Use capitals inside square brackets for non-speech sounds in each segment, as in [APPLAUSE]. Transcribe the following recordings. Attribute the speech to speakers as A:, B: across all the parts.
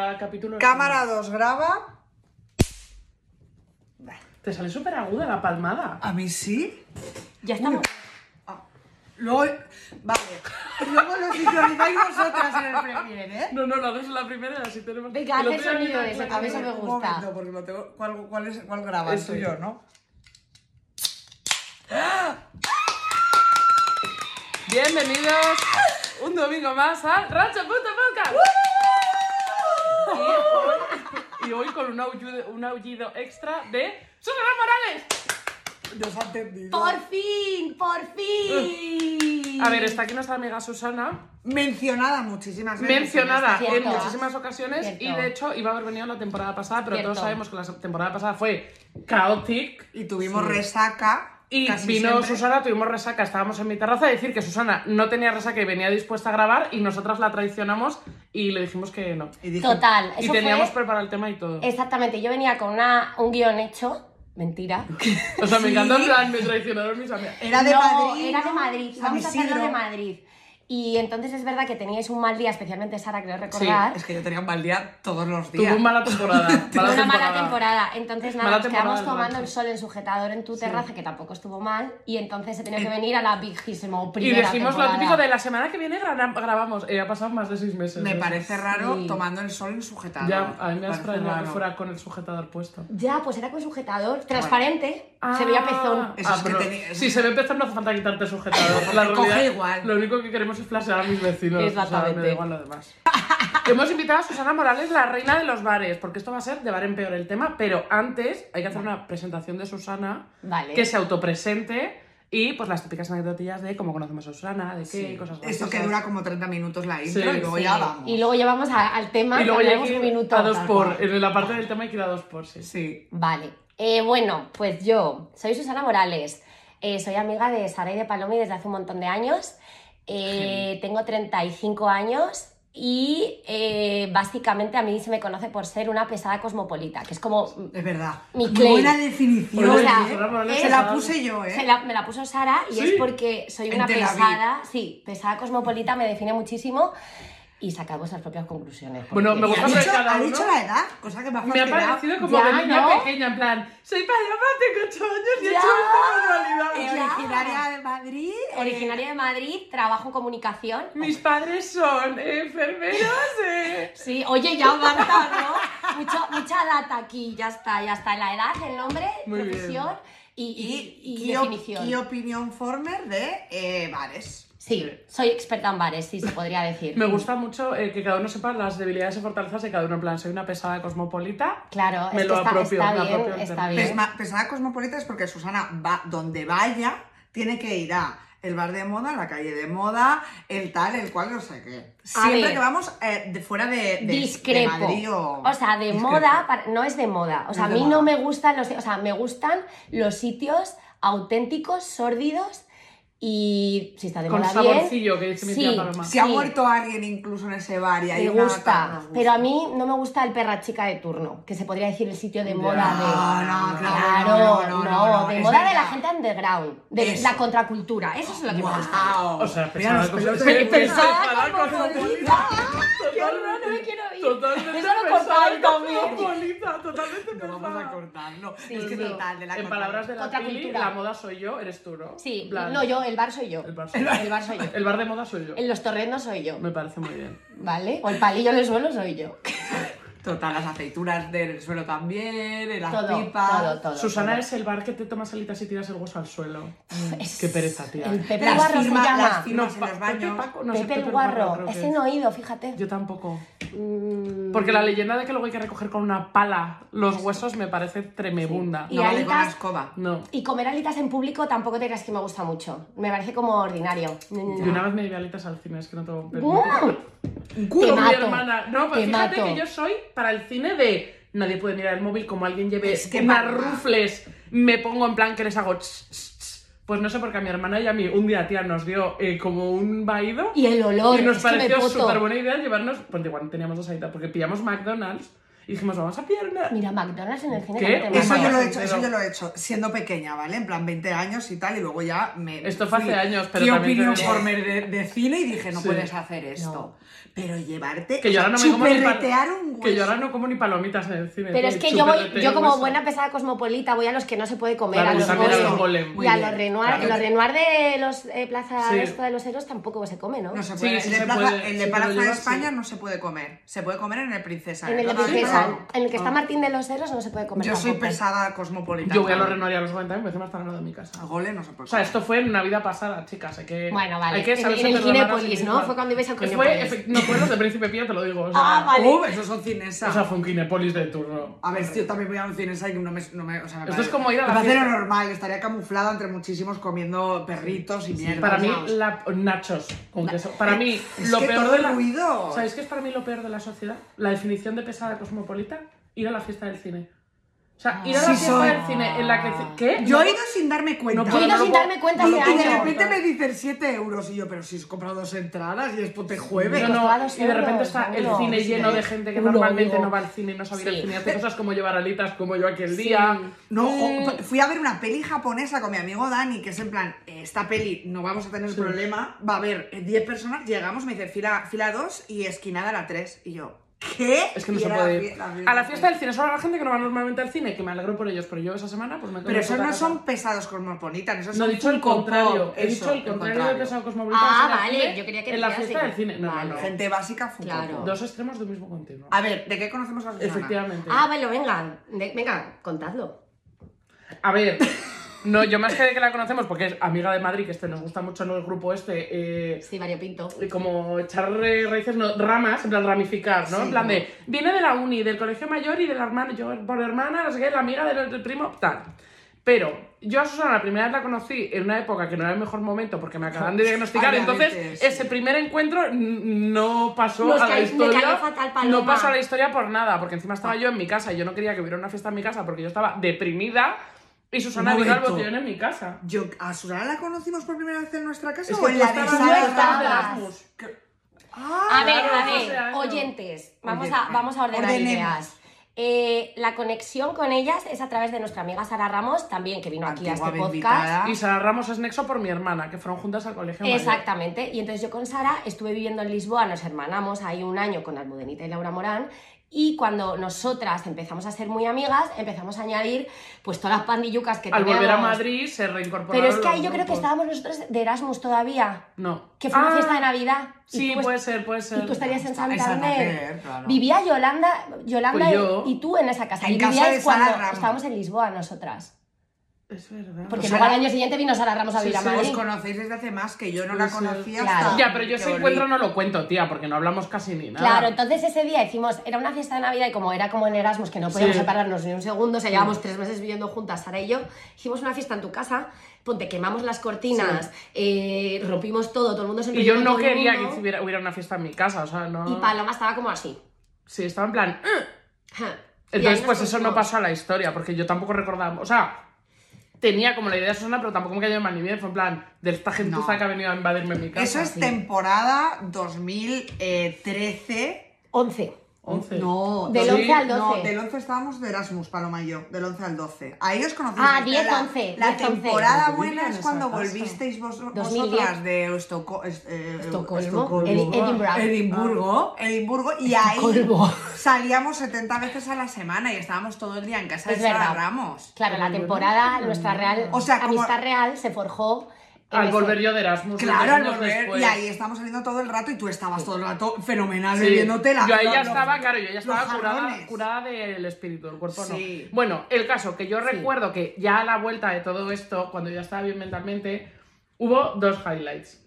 A: el capítulo.
B: Cámara 2, graba.
A: Te sale súper aguda la palmada.
B: A mí sí.
C: Ya estamos.
B: Luego, vale. Luego lo sincronizáis vosotras en el Premier, ¿eh?
A: No, no, lo haces en la primera y así tenemos.
C: Venga,
A: El
C: haz el
A: otro día
C: sonido
A: vi
C: ese,
A: una
C: a ver si
A: cosa-
C: me
B: Un
C: gusta.
B: momento, porque lo tengo. ¿Cuál, cuál, es, cuál graba?
A: Ese.
B: El tuyo, ¿no?
A: Bienvenidos un domingo más a Rancho.podcast. Y hoy con un aullido, un aullido extra de Susana Morales.
B: Nos ha entendido.
C: ¡Por fin! ¡Por fin!
A: A ver, está aquí nuestra amiga Susana,
B: Mencionada muchísimas veces.
A: mencionada
C: cierto,
A: en
C: ¿ah?
A: muchísimas ocasiones
C: Cierto.
A: y de hecho iba a haber venido la temporada pasada, pero
C: Cierto.
A: todos sabemos que la temporada pasada fue chaotic
B: Y tuvimos resaca.
A: Y
B: casi
A: vino
B: siempre.
A: Susana, tuvimos resaca, estábamos en mi terraza a decir que Susana no tenía resaca y venía dispuesta a grabar y nosotras la traicionamos y le dijimos que no.
B: Y dije,
C: Total,
A: Y
C: eso
A: teníamos
C: fue...
A: preparado el tema y todo.
C: Exactamente, yo venía con una, un guión hecho. Mentira.
A: O sea, me encantó en plan, me traicionaron mis amigas.
B: Era de
C: no,
B: Madrid.
C: Era
B: ¿no?
C: de Madrid.
B: San
C: Vamos a hacerlo
B: Isidro.
C: de Madrid. Y entonces es verdad que teníais un mal día, especialmente Sara, creo recordar.
B: Es que yo tenía un mal día todos los
A: Tuvo
B: días.
A: una mala temporada.
C: Tuve
A: mala
C: una mala temporada. Entonces, nada,
A: Mala
C: nos
A: temporada
C: quedamos
A: del
C: tomando el
A: Barça.
C: sol en sujetador en tu terraza, que tampoco estuvo mal. Y entonces he tenido que venir a la vigésimo
A: Eh, Y
C: primera.
A: dijimos lo
C: temporada.
A: típico de la semana que viene gra- grabamos. Eh, ha pasado más de seis meses.
B: Me
A: ¿no?
B: parece raro
C: Sí.
B: tomando el sol en sujetador.
A: Ya, a mí me ha
B: parece
A: extrañado que
B: raro.
A: fuera con el sujetador puesto.
C: Ya, pues era con sujetador transparente. Se veía pezón.
B: Eso es que
A: Ah, pero
B: tenía-
A: Si se ve pezón no hace falta quitarte el sujetador. La
B: [LAUGHS] Coge
A: realidad,
B: igual.
A: Lo único que queremos es flashear a mis vecinos. O sea, me
C: Exactamente.
A: da igual lo demás. [LAUGHS] Hemos invitado a Susana Morales, la reina de los bares, porque esto va a ser de bar en peor el tema, pero antes hay que hacer una presentación de Susana
C: Vale.
A: que se autopresente y pues las típicas anécdotillas de cómo conocemos a Susana, de qué cosas
B: Esto que
A: graciosas.
B: dura como 30 minutos la intro
A: Sí,
B: y luego
C: Sí.
B: ya vamos.
C: Y luego llevamos a- al tema.
A: Y luego
C: que
A: ya hay
C: hablamos
A: que ir
C: un minuto.
A: a dos
C: tal
A: por.
C: cual.
A: En la parte del tema hay que ir a dos por, sí.
B: Sí.
C: Vale, Eh, bueno, pues yo soy Susana Morales, Eh, soy amiga de Sara y de Palomi desde hace un montón de años, Eh, tengo 35 años y eh, básicamente a mí se me conoce por ser una pesada cosmopolita, que es como...
B: Es verdad.
C: Mi
B: Muy
C: claim. Pues
B: buena definición.
C: Oye,
B: ¿eh?
C: Susana
A: Morales
B: se
A: es-
B: la puse yo, ¿eh?
C: se la- me la puso Sara y
A: ¿Sí?
C: es porque soy
B: En
C: una
B: Tel Aviv.
C: pesada, sí, pesada cosmopolita me define muchísimo y sacad vuestras propias conclusiones.
A: Bueno,
C: porque-
A: me
B: Y
A: gusta
B: ha dicho,
A: cada
B: ha
A: uno.
B: dicho la edad, cosa que me ha
A: Me ha
B: fascinado.
A: parecido como
C: Ya,
A: de niña
C: ¿no?
A: pequeña, en plan, soy paloma, tengo 8 años y he
C: Ya.
A: hecho esta
B: Eh,
A: manualidad.
C: Ya.
B: originaria de Madrid. eh,
C: Originaria de Madrid, trabajo en comunicación.
A: Mis padres son enfermeros. eh.
C: Sí, oye, ya basta, ¿no? Mucha, mucha data aquí, ya está, ya está. La edad, el nombre,
A: Muy bien.
C: profesión y,
B: Y,
C: y- y
B: y op-
C: definición.
B: y opinión former de eh, bares.
C: Sí, soy experta en bares, sí, se podría decir.
A: Me gusta mucho eh, que cada uno sepa las debilidades y fortalezas de cada uno. En plan, soy una pesada cosmopolita.
C: Claro,
A: Me
C: es
A: lo
C: que está,
A: apropio,
C: está
A: me
C: bien,
A: apropio el
C: está
A: término.
C: bien.
B: Pesma- pesada cosmopolita es porque Susana va donde vaya, tiene que ir a el bar de moda, la calle de moda, el tal, el cual, no sé qué. Siempre
C: ver.
B: que vamos eh, de fuera de, de- de
C: discrepo.
B: Madrid o...
C: O sea, de
B: Discrepo.
C: moda, para- no es de moda. O sea, a
B: No es de
C: mí no
B: moda.
C: me gustan los, o sea, me gustan los sitios auténticos, sórdidos y si está de
A: Con
C: moda
A: saborcillo,
C: bien.
A: que se metía Paloma.
B: Si ha
C: sí.
B: muerto alguien incluso en ese bar y hay
C: Me
B: una
C: gusta,
B: tal, nos
C: pero a mí no me gusta el perra chica de turno, que se podría decir el sitio de
A: Ya.
C: moda de...
B: Ah, No, no, claro, no, no, no, no,
C: de
B: es
C: moda de la
B: verdad.
C: gente underground, de
B: Eso.
C: la contracultura, eso es lo que me gusta.
B: Guau.
A: O sea,
B: Mira
A: pesada
B: los pelos
A: cosmopolita.
B: de-
C: Pesada
A: Pesada
C: cosmopolita. Qué horror, no me quiero ir. Eso lo cortáis también.
A: cosmopolita, totalmente
B: No
A: pesada.
B: vamos a cortarlo. es que
C: sí.
B: total, de la
A: en
B: cortada.
A: palabras de la
C: Otra
A: peli,
C: cultura.
A: la moda soy yo, eres tú, ¿no?
C: Sí,
A: En plan,
C: no, yo, el bar soy yo.
A: El
C: [LAUGHS] El
A: bar
C: bar
A: soy
C: soy
A: yo.
C: yo.
A: [LAUGHS] El bar de moda soy yo.
C: En los torrenos soy yo,
A: Me parece muy bien.
C: ¿vale? O el palillo en el suelo soy yo.
B: Total, las aceitunas del suelo también, las
C: Todo,
B: pipas.
C: todo, todo.
A: Susana
C: todo.
A: es el bar que te tomas alitas y tiras el hueso al suelo.
C: Es-
A: Qué pereza, tía.
C: El Pepe
B: Las
C: Guarro se
B: firmas, las
C: llama.
B: firmas en
A: Pa-
B: los
A: Pepe
B: baños.
A: Paco, no sé,
C: Pepe el
A: Guarro,
C: Guarro,
A: creo que
C: ese
A: es.
C: no he ido, fíjate.
A: Yo tampoco.
C: Mm,
A: Porque la leyenda de que luego hay que recoger con una pala los huesos me parece tremebunda.
C: Sí.
B: No
C: Y
B: vale con la
C: alitas-
B: escoba.
A: No.
C: Y comer alitas en público tampoco te creas que me gusta mucho. Me parece como ordinario.
A: Yo una vez me llevé alitas al cine, es que no tengo
C: ¡Guau!
A: Con mi
C: mato,
A: hermana. No, pues
C: te
A: fíjate
C: mato.
A: que yo soy para el cine de nadie puede mirar el móvil como alguien lleve
B: Es que
A: unas
B: mamá.
A: rufles, me pongo en plan que les hago ch, ch, ch. pues no sé, porque a mi hermana y a mí un día, tía, nos dio eh, como un vaído.
C: Y el olor.
A: Y nos
C: es que me
A: pareció
C: poto.
A: súper buena idea llevarnos. Pues igual teníamos dos alitas, porque pillamos McDonald's Y dijimos, vamos a pierna.
C: Mira, McDonald's en el cine
A: ¿Qué?
C: también tenemos
B: Eso yo lo he
A: Pero-
B: hecho, eso yo lo he hecho, siendo pequeña, ¿vale? En plan 20 años y tal, y luego ya me.
A: Esto fue hace
B: fui
A: años, pero
B: fui
A: también te
B: opinion
A: digo-
B: former de, de cine y dije, no
A: Sí.
B: puedes hacer esto. Pero llevarte.
A: Que yo ahora no me como ni pal-
B: chuperretear un hueso.
A: Que yo ahora no como ni palomitas en el cine.
C: Pero
A: tú,
C: es que
A: y
C: yo voy,
A: chuperreteo
C: yo como
A: hueso.
C: buena pesada cosmopolita voy a los que no se puede comer,
A: Claro,
C: a
A: tú
C: los
A: también a los
C: goles.
A: golem.
C: Y
B: Muy
C: a
B: bien,
C: los Renoir,
A: claro.
C: en los Renoir de los eh, Plaza
A: Sí.
C: esta de los Héroes tampoco se come, ¿no?
B: No se
A: Sí,
B: puede.
A: sí
B: el de
A: se
B: Plaza,
A: puede,
B: el de
A: sí,
B: Plaza
A: pero
B: de
A: yo
B: España
A: sí.
B: no se puede comer. Se puede comer en el Princesa.
C: en el de
B: Plaza de
C: Princesa,
B: España no.
C: en el que está
A: Ah.
C: Martín de los Héroes no se puede comer.
B: Yo soy
C: tampoco.
B: pesada cosmopolita.
A: Yo voy a los Renoir y a los Golden Time, porque encima están al lado de mi
B: A
A: casa.
B: Gole no se puede
A: O sea,
B: comer.
A: esto fue en Navidad pasada, chicas. Hay que,
C: Bueno, vale.
A: Hay que
C: En-
A: saberse
C: en el
A: perdonar a sí
C: Cinépolis, ¿no?
A: mismas.
C: Fue cuando ibais al
A: Fue,
C: Cinépolis.
A: efe- No fue los de Príncipe Pío, te lo digo. o sea,
C: Ah, vale.
B: Uh, esos son cinesa.
A: O sea, fue un Kinépolis de turno.
B: A ver, si yo también voy a un cinesa y no me... No me o sea, me
A: Esto
B: parece-
A: es como ir a la
B: Me parece lo
A: fiesta.
B: normal, estaría camuflada entre muchísimos comiendo perritos y mierda.
A: Para mí,
B: vamos.
A: la- nachos con queso. Para
C: eh,
A: mí,
B: Es
A: lo
B: que
A: peor
B: todo
A: de la.
B: ruido.
A: ¿Sabéis qué es para mí lo peor de la sociedad? La definición de pesada cosmopolita, ir a la fiesta del cine. O sea, ir a la
B: Sí
A: fiesta
B: soy.
A: del cine en la que. ¿Qué?
B: Yo
A: No.
B: he ido sin darme cuenta.
A: No
C: Yo he ido
A: Pero
C: sin
A: luego-
C: darme cuenta
B: Y
C: hace
B: de
A: años.
B: repente me dicen 7 euros y yo, pero si has comprado dos entradas y es ponte jueves.
A: No, no,
C: costaba dos
A: y de repente
C: euros,
A: está el
C: seguro.
A: cine lleno de gente que
C: Uno,
A: normalmente
C: digo.
A: no va al cine, no sabe ir al
C: Sí.
A: cine, hace cosas como llevar alitas como yo aquel día.
B: No, o- fui a ver una peli japonesa con mi amigo Dani, que es en plan, eh, esta peli no vamos a tener problema, va a haber eh, 10 personas, llegamos, me dice fila, fila 2 y esquinada la 3. Y yo, ¿qué?
A: Es que no
B: Y
A: se
B: era
A: puede
B: la
A: ir.
B: fie- la
A: A la fiesta del cine solo la gente que no va normalmente al cine, que me alegro por ellos, pero yo esa semana pues me quedo
B: Pero
A: en
B: esos
A: puta
B: no
A: casa.
B: son pesados cosmopolitas, esos
A: No,
B: son
A: he dicho el
B: Funko Pop,
A: contrario. He
B: eso,
A: dicho el contrario de pesado cosmopolita. es
C: Ah,
A: ir al
C: vale,
A: cine
C: yo quería que
A: En la
C: dijeras
A: fiesta
C: igual.
A: del cine. No,
C: Vale.
A: no, no.
B: Gente básica Funko
C: Claro.
B: Pop.
A: Dos extremos de un mismo continuo.
B: A ver, ¿de qué conocemos a Susana?
A: Efectivamente.
C: Ah, vale, venga, de- venga, contadlo.
A: A ver, no, yo más que de que la conocemos, porque es amiga de Madrid, que este nos gusta mucho en el grupo este, eh,
C: Sí, variopinto.
A: como echar eh, raíces, no, ramas, en plan ramificar, ¿no?
B: Sí,
A: en plan
B: como-
A: de, viene de la uni, del colegio mayor y de la hermana, yo por hermana, no sé qué, la amiga del, del primo, tal. Pero yo a Susana la primera vez la conocí en una época que no era el mejor momento porque me acaban
B: [LAUGHS]
A: de diagnosticar,
B: Obviamente,
A: entonces
B: sí.
A: ese primer encuentro n- no pasó
C: Nos
A: a la
C: caí- me cayó
A: historia.
C: fatal, Paloma.
A: no pasó a la historia por nada, porque encima
B: Ah.
A: estaba yo en mi casa y yo no quería que hubiera una fiesta en mi casa porque yo estaba deprimida y Susana
B: Un
A: vino al
B: momento.
A: botellón en mi casa.
B: Yo, ¿A Susana la conocimos por primera vez en nuestra casa
A: Es
B: o
A: que
B: en
A: tú
B: la de
A: estabas
C: tú
B: Sara?
C: estabas.
A: de Erasmus.
B: Ah,
C: A ver,
A: claro,
C: a
A: ese
C: ver,
A: año.
C: oyentes, vamos,
B: Oyentes.
C: A, vamos a ordenar
B: Ordenemos.
C: ideas. Eh, la conexión con ellas es a través de nuestra amiga Sara Ramos, también que vino aquí a
B: Antigua
C: este podcast.
B: invitada.
A: Y Sara Ramos es nexo por mi hermana, que fueron juntas al colegio. mayor.
C: Exactamente. Y entonces yo con Sara estuve viviendo en Lisboa, nos hermanamos ahí un año con Almudenita y Laura Morán. Y cuando nosotras empezamos a ser muy amigas, empezamos a añadir pues todas las pandillucas que
A: Al
C: teníamos.
A: volver a Madrid se reincorporaron.
C: Pero es que
A: los
C: ahí yo creo que
A: grupos.
C: estábamos nosotros de Erasmus todavía.
A: No.
C: Que fue una
A: Ah,
C: fiesta de Navidad. Y
A: Sí,
C: tú est-
A: puede ser, puede ser.
C: Y tú estarías en
B: Está- en
C: Santander.
B: Santander, claro.
C: Vivía Yolanda, Yolanda
A: Pues
C: y-
A: yo.
C: y tú en esa casa.
B: En
C: y
B: casa
C: vivíais
B: de Sara
C: cuando
B: Ramos.
C: estábamos en Lisboa nosotras.
A: Es verdad.
C: Porque
B: Pues
C: luego
B: Sara-
C: al año siguiente vino Sara Ramos a vivir
A: Sí, sí,
C: a
B: Os
C: Madrid.
B: conocéis desde hace más que yo no la
A: Sí,
B: conocía
C: claro.
B: hasta
A: ya, pero yo
B: que
A: ese
B: volví.
A: encuentro no lo cuento, tía, porque no hablamos casi ni nada.
C: Claro, entonces ese día hicimos, era una fiesta de Navidad y como era como en Erasmus, que no podíamos
A: Sí.
C: separarnos ni un segundo, o sea, llevábamos tres meses viviendo juntas, Sara y yo, hicimos una fiesta en tu casa, ponte, quemamos las cortinas, eh, rompimos todo, todo el mundo se
A: Y yo
C: enrolló
A: no
C: con todo el
A: quería que
C: mundo,
A: hubiera, hubiera una fiesta en mi casa, o sea, no.
C: Y Paloma estaba como así.
A: Sí, estaba en plan. "Eh".
C: Ja. Y ahí
A: Entonces,
C: nos
A: pues eso no
C: conocimos.
A: pasó a la historia, porque yo tampoco recordaba. O sea, tenía como la idea de Susana, pero tampoco me cayó mal ni bien. Fue en plan, de esta gentuza
B: No.
A: que ha venido a invadirme en mi casa.
B: Eso es
A: Sí.
B: temporada eh, 2013.
C: 11.
A: 11.
B: No,
C: Del
A: Sí.
C: 11 al 12.
B: No, del 11 estábamos de Erasmus, Paloma y yo, del 11 al 12. Ahí os conocéis. o
C: Ah,
B: sea,
C: 10,
B: la-
C: 11,
B: La
C: 10, 11.
B: temporada
A: Yo vivía
B: buena
A: en
B: es
A: esa
B: cuando
A: casa.
B: volvisteis vos,
C: 2010.
B: vosotras de Estoco- es- eh,
C: Estocolmo,
B: Estocolmo.
C: Edi- Edinburgh.
A: Ah.
B: Edimburgo, Edimburgo, y ahí
C: Estocolmo.
B: salíamos 70 veces a la semana y estábamos todo el día en casa
C: Es
B: de Sara
C: verdad.
B: Ramos.
C: Claro, la temporada, nuestra real
B: O sea, como-
C: amistad real se forjó. en
A: Al
C: ese-
A: volver yo de Erasmus.
B: Claro,
A: unos
B: al
A: años
B: volver.
A: Pues después.
B: Y ahí estamos saliendo todo el rato y tú estabas todo el rato fenomenal
A: Sí.
B: bebiéndote la.
A: Yo ahí
B: los-
A: ya
B: los-
A: estaba, claro, yo ya
B: los
A: estaba curada,
B: jarrones.
A: curada del espíritu, el cuerpo
B: Sí.
A: no. Bueno, el caso que yo recuerdo que ya a la vuelta de todo esto, cuando yo estaba bien mentalmente, hubo dos highlights.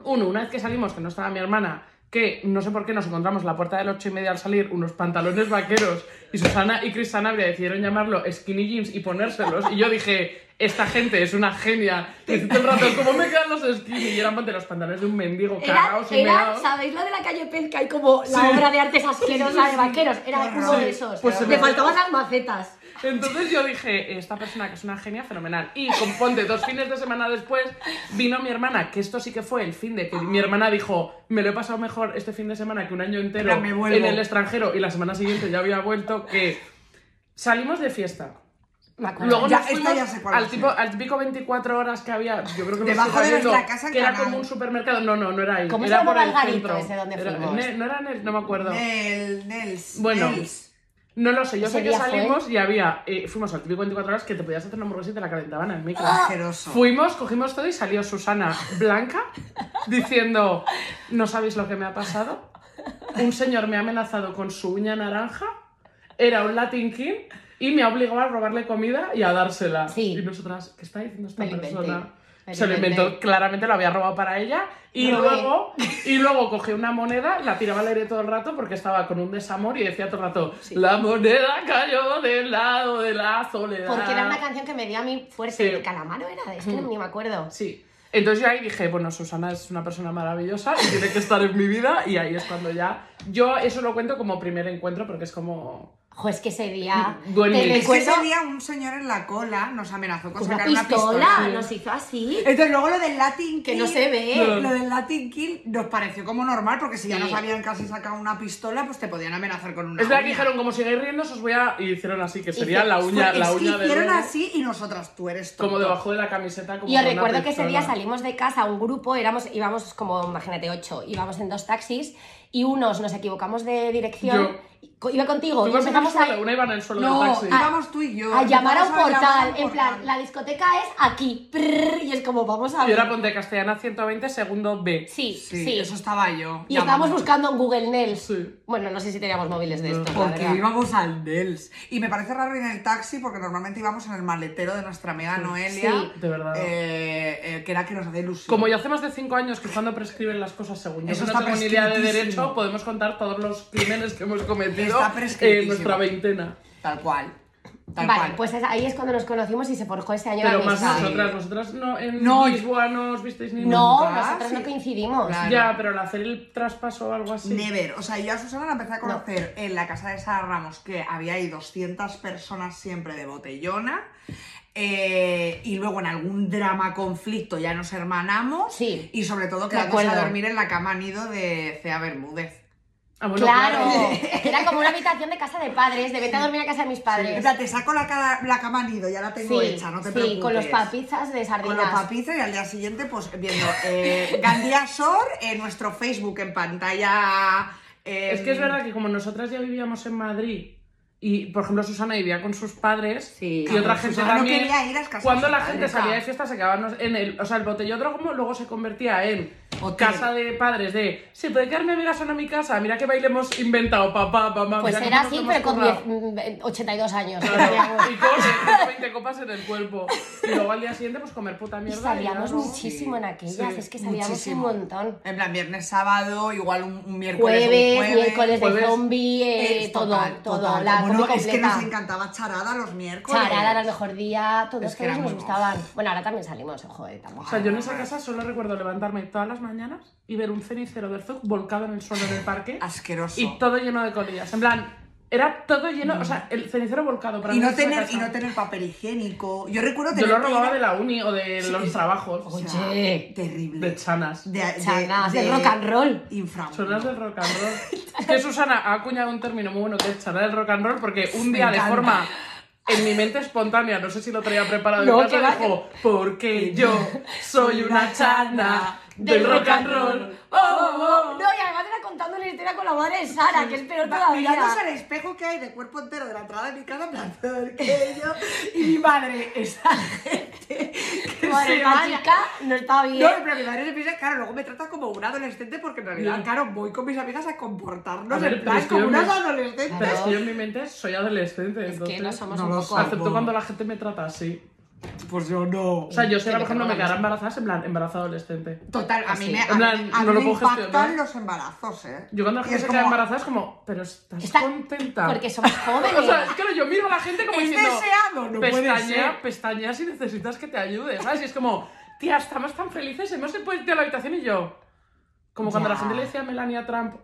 A: Uno, una vez que salimos, que no estaba mi hermana, que no sé por qué nos encontramos en la puerta del ocho y media al salir, unos pantalones vaqueros, y Susana y Chris Sanabria decidieron llamarlo skinny jeans y ponérselos, y yo dije, esta gente es una genia, y todo el rato, ¿cómo me quedan los skinny? Y eran de los pantalones de un mendigo,
C: Era,
A: cagados y
C: era,
A: meados.
C: ¿sabéis lo de la calle Pez que hay como la obra de artes asquerosa de vaqueros? Era
B: Qué
C: uno
B: horror.
C: de esos.
A: Pues se
C: Le
A: me-
C: faltaban las macetas.
A: Entonces yo dije, esta persona que es una genia fenomenal. Y con ponte, dos fines de semana después vino mi hermana, que esto sí que fue el fin de que mi hermana dijo, me lo he pasado mejor este fin de semana que un año entero
B: Ya me vuelvo".
A: en el extranjero y la semana siguiente ya había vuelto, que salimos de fiesta.
C: Me acuerdo.
A: Luego
B: Ya,
A: nos
B: esta
A: fuimos
B: ya sé cuál
A: al,
B: es.
A: tipo, al típico 24 horas que había, yo creo que me
B: Debajo
A: estoy
B: de
A: saliendo,
B: nuestra casa en
A: que era
B: Canal.
A: como un supermercado. No, no, no era ahí.
C: ¿Cómo se
A: era
C: llamaba
A: por
C: el garito
A: centro.
C: ese donde
A: Era-
C: fuimos?
A: ne- no era en el- no me acuerdo.
B: Nel, Nels.
A: Bueno.
B: Nels.
A: No lo sé, yo
C: Ese
A: sé que
C: día fue-
A: salimos y había. eh, fuimos al típico 24 horas que te podías hacer una hamburguesa y te la calentaban en el
C: [LAUGHS]
A: micro.
B: Asqueroso.
A: Fuimos, cogimos todo y salió Susana Blanca diciendo: No sabéis lo que me ha pasado. Un señor me ha amenazado con su uña naranja, era un Latin King y me ha obligado a robarle comida y a dársela.
C: Sí.
A: Y nosotras, ¿qué está diciendo esta
C: Me lo inventé,
A: persona?
C: me lo
A: Se lo
C: inventé.
A: inventó, claramente lo había robado para ella y
C: Lo robé.
A: luego y luego cogió una moneda, la tiraba al aire todo el rato porque estaba con un desamor y decía todo el rato,
C: Sí.
A: la moneda cayó del lado de la soledad.
C: eh, Porque era una canción que me dio a mí fuerza.
A: Sí.
C: ¿El calamaro era? Es que no- ni me acuerdo.
A: Sí. Entonces yo ahí dije, bueno, Susana es una persona maravillosa y tiene que estar en mi vida y ahí es cuando ya... Yo eso lo cuento como primer encuentro porque es como...
C: Jo, es que ese día.
A: Bueno,
C: te
A: es que
B: Es que
C: recuerdo.
B: ese día un señor en la cola nos amenazó con
C: una
B: sacar
C: pistola,
B: una pistola.
A: sí.
C: nos hizo así.
B: Entonces luego lo del Latin Kill...
C: Que no se ve.
B: Lo del Latin Kill nos pareció como normal, porque si ya
C: Sí.
B: nos habían casi sacado una pistola, pues te podían amenazar con una
A: Es verdad que
B: uña.
A: dijeron, como sigáis riendo, os voy a... Y hicieron así, que sería la
B: Fue-
A: uña,
B: es
A: la
B: que
A: uña de...
B: hicieron
A: Lulu,
B: así y nosotras, tú eres tonto.
A: Como debajo de la camiseta. Como
C: Y os
A: con una
C: recuerdo que ese día
A: pistola.
C: salimos de casa un grupo, éramos, íbamos como, imagínate, ocho, íbamos en dos taxis y unos nos equivocamos de dirección. Co- Iba contigo
A: Tú
C: y
A: ibas en el
C: empezamos a,
A: suelo, una iba en el suelo
B: No, ah,
A: del taxi.
B: íbamos tú y yo.
C: a llamar a un
B: Empezamos llamar a
C: portal.
B: un
C: En plan,
B: portal.
C: la discoteca es aquí. prrr, y es como, vamos a
A: Y era
C: ver.
A: Ponte Castellana 120, segundo B.
C: Sí,
B: ah. Sí,
C: sí.
B: eso estaba yo.
C: Y
B: Llamando.
C: estábamos buscando en Google Nels.
A: Sí.
C: Bueno, no sé si teníamos móviles de estos, la
B: Porque
C: verdad.
B: íbamos al Dels. Y me parece raro ir en el taxi porque normalmente íbamos en el maletero de nuestra amiga Noelia.
C: Sí.
A: De verdad.
B: eh, eh, que era que nos hacía ilusión.
A: Como ya hacemos de 5 años que cuando prescriben las cosas según yo
B: Eso
A: que no
B: está
A: tengo ni idea de
B: prescriptísimo.
A: derecho, podemos contar todos los crímenes que hemos cometido
B: Está
A: en
B: prescriptísimo.
A: nuestra veintena.
B: Tal cual. Tal
C: Vale,
B: cual.
C: pues es- ahí es cuando nos conocimos y se forjó ese año
A: Pero
C: la
A: más
C: amistad.
A: nosotras, vosotras no en
B: No,
A: Lisboa no os visteis ni
C: No,
B: Nunca,
C: nosotras
B: sí.
C: no coincidimos.
B: Claro.
A: Ya, pero al hacer el traspaso o algo así.
B: Never. O sea, yo a Susana la empecé a conocer en la casa de Sara Ramos, que había ahí 200 personas siempre de botellona. eh, y luego en algún drama, conflicto, ya nos hermanamos.
C: Sí.
B: Y sobre todo
C: De
B: quedamos a
C: acuerdo.
B: dormir en la cama nido de Cea Bermúdez.
A: Ah, bueno,
C: Claro, [LAUGHS] era como una habitación de casa de padres, de vete a dormir a casa de mis
B: O
C: padres.
B: sea, te saco la, ca- la cama nido, ya la tengo hecha, no te
C: sí,
B: preocupes.
C: con los papizas de
B: Con los
C: sardinas.
B: papizas y al día siguiente, pues viendo eh, Gandía Sor en nuestro Facebook en pantalla. eh,
A: Es que es verdad que como nosotras ya vivíamos en Madrid y, por ejemplo, Susana vivía con sus padres
C: Sí.
A: y otra
B: Claro,
A: gente
B: Susana no
A: también.
B: quería ir a las casas
A: cuando
B: de
A: la
B: sus
A: gente
B: padres,
A: salía de
B: claro.
A: fiesta se quedaban en el, o sea, el botellódromo luego se convertía en
B: Hotel.
A: casa de padres de, se puede quedarme veras o no a mi casa, mira qué baile hemos inventado, papá, mamá.
C: Pues
A: mira cómo
C: era
A: nos
C: así,
A: hemos
C: pero con
A: currado".
C: 10, mm, 82 años.
A: Claro,
C: [LAUGHS]
A: y con 20 copas en el cuerpo. Y luego al día siguiente, pues comer puta
C: Y
A: mierda. y
C: salíamos
A: ya no.
C: muchísimo en aquellas,
A: Sí,
C: es que salíamos
B: muchísimo.
C: un montón.
B: En plan, viernes, sábado, igual un, un miércoles.
C: Jueves,
B: un jueves.
C: miércoles
A: jueves.
C: de zombie, eh,
B: Es
C: todo,
B: total,
C: todo,
B: total.
C: la
B: Bueno,
C: combi
B: es que
C: completa.
B: nos encantaba charada los miércoles.
C: Charada era el mejor día, todos
B: Es que
C: todos
B: era muy
C: nos gustaban. Bueno, ahora también salimos, ojo, eh, tampoco.
A: O sea, yo en esa casa solo recuerdo levantarme todas las mañanas y ver un cenicero del Zug volcado en el suelo del parque.
B: Asqueroso.
A: Y todo lleno de colillas. En plan, era todo lleno, o sea, el cenicero volcado para
B: Y
A: mí
B: no,
A: en esa
B: tener,
A: casa.
B: y no tener papel higiénico. Yo recuerdo
A: Yo
B: tener
A: lo
B: que ir
A: robaba
B: a-
A: de la uni o de los trabajos.
C: Oye,
B: Terrible.
A: De chanas.
B: De, de-
C: Chanas, del rock and roll.
B: inframundo.
A: Sonas del rock and roll. Es que Susana ha acuñado un término muy bueno que es chanar del rock and roll porque un
B: Me
A: día de
B: encanta.
A: forma en mi mente espontánea, no sé si lo traía preparado
C: No,
A: en
C: que
A: casa,
C: va,
A: dijo, porque yo soy una chana del rock and roll. Oh, oh, oh.
C: No, y además era contando la historia con la madre de Sara, que es peor
B: Va-
C: todavía.
B: Mirándose al espejo que hay de cuerpo entero de la entrada de mi casa, en plan, peor que yo. Y mi madre, esa
C: [LAUGHS]
B: gente que
C: Madre,
B: se
C: esta
B: baña.
C: chica no estaba bien.
B: No, pero mi madre se piensa, claro, luego me trata como un adolescente porque en realidad,
A: Bien.
B: claro, voy con mis amigas a comportarnos
A: A ver,
B: en
A: pero
B: plan
A: es que
B: como
A: yo
B: unas
A: me-
B: adolescentes.
A: Pero es que yo en mi mente soy adolescente,
C: Es que no
A: entonces
C: somos
B: no
C: un
B: lo
C: poco.
B: sabe.
A: acepto cuando la gente me trata así.
B: Pues yo no.
A: O sea, yo sé,
C: Que
A: por
C: te
A: ejemplo, me
C: perdonan.
A: quedará embarazada, en plan, embarazada adolescente.
B: Total, a mí
C: Así.
B: me, a
A: En
B: mí-
A: plan,
B: a mí
A: no lo
B: me
A: puedo
B: impactan
A: gestionar.
B: los embarazos, ¿eh?
A: Yo cuando la
B: Y
A: gente
B: es
A: se
B: como,
A: queda embarazada es como, pero estás
C: Está-
A: contenta.
C: Porque somos jóvenes.
A: [LAUGHS] O sea, es que yo miro a la gente como
B: Es
A: diciendo,
B: deseado, no puede
A: pues pestañea,
B: ser".
A: pestañea si necesitas que te ayude, ¿sabes? Y es como, tía, estamos tan felices, hemos podido ir a la habitación y yo. Como cuando
C: Ya.
A: la gente le decía a Melania Trump,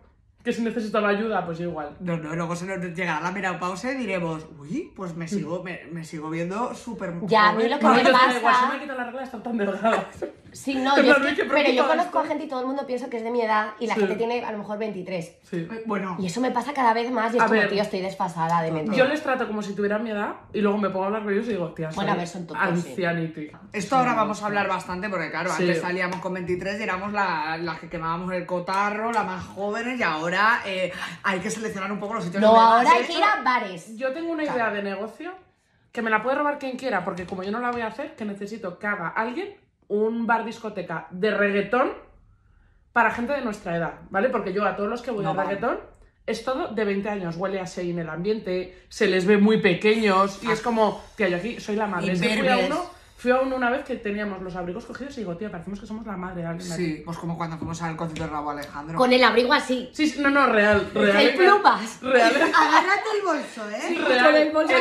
A: que si necesitaba ayuda, pues yo igual.
B: No, no, luego se nos llegará la menopausia y diremos, uy, pues me sigo, me, me sigo viendo súper
C: Ya, a mí lo que
A: No,
C: me
A: yo
C: pasa-
A: te da igual, si me he quitado las reglas, están tan
C: [LAUGHS]
A: delgadas.
C: Sí, no,
A: En
C: yo
A: plan,
C: es que-
A: "Ay, qué
C: pero yo
A: preocupada
C: conozco a
A: estoy".
C: gente y todo el mundo piensa que es de mi edad y la
A: Sí.
C: gente tiene a lo mejor 23.
A: Sí.
B: Bueno,
C: Y eso me pasa cada vez más y es
A: A
C: como,
A: ver.
C: tío, estoy desfasada de mente.
A: Yo les trato como si tuvieran mi edad y luego me pongo a hablar con ellos y digo, tía, soy
C: Bueno, a ver, son tontos, sí.
A: ancianity.
B: esto ahora vamos a hablar bastante porque, claro,
A: Sí.
B: antes salíamos con 23 y éramos la- las que quemábamos el cotarro, las más jóvenes, y ahora eh, hay que seleccionar un poco los sitios
C: No,
B: donde vas.
C: ahora
B: De
C: hay que
B: hecho,
C: ir a bares.
A: Yo tengo una idea de negocio que me la puede robar quien quiera, porque como yo no la voy a hacer, que necesito que haga alguien un bar discoteca de reggaetón para gente de nuestra edad, ¿vale? Porque yo a todos los que voy
B: No
A: a
B: vale.
A: reggaetón es todo de 20 años, huele así en el ambiente, se les ve muy pequeños
C: Ah.
A: y es como, tía, yo aquí soy la madre. Es que fui a
B: Imberbes.
A: uno, fui a uno una vez que teníamos los abrigos cogidos y digo, tía, parecemos que somos la madre de alguien aquí".
B: Sí, pues como cuando fuimos al concierto de Rabo Alejandro.
C: Con el abrigo así.
A: Sí, sí, no, no, real, real.
C: El plumas.
A: Real.
B: [LAUGHS] Agárrate el bolso, ¿eh?
A: real.
C: [LAUGHS] con el bolso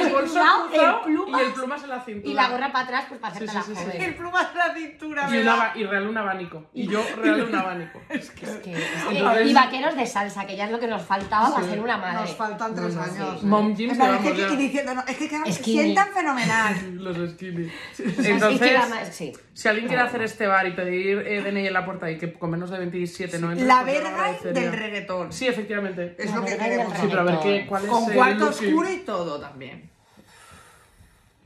A: cruzado
C: cruzado, el plumas
A: y el plumas en la cintura.
C: Y la gorra para atrás, pues para
A: Sí,
C: hacerte
A: sí,
C: la
A: sí, sí.
C: joven.
B: El plumas de la cintura,
A: Y,
B: ¿verdad?
A: una, y real un abanico. Y yo real un abanico.
C: Es que- es que-
A: A ver
C: y
A: si-
C: vaqueros de salsa, que ya es lo que nos faltaba para
A: Sí.
C: ser una madre.
B: Nos faltan
A: No,
B: tres
A: no,
B: años.
A: sí. Mom
B: ¿eh?
A: jeans,
B: En plan, es
A: vamos,
B: que-
A: ya.
B: y diciendo, no, es que quedan-
C: Skinny.
B: sientan
C: [LAUGHS]
B: fenomenal.
A: Los skinny.
C: O sea, es que
A: Entonces,
C: la ma- sí.
A: si alguien quiere hacer este bar y pedir eh, DNI en la puerta y que con menos de 27 no entres,
B: La
A: pues yo lo
B: verga
A: agradecería.
B: del reggaetón.
A: Sí, efectivamente.
B: Es
C: La
B: lo que
C: verga del
B: queremos.
A: Sí, pero a ver, ¿qué,
C: reggaetón.
A: ¿cuál es
B: Con
A: el
B: cuarto
A: looking?
B: oscuro y todo también.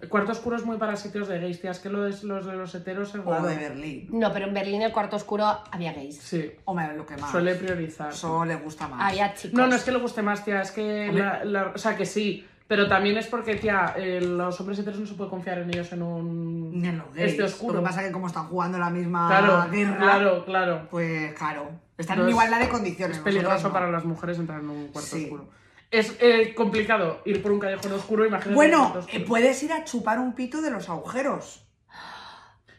A: Cuarto oscuro es muy para sitios de gays, tía. Es que lo de los, de los heteros es
B: O
A: raro.
B: de Berlín.
C: No, pero en Berlín el cuarto oscuro había gays.
A: Sí,
B: O me lo que más.
A: suele priorizar.
B: Eso le gusta más.
C: Había chicos.
A: No, no es que le guste más, tía, es que... La, la- o sea, que sí, pero también es porque, tía, eh, los hombres heteros no se puede confiar en ellos en un...
B: Ni en los gays.
A: Este oscuro.
B: Lo que pasa es que como están jugando la misma
A: Claro,
B: Ah, guerra,
A: claro, claro.
B: pues claro. Están en
A: Entonces,
B: igualdad de condiciones.
A: Es peligroso
B: nosotros no.
A: para las mujeres entrar en un cuarto
B: Sí.
A: oscuro. Es eh, complicado ir por un callejón oscuro, imagínate. un
B: Bueno,
A: cuarto oscuro.
B: eh, puedes ir a chupar un pito de los agujeros.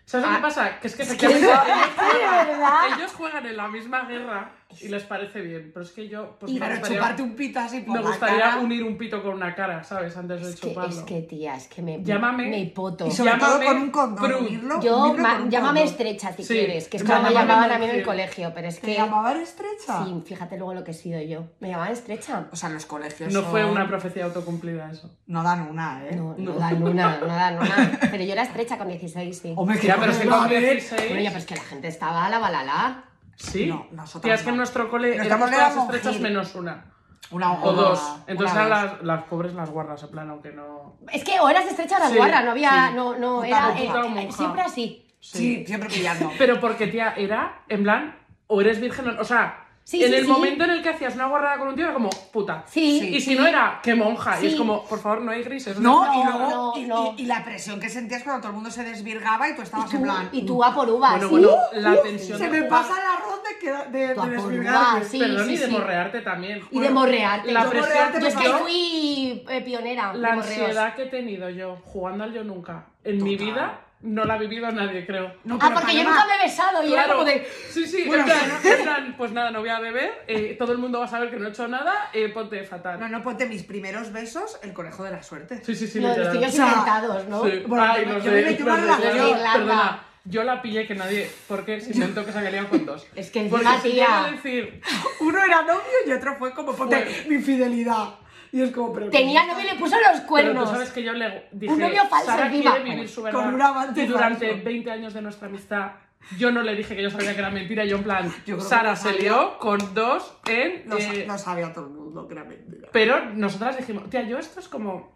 A: ¿Sabes lo
B: ah,
A: que pasa? Que es que
C: eso-
A: efectivamente
B: [LAUGHS]
A: ellos,
C: de verdad.
A: ellos juegan en la misma guerra y les parece bien, pero es que yo pues
C: Y
A: me
B: Claro,
A: gustaría,
B: chuparte un pito así por
A: me
B: la
A: gustaría
B: cara.
A: unir un pito con una cara, ¿sabes? Antes de
C: Es que,
A: chuparlo.
C: es que, tía, es que me,
A: Llámame.
C: me poto.
B: Y sobre todo
A: Llámame
B: con un condón.
A: Prud.
B: unirlo-
C: Yo,
B: unirlo
C: ma-
B: con un
C: llámame
B: condón.
C: estrecha si
A: Sí.
C: quieres, que es
A: Me
C: como me
A: llamaban
C: llamaban a mí en el
A: estrecha.
C: colegio, pero es
B: ¿Te
C: que...
B: llamaban estrecha?
C: Sí, fíjate luego lo que he sido yo. Me llamaban estrecha.
B: O sea, los colegios
A: No fue
B: son-
A: una profecía autocumplida eso.
B: No dan una, ¿eh?
C: No, no dan una, no dan una. Pero yo era estrecha con 16, sí.
B: Hombre, que
A: Ya, pero es que con
B: no, eh.
A: 16...
C: Bueno, ya, pero es que la gente estaba a la balala.
A: Sí.
B: No, nosotras
A: Tía, es que
B: no.
A: en nuestro cole
B: Nuestro
A: éramos
B: cole
A: todas
B: éramos
A: estrechas
B: gil.
A: menos una.
B: Una
A: O dos.
B: una
A: Entonces a
B: dos.
A: las, las pobres las guardas, en plan, aunque no...
C: Es que o eras estrecha o eras
A: Sí,
C: guarra, no había,
A: sí.
C: no, no,
B: Puta
C: era,
B: monja,
C: eh,
A: puta
C: eh,
A: monja.
C: siempre así.
B: Sí, siempre pillando.
A: Pero porque, tía, era, en plan, o eres virgen o... O sea,
C: Sí,
A: en
C: sí,
A: el
C: sí.
A: momento en el que hacías una guarrada con un tío era como, puta.
C: Sí,
A: Y
C: sí.
A: si no era, qué monja. Y es
C: Sí.
A: como, por favor, no hay grises.
B: No, y
C: No,
B: luego.
C: no,
B: y,
C: no.
B: y- y la presión que sentías cuando todo el mundo se desvirgaba y tú
C: Y
B: estabas en
C: tú,
B: plan.
C: y tú a por uvas.
A: Bueno, bueno,
C: Uh,
A: la
C: uh,
A: tensión
B: Se
A: de
B: me
A: jugar-
B: pasa el arroz de, que- de, de
C: Tú a por
B: desvirgarme.
C: uvas, sí,
A: Perdón,
C: sí,
A: y de
C: sí.
A: morrearte también.
C: Y
A: joder.
C: de morrearte.
A: La
B: Yo
A: presión...
B: morrearte
C: Yo es que
B: yo-
C: fui eh, pionera. de
A: La
C: morreos.
A: ansiedad que he tenido yo jugando al yo nunca en mi
B: Total.
A: vida no la ha vivido nadie, creo.
B: No,
C: Ah,
B: pero
C: porque yo
B: Paloma,
C: nunca me he besado y era
A: Claro.
C: como de.
A: Sí, sí,
B: Bueno,
A: en, plan, en plan, pues nada, no voy a beber, eh, todo el mundo va a saber que no he hecho nada, eh, ponte fatal.
B: No, no, ponte mis primeros besos, el conejo de la suerte.
A: Sí, sí, sí,
C: No, los
A: literal.
C: tuyos
B: O sea,
C: inventados, ¿no?
A: Sí.
B: Bueno,
A: Ay,
B: yo-
A: los
B: yo
A: de-
B: me metí una
A: los de-
B: relación
A: perdona,
C: de Irlanda.
A: perdona, yo la pillé que nadie, porque se inventó que se había liado con dos.
C: Es que
A: Porque
C: encima,
A: si
C: tía.
A: llega a decir,
B: Uno era novio y otro fue como ponte
A: Fue.
B: mi fidelidad. Y es como, pero.
C: Tenía novio y le puso los
A: pero tú
C: cuernos.
A: sabes que yo le dije,
C: Un novio falso
A: Sara
C: encima.
A: quiere vivir su verdad.
B: Con un amante
A: y durante
B: falso.
A: 20 años de nuestra amistad, yo no le dije que yo sabía que era mentira, yo en plan,
B: creo que
A: Sara
B: lo
A: se
B: sabía.
A: lió con dos en...
B: Lo, sa-
A: eh,
B: lo sabía todo el mundo, que era mentira.
A: Pero nosotras dijimos, tía, yo esto es como...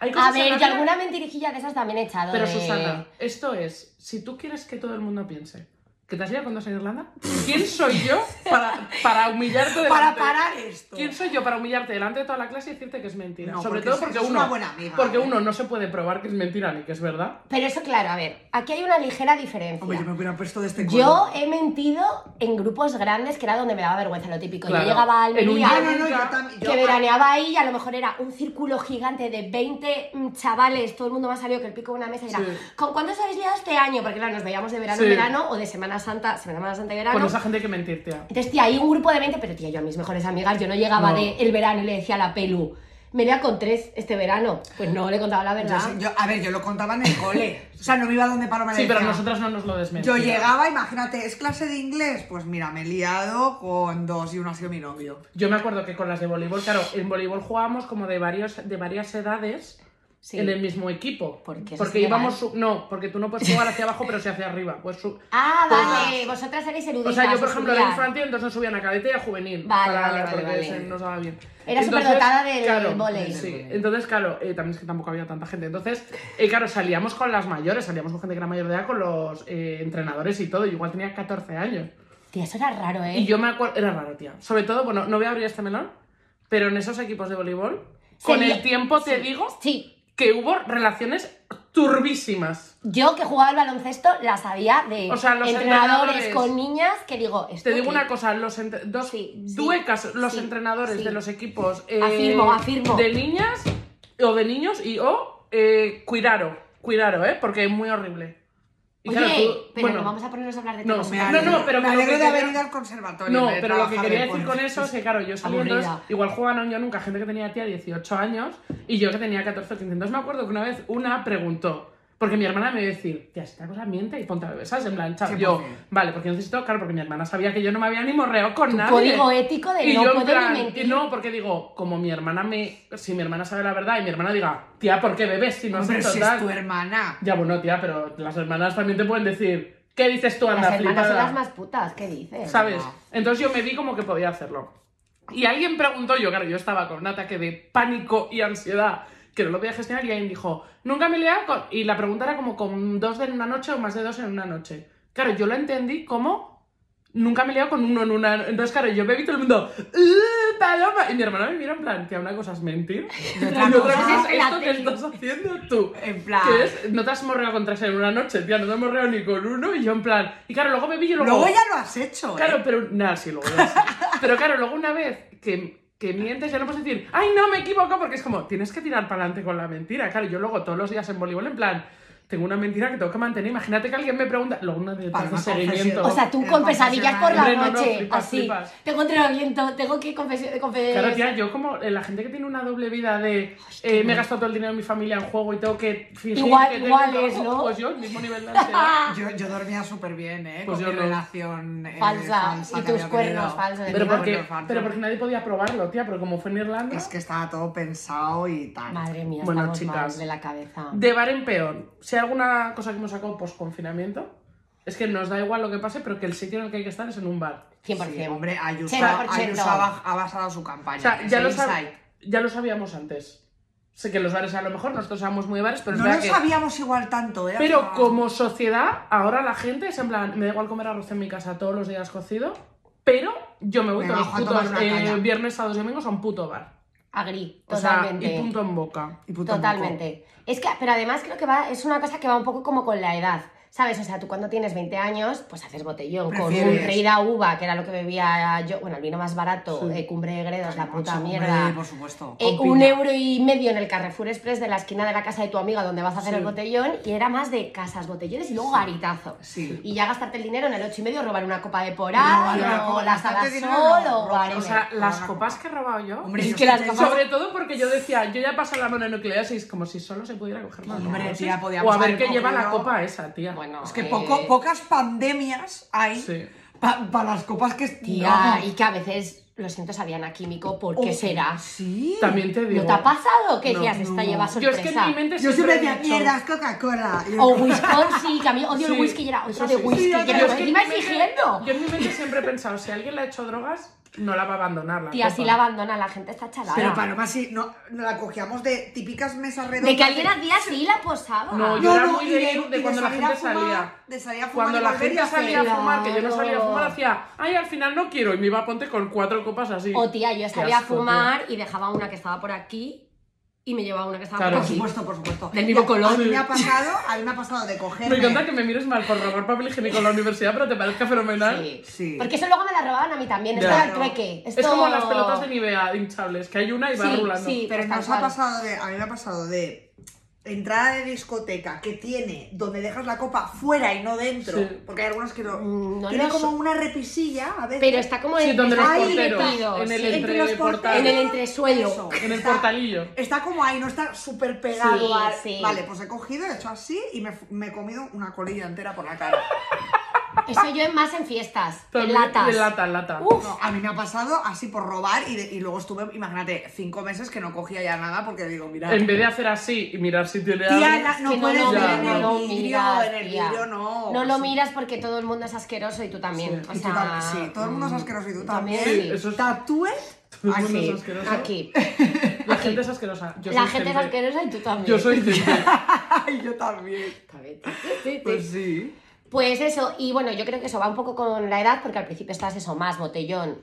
A: Hay
C: A
A: cosas en la
C: ver, yo
A: vida-
C: alguna mentirijilla de esas también he echado.
B: Eh,
A: Pero
C: de-
A: Susana, esto es, si tú quieres que todo el mundo piense que te has ido con dos en Irlanda, ¿quién soy yo para, para humillarte delante?
B: Para parar esto.
A: ¿Quién soy yo para humillarte delante de toda la clase y decirte que es mentira?
B: No,
A: Sobre
B: porque
A: todo
B: es-
A: porque
B: es
A: uno,
B: una buena amiga,
A: porque
B: ¿eh?
A: uno no se puede probar que es mentira ni que es verdad.
C: Pero eso, claro, a ver, aquí hay una ligera diferencia.
B: Hombre, yo me hubiera puesto de este
C: Yo
B: color.
C: he mentido en grupos grandes que era donde me daba vergüenza lo típico.
A: Claro.
C: Yo llegaba a
A: En un
C: Almería,
B: Ah, no, no,
A: nunca-
B: yo también. yo-
C: que veraneaba ahí y a lo mejor era un círculo gigante de 20 mm, chavales, todo el mundo más salido que el pico de una mesa y era,
A: Sí.
C: ¿con cuántos habéis liado este año? Porque claro, nos veíamos de verano
A: Sí.
C: en verano o de Semana Santa, Semana Santa y verano.
A: Con esa gente hay que mentir, tía.
C: Entonces, tía, hay un grupo de 20, pero tía, yo a mis mejores amigas, yo no llegaba
A: No.
C: de el verano y le decía a la pelu, me iba con tres este verano. Pues no, le he contado la
B: Yo
C: verdad.
B: sé- yo- a ver, yo lo contaba en el cole. O sea, no me iba donde Paloma
A: Sí,
B: le
A: pero
B: decía.
A: nosotras no nos lo
B: Yo
A: desmentimos.
B: llegaba, imagínate, es clase de inglés. Pues mira, me he liado con dos y uno ha sido mi novio.
A: Yo me acuerdo que con las de voleibol, claro, en voleibol jugábamos como de, varios, de varias edades
C: Sí.
A: en el mismo equipo.
C: ¿Por qué? Eso
A: porque
C: es
A: íbamos... su- No, porque tú no puedes jugar hacia abajo, pero sí hacia arriba. Pues su-
C: Ah, vale, vosotras erais
A: O
C: eruditas.
A: sea, yo, por ejemplo, era
C: estudiar.
A: infantil, entonces no subían a cadete y a juvenil.
C: Vale, vale, vale,
A: porque
C: vale.
A: se nos daba bien.
C: Era
A: Entonces,
C: superdotada del vóley.
A: Sí, entonces, claro, eh, también es que tampoco había tanta gente. Entonces, eh, claro, salíamos con las mayores, salíamos con gente que era mayor de edad, con los eh, entrenadores y todo. Yo igual tenía 14 años.
C: Tía, eso era raro, ¿eh?
A: Y yo me acuerdo, era raro, tía. Sobre todo, bueno, no voy a abrir este melón, pero en esos equipos de voleibol,
C: Se
A: con
C: li-
A: el tiempo te digo
C: Sí,
A: que hubo relaciones turbísimas.
C: yo que jugaba al baloncesto la sabía de
A: O sea, los
C: entrenadores,
A: entrenadores.
C: con niñas que digo, esto
A: Te digo
C: qué?
A: una cosa, los entre- dos
C: Sí, sí,
A: duecas los
C: sí,
A: entrenadores
C: sí.
A: de los equipos eh,
C: Afirmo, afirmo.
A: de niñas o de niños y o eh, cuidaro, cuidaro, eh, porque es muy horrible. Y
C: Oye,
A: claro, tú-
C: pero
A: bueno,
C: no vamos a ponernos a hablar de
A: No,
C: temas
A: me
C: más
A: alegro.
C: serios.
A: no, pero-
B: me
A: pero
B: alegro
A: que
B: de haber
A: quería-
B: ido al conservatorio.
A: no,
B: de
A: pero lo que
B: trabajar
A: quería
B: en
A: decir con
B: deportes.
A: eso es que claro, yo saliendo
C: Aburrida.
A: igual jugaban a Unión nunca gente que tenía tía 18 años y yo que tenía 14 o 15. Entonces me acuerdo que una vez una preguntó porque mi hermana me iba a decir, tía, esta cosa miente y ponte a beber, ¿sabes? En plan, chao.
B: Sí,
A: Yo,
B: por fin.
A: vale, porque necesito, claro, porque mi hermana sabía que yo no me había ni morreado con
C: Tu
A: nadie.
C: código ético de
A: Y
C: no
A: yo en
C: puedo
A: plan,
C: ni mentir.
A: y no, porque digo, como mi hermana me. Si mi hermana sabe la verdad y mi hermana diga, tía, ¿por qué bebes si no
B: Hombre,
A: es
B: si es
A: total?
B: tu hermana.
A: Ya, bueno, tía, pero las hermanas también te pueden decir, ¿qué dices tú, anda,
C: Las hermanas son
A: flipada?
C: las más putas, ¿qué dices?
A: ¿Sabes? Entonces yo me vi como que podía hacerlo. Y alguien preguntó, yo, claro, yo estaba con un ataque de pánico y ansiedad que no lo podía gestionar y alguien dijo, nunca me he liado con-". Y la pregunta era como con dos en una noche o más de dos en una noche. Claro, yo lo entendí como nunca me he liado con uno en una... Entonces, claro, yo me vi todo el mundo, "¡Uh, paloma! Y mi hermana me miró en plan, tía, una cosa es mentir.
B: Y otra
A: Y otra
B: cosa
A: cosa
C: es
A: es esto que
C: la tele".
A: estás haciendo tú.
B: En plan.
A: Que es, no te has morreado con tres en una noche, tía, no te has morreado ni con uno. Y yo en plan... Y claro, luego me vi y luego...
B: Luego ya lo has hecho. ¿eh?
A: Claro, pero. Nada, sí, luego ya sí. Pero claro, luego una vez que, que mientes, ya no puedes decir, ¡ay, no, me equivoco! Porque es como, tienes que tirar para adelante con la mentira. Claro, yo luego todos los días en voleibol, en plan, tengo una mentira que tengo que mantener. Imagínate que alguien me pregunta. Luego una de
B: Palma,
A: de seguimiento.
C: O sea, tú
B: El
C: con pesadillas por la
A: Hombre, no, no,
C: noche,
A: flipas,
C: así.
A: flipas.
C: Tengo entrenamiento, tengo que confesar.
A: Claro, tía, yo como eh, la gente que tiene una doble vida de eh, me he gastado todo el dinero de mi familia en juego y tengo que fingir
C: Igual-
A: que tengo
C: igual
A: trabajo,
C: es, ¿no?
A: Pues yo, el mismo nivel de ansiedad.
B: Yo,
C: [LAUGHS]
B: yo dormía súper bien, ¿eh?
A: Pues
B: con
A: yo
B: mi
A: no.
B: relación eh,
C: Falsa, y
B: que
C: tus
B: había
C: cuernos
B: tenido.
C: falsos de
A: Pero
C: Bueno,
A: porque,
B: Cuernos falsos.
A: pero porque nadie podía probarlo, tía, pero como fue en Irlanda...
B: Es que estaba todo pensado y tal.
C: Madre mía,
A: Bueno,
C: estamos
A: chicas.
C: mal de la cabeza.
A: De bar en peor. Si hay alguna cosa que hemos sacado post confinamiento, es que nos da igual lo que pase, pero que el sitio en el que hay que estar es en un bar.
C: 100%.
B: Sí, hombre, Ayuso,
C: 100%.
B: Ayuso ha, baj- ha basado su campaña.
A: O sea,
B: en
A: ya
B: ese
A: lo, sab-
B: insight.
A: ya lo sabíamos antes. Sé que los bares a lo mejor, nosotros éramos muy de bares, pero es
B: No
A: verdad
B: lo
A: que-
B: sabíamos igual tanto, ¿eh? O
A: Pero
B: sea,
A: como sociedad, ahora la gente es en plan, me da igual comer arroz en mi casa todos los días cocido, pero yo me voy
B: Me
A: todos los
B: bajo a tomar
A: putos
B: una
A: eh,
B: caña.
A: viernes, sábados y domingos a un puto bar.
C: Agri,
A: O sea,
C: totalmente.
A: y punto en boca.
B: Y puto moco.
C: Totalmente. Es que, pero además creo que va, es una cosa que va un poco como con la edad. ¿Sabes? O sea, tú cuando tienes 20 años, pues haces botellón con un
B: Prefieres.
C: rey de uva, que era lo que bebía yo, bueno, el vino más barato,
A: Sí.
C: eh, cumbre de gredos, la puta
B: Hombre,
C: mierda.
B: por supuesto.
C: Eh,
B: con
C: un
B: piña.
C: euro y medio en el Carrefour Express de la esquina de la casa de tu amiga donde vas a hacer
A: Sí.
C: el botellón y era más de casas, botellones y luego garitazo.
B: Sí.
C: Y ya gastarte el dinero en el ocho y medio, robar una copa de
B: No,
C: porada,
B: no, no,
C: o las
B: gastarte
C: alas
B: dinero,
C: sol,
B: no,
C: o
B: no,
C: whatever.
A: O sea,
B: Hombre,
A: las
B: una
A: copas
B: copa.
A: que he robado yo.
B: Hombre,
C: Es
B: yo
C: que
B: sé
C: las
B: eso-
C: copas-
A: Sobre todo porque yo decía, yo ya paso la mononucleosis, como si solo se pudiera coger mononucleosis.
B: tía,
A: O
B: podíamos
A: a ver
B: haber
A: qué lleva la
B: cogido-
A: copa esa, tía.
C: Bueno,
B: Es que
C: eh,
B: poco, pocas pandemias hay
A: Sí.
B: para las copas que...
C: Tía,
B: No.
C: y que a veces, lo siento, sabían a químico, ¿por qué
B: Oh,
C: será?
B: Sí.
A: También te digo.
C: ¿No te ha pasado? ¿Qué
A: No,
C: decías? Esta lleva
A: Yo
C: sorpresa.
A: es que en mi mente
B: Yo siempre
A: he
B: decía,
A: dicho-
B: mierda, es Coca-Cola. Y yo-
C: O Wisconsin, que a mí odio
A: Sí,
C: el whisky y era
A: eso
C: otra de
A: sí.
C: whisky.
A: Sí,
C: que
A: yo
C: era,
A: es que
C: ¿qué
A: en
C: me
A: mi
C: ibas
A: mente-
C: diciendo?
A: Yo en mi mente siempre he pensado, si alguien le ha hecho drogas, no la va a abandonar la
C: Tía,
A: copa.
C: si la abandona, la gente está chalada.
B: Pero Paloma sí, no, no la cogíamos de típicas mesas redondas.
C: De que alguien hacía así la posaba.
A: No, yo
B: No,
A: era
B: no,
A: muy
B: y
A: de,
B: de-
A: de
B: y de
A: cuando la
B: salir a
A: gente
B: fumar,
A: salía.
B: de salir a fumar
A: cuando
B: y
A: la
B: volver y
A: gente
B: hacer-
A: salía a fumar, que yo no
C: Claro.
A: salía a fumar, hacía, ay, al final no quiero, y me iba a ponte con cuatro copas así.
C: O tía, yo
A: Qué
C: salía a
A: asco, tío.
C: fumar y dejaba una que estaba por aquí y me llevaba una que estaba
A: Claro.
C: por
B: Por
C: aquí.
B: supuesto, por supuesto.
C: Del mismo
B: Y a-
C: color.
B: A mí me ha pasado, a mí me ha pasado de coger.
A: Me encanta que me mires mal por robar papel higiénico en la universidad, pero te parezca fenomenal.
C: Sí.
B: Sí.
C: Porque eso luego me la robaban a mí también. Esto
A: Ya.
C: era el trueque. Esto...
A: Es como las pelotas de Nivea hinchables, que hay una y va
C: Sí,
A: rulando.
C: sí.
B: Pero
C: Pues tal
B: nos ha
C: cual.
B: pasado de. A mí me ha pasado de. entrada de discoteca que tiene donde dejas la copa fuera y no dentro,
A: Sí.
B: porque hay algunas que no.
C: Mm, no
B: tiene
C: lo
B: como
C: sé.
B: una repisilla a veces.
C: Pero está como
A: Sí,
C: en-
A: donde los
C: ahí
A: porteros,
C: metido,
A: en
C: sí.
A: el
B: entre
A: entre
B: los
A: portal,
C: en el
A: en
C: entresuelo.
B: Eso,
A: el
B: está-
A: portalillo.
B: Está como ahí, no está súper pegado.
C: Sí,
B: al-
C: sí.
B: Vale, pues he cogido, he hecho así y me, me he comido una colilla entera por la cara.
C: Eso yo más en fiestas, en
A: También-
C: latas.
A: En lata, en lata.
C: Uf.
B: No, a mí me ha pasado así por robar y, de- y luego estuve, imagínate, cinco meses que no cogía ya nada porque digo, mira,
A: En vez de hacer así y mirar si tiene algo.
B: tía, la-
C: Que
B: no
C: no
B: puedes
C: lo
B: ver
A: miras,
B: en
A: no
B: el
A: lo
B: vidrio,
C: miras,
B: en el
C: tía.
B: vidrio no.
C: No lo
B: Sí.
C: miras porque todo el mundo es asqueroso y tú también.
A: Sí.
C: O
B: Y tú
C: sea,
B: tam- sí, todo el mundo es
C: mm,
B: asqueroso y tú
C: también.
B: también.
A: Sí, eso es-
B: Tatúes
A: [LAUGHS] Todo el mundo
B: aquí.
A: es asqueroso.
C: Aquí.
A: La gente es asquerosa. Yo
C: La
A: soy
C: gente es asquerosa y tú también.
A: Yo
C: [LAUGHS]
A: soy gente.
B: [LAUGHS] Ay, yo también.
C: También. Sí, sí.
B: Pues sí.
C: Pues eso, y bueno, yo creo que eso va un poco con la edad, porque al principio estás eso, más botellón,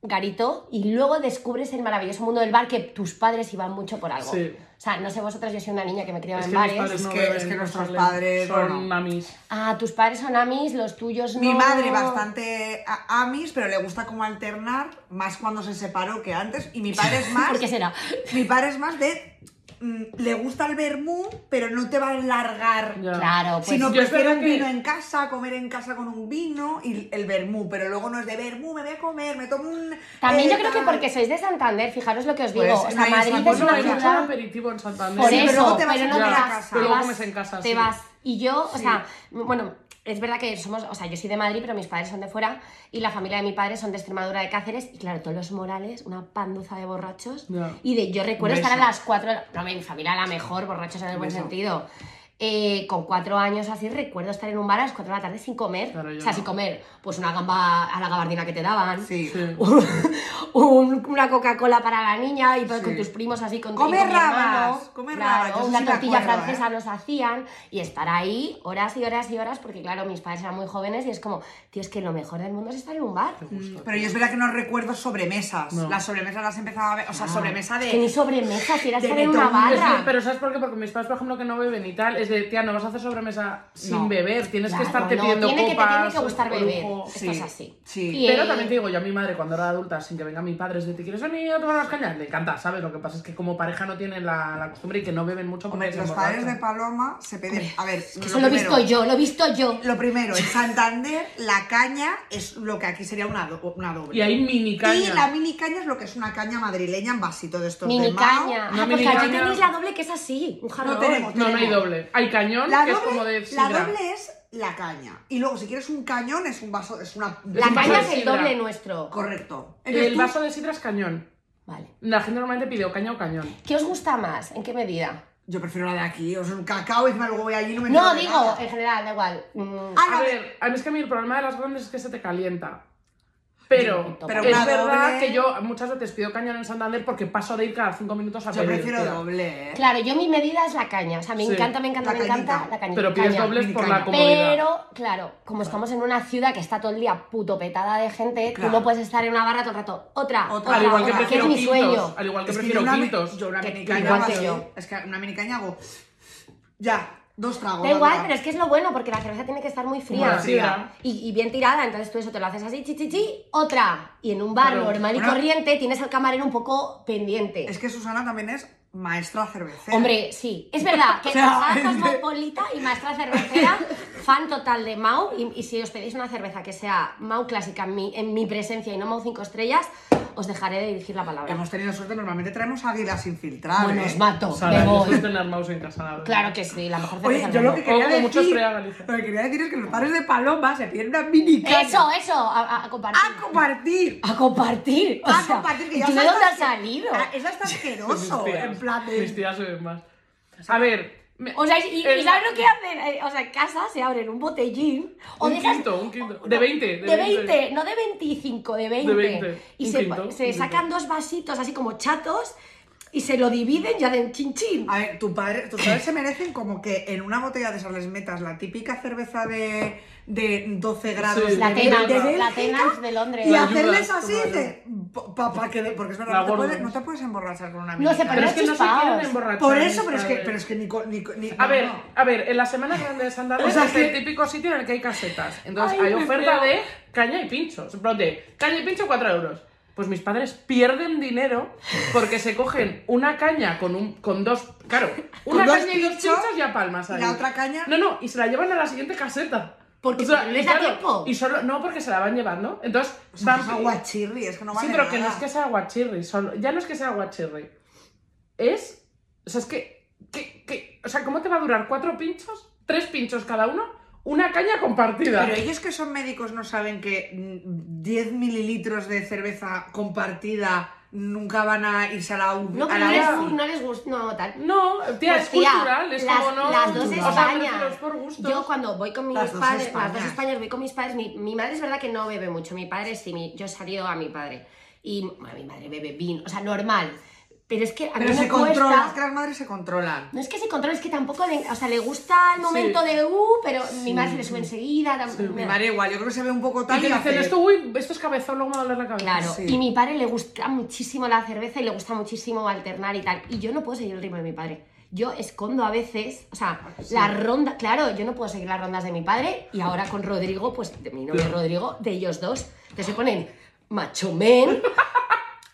C: garito, y luego descubres el maravilloso mundo del bar que tus padres iban mucho por algo.
A: Sí.
C: O sea, no sé vosotras, yo soy una niña que me criaba
A: Es
C: en
A: que mis
C: bares.
A: padres no
B: Es que-
A: beben,
B: es que
A: no
B: nuestros
A: salen.
B: padres,
A: son
B: bueno.
A: mamis.
C: Ah, tus padres son amis, los tuyos no.
B: Mi madre bastante a- amis, pero le gusta como alternar, más cuando se separó que antes. Y mi padre
C: [LAUGHS]
B: es más.
C: ¿Por qué será?
B: Mi padre es más de. mm, le gusta el vermú, pero no te va a largar.
A: Ya.
C: Claro, pues.
B: Si no,
A: yo es
B: prefiero
A: verdad
B: un
A: que-
B: vino en casa, comer en casa con un vino y el vermú, pero luego no es de vermú, me voy a comer, me tomo un...
C: También
B: eh,
C: yo creo que
B: tal.
C: porque sois de Santander, fijaros lo que os digo.
B: Pues,
C: o sea,
B: ahí
C: Madrid
B: está,
C: es
B: pues,
A: Bueno,
C: una
A: hay mucho
C: ciudad.
A: aperitivo en Santander.
C: Por
B: Sí,
C: eso,
B: pero
C: pero,
B: luego te vas
C: no
B: en
C: te
B: la
C: vas.
B: casa.
C: te
B: Pero
A: luego
C: vas-
A: comes en casa,
C: Te
A: sí.
C: vas. Y yo, o sea, m- bueno, es verdad que somos, o sea, yo soy de Madrid, pero mis padres son de fuera y la familia de mi padre son de Extremadura, de Cáceres y claro, todos los morales, una panduza de borrachos.
A: Ya.
C: Y de, yo recuerdo estar a
B: Beso.
C: las cuatro, de la- no, mi familia la mejor, borrachos en el buen
B: Beso.
C: sentido. Eh, con cuatro años así, recuerdo estar en un bar a las cuatro de la tarde sin comer.
A: Claro, yo
C: o sea,
A: no.
C: sin comer, pues una gamba a la gabardina que te daban.
B: Sí.
A: Sí.
C: un- una Coca-Cola para la niña y pues,
B: Sí.
C: con tus primos así con
B: Come
C: con mi hermano,
B: rabas, come rabas, eso
C: una
B: sí me
C: tortilla
B: acuerdo,
C: francesa
B: ¿eh?
C: nos hacían y estar ahí horas y horas y horas porque claro mis padres eran muy jóvenes y es como tío es que lo mejor del mundo es estar en un bar
A: Pues
B: Mm, Pero yo es verdad que no recuerdo sobremesas.
A: No. Ah,
B: Las sobremesas las empezaba a ver, o sea, sobremesa
C: Es que ni
B: de...
C: sobremesa si era
B: de
C: estar en una
B: betún,
A: Es que-
C: barra
A: pero ¿sabes por qué? Porque mis padres, por ejemplo, que no beben y tal, es de, tía, no vas a hacer sobremesa sin
B: No.
A: beber, tienes
C: Claro,
A: que estarte
C: no,
A: pidiendo
C: tiene que- te
A: copas.
C: tiene que gustar
A: o
C: beber.
A: lujo.
C: Esto es así.
B: Sí.
C: Y-
A: Pero también te digo, yo a mi madre cuando era adulta, sin que venga mi padre, es de, ¿te quieres venir a tomar unas cañas? Le encanta, ¿sabes? Lo que pasa es que como pareja no tienen la, la costumbre y que no beben mucho porque
B: Hombre,
A: se
B: los padres de
A: emborrachan.
B: Paloma se pedían... A ver,
C: que eso lo he visto yo lo he visto yo
B: Lo primero, en Santander, la caña es lo que aquí sería una, do- una doble.
A: Y hay mini caña.
B: Y la mini caña es lo que es una caña madrileña en vasito de estos de
C: mini
B: Mao.
C: caña
A: No,
C: Ah, porque
A: mini
C: allí
A: caña.
C: tenéis la doble que es así un jarrón
B: tenemos.
A: No, no hay doble. Hay cañón,
B: La
A: que
B: doble,
A: es como de
B: la
A: sidra.
B: doble es la caña. Y luego, si quieres un cañón, es un vaso, es una...
C: la
A: un
C: caña
A: vaso
C: es
A: de
C: el
A: sidra.
C: doble nuestro
B: Correcto. Entonces
A: El
B: tú-
A: vaso de sidra es cañón.
C: vale
A: La gente normalmente pide o caña o cañón.
C: qué os gusta más en qué medida
B: Yo prefiero la de aquí, o sea, un cacao y encima luego voy allí y no me
C: no
B: entero de
C: digo
B: nada.
C: en general da igual Mm,
B: Ah,
A: A
B: la de-
A: ver, a mí es que a mí el problema de las grandes es que se te calienta. Pero,
C: Pero
A: es
B: una
A: verdad
B: doble-
A: que yo muchas veces pido cañón en Santander porque paso de ir cada cinco minutos a
B: Yo
A: pedir.
B: prefiero
A: tía.
B: doble, ¿eh?
C: claro yo mi medida es la caña o sea me
A: Sí.
C: encanta me encanta
B: La
C: me encanta
B: cañita.
C: la caña
A: Pero pides
C: caña.
A: dobles por
B: Mini
A: la
B: caña.
A: comodidad.
C: Pero, claro, como estamos en una ciudad que está todo el día puto petada de gente,
B: Claro.
C: tú no puedes estar en una barra todo el rato. Otra,
B: Otra.
C: otra,
A: al igual que
C: otra,
A: prefiero
C: es mi
A: quintos.
C: sueño.
A: Al igual que
B: Es yo
A: prefiero
B: una mi-
A: quintos.
B: Yo una
C: Que-
B: mini caña
C: igual
B: hago
C: que
B: así.
C: yo.
B: Es que una mini caña hago... Ya, dos tragos.
C: Da
B: la
C: igual,
B: verdad.
C: pero es que es lo bueno, porque la cerveza tiene que estar muy
A: Como la
C: fría
A: sidra.
C: y, y bien tirada, entonces tú eso te lo haces así, chi, chi, chi, otra. Y en un bar
A: Claro.
C: normal y
B: Bueno.
C: corriente tienes al camarero un poco pendiente.
B: Es que Susana también es maestra cervecera.
C: Hombre, sí, es
B: [LAUGHS]
C: verdad que
B: O sea,
C: Susana
B: es de-
C: cosmopolita y maestra cervecera, fan total de Mau. Y, y si os pedís una cerveza que sea Mau clásica en mi, en mi presencia y no Mau 5 estrellas, os dejaré de dirigir la palabra.
B: Hemos tenido suerte, normalmente traemos águilas infiltradas.
C: bueno,
B: ¿eh?
C: os mato,
A: Sara,
C: me
A: yo soy
C: voy.
A: tener mouse en casa. la verdad.
C: Claro que sí, la mejor cerveza
B: Oye,
C: del
B: yo lo que
C: mundo.
B: quería
A: O como mucho
B: decir,
A: estrella Galicia.
B: lo que quería decir es que los padres de Paloma se piden una mini caña.
C: Eso, eso, a, a- a compartir.
B: ¡A compartir!
C: A compartir. o
B: ¡A
C: sea,
B: compartir! Que
C: ¿y
B: ya
C: ¿Tú de
B: sabes
C: dónde
B: que-
C: has salido?
B: Ah, Eso está
A: Mis
B: asqueroso.
A: tías.
B: En plan
A: Mis
B: de...
A: tías se ven más. A ver. me-
C: O sea, y, y
A: el-
C: ¿sabes lo que hacen? Eh, O sea, en casa se abren un botellín. O
A: Un
C: dejas-
A: quinto, un quinto. De 20.
C: De, 20, no de 25, de 20.
A: De 20,
C: Y
A: un
C: se,
A: quinto,
C: se
A: un quinto.
C: sacan dos vasitos así como chatos y se lo dividen ya de chin chin.
B: A ver, tu padre, tus
A: [CLEARS THROAT]
B: padres se merecen como que en una botella de esas les metas la típica cerveza de, de 12 grados.
A: Sí.
C: La
B: de-
C: Tennant,
B: de
C: la
B: Bélgica
C: Tennant de Londres.
B: Y
A: La
B: hacerles
A: ayuda,
B: así
A: como
B: de... Papá, que... Porque es
A: La
B: verdad, no te,
A: Gordon's.
B: puedes, no te puedes emborrachar con una mini
C: No sé,
A: Pero
B: caña.
A: es que no se
C: Chupaos.
A: quieren emborrachar.
B: Por eso,
A: mis
B: pero es que,
A: padres.
B: pero es que ni... co- ni, co- ni
A: A
B: no,
A: ver,
B: no.
A: a ver, en la Semana Grande de Santander
B: O sea,
A: es
B: que-
A: el típico sitio en el que hay casetas. Entonces
C: Ay,
A: hay
C: me
A: oferta
C: veo.
A: de caña y pinchos. En plan de caña y pincho, 4 euros. pues mis padres pierden dinero porque se cogen una caña con un con dos,
B: [LAUGHS]
A: claro, una
B: dos
A: caña y dos
B: pinchos
A: pinchos y a palmas
B: y
A: ahí.
B: la otra caña.
A: No, no, y se la llevan a la siguiente caseta.
C: Porque no les
A: y
C: da tiempo.
A: Y solo, no, porque se la van llevando. Entonces,
B: O sea, pues
A: van,
B: es aguachirri, es que no vale
A: sí, pero
B: nada.
A: que no es que sea guachirri, solo- ya no es que sea guachirri. Es. O sea, es que, que- que- O sea, ¿cómo te va a durar cuatro pinchos? ¿Tres pinchos cada uno? Una caña compartida.
B: Pero ellos que son médicos no saben que mm, 10 mililitros de cerveza compartida nunca van a irse a la U.
C: No,
B: a
C: pero
B: la
C: no les,
B: UCI.
C: no les gusta, no, tal.
A: No, tía,
C: Pues,
A: es
C: tía,
A: cultural, es
C: las,
A: como no.
C: las dos
A: o sea, pero
C: Españas.
A: es por gusto.
C: yo cuando voy con mis
B: Las dos
C: padres, las dos
B: Españas.
C: Españas, voy con mis padres, mi, mi madre es verdad que no bebe mucho, mi padre sí, mi- yo he salido a mi padre. Y bueno, mi madre bebe vino, o sea, normal. Pero es que a
B: Pero
C: mí
B: se
C: me cuesta...
B: controlan, es que las madres se controlan.
C: No es que se controle, es que tampoco le, o sea, le gusta el momento de uh, pero mi madre se le sube enseguida. tam-
B: Mi
C: me-
B: madre igual, yo creo que se ve un poco
A: Y
B: tal
A: te dicen
B: hace-
A: esto, uy, esto es cabezón, luego me va a doler la cabeza.
C: Claro,
B: Sí.
C: y mi padre le gusta muchísimo la cerveza y le gusta muchísimo alternar y tal. Y yo no puedo seguir el ritmo de mi padre. Yo escondo a veces, o sea, la ronda, claro, yo no puedo seguir las rondas de mi padre y ahora con Rodrigo, pues de mi novio Rodrigo, de ellos dos, que se ponen macho men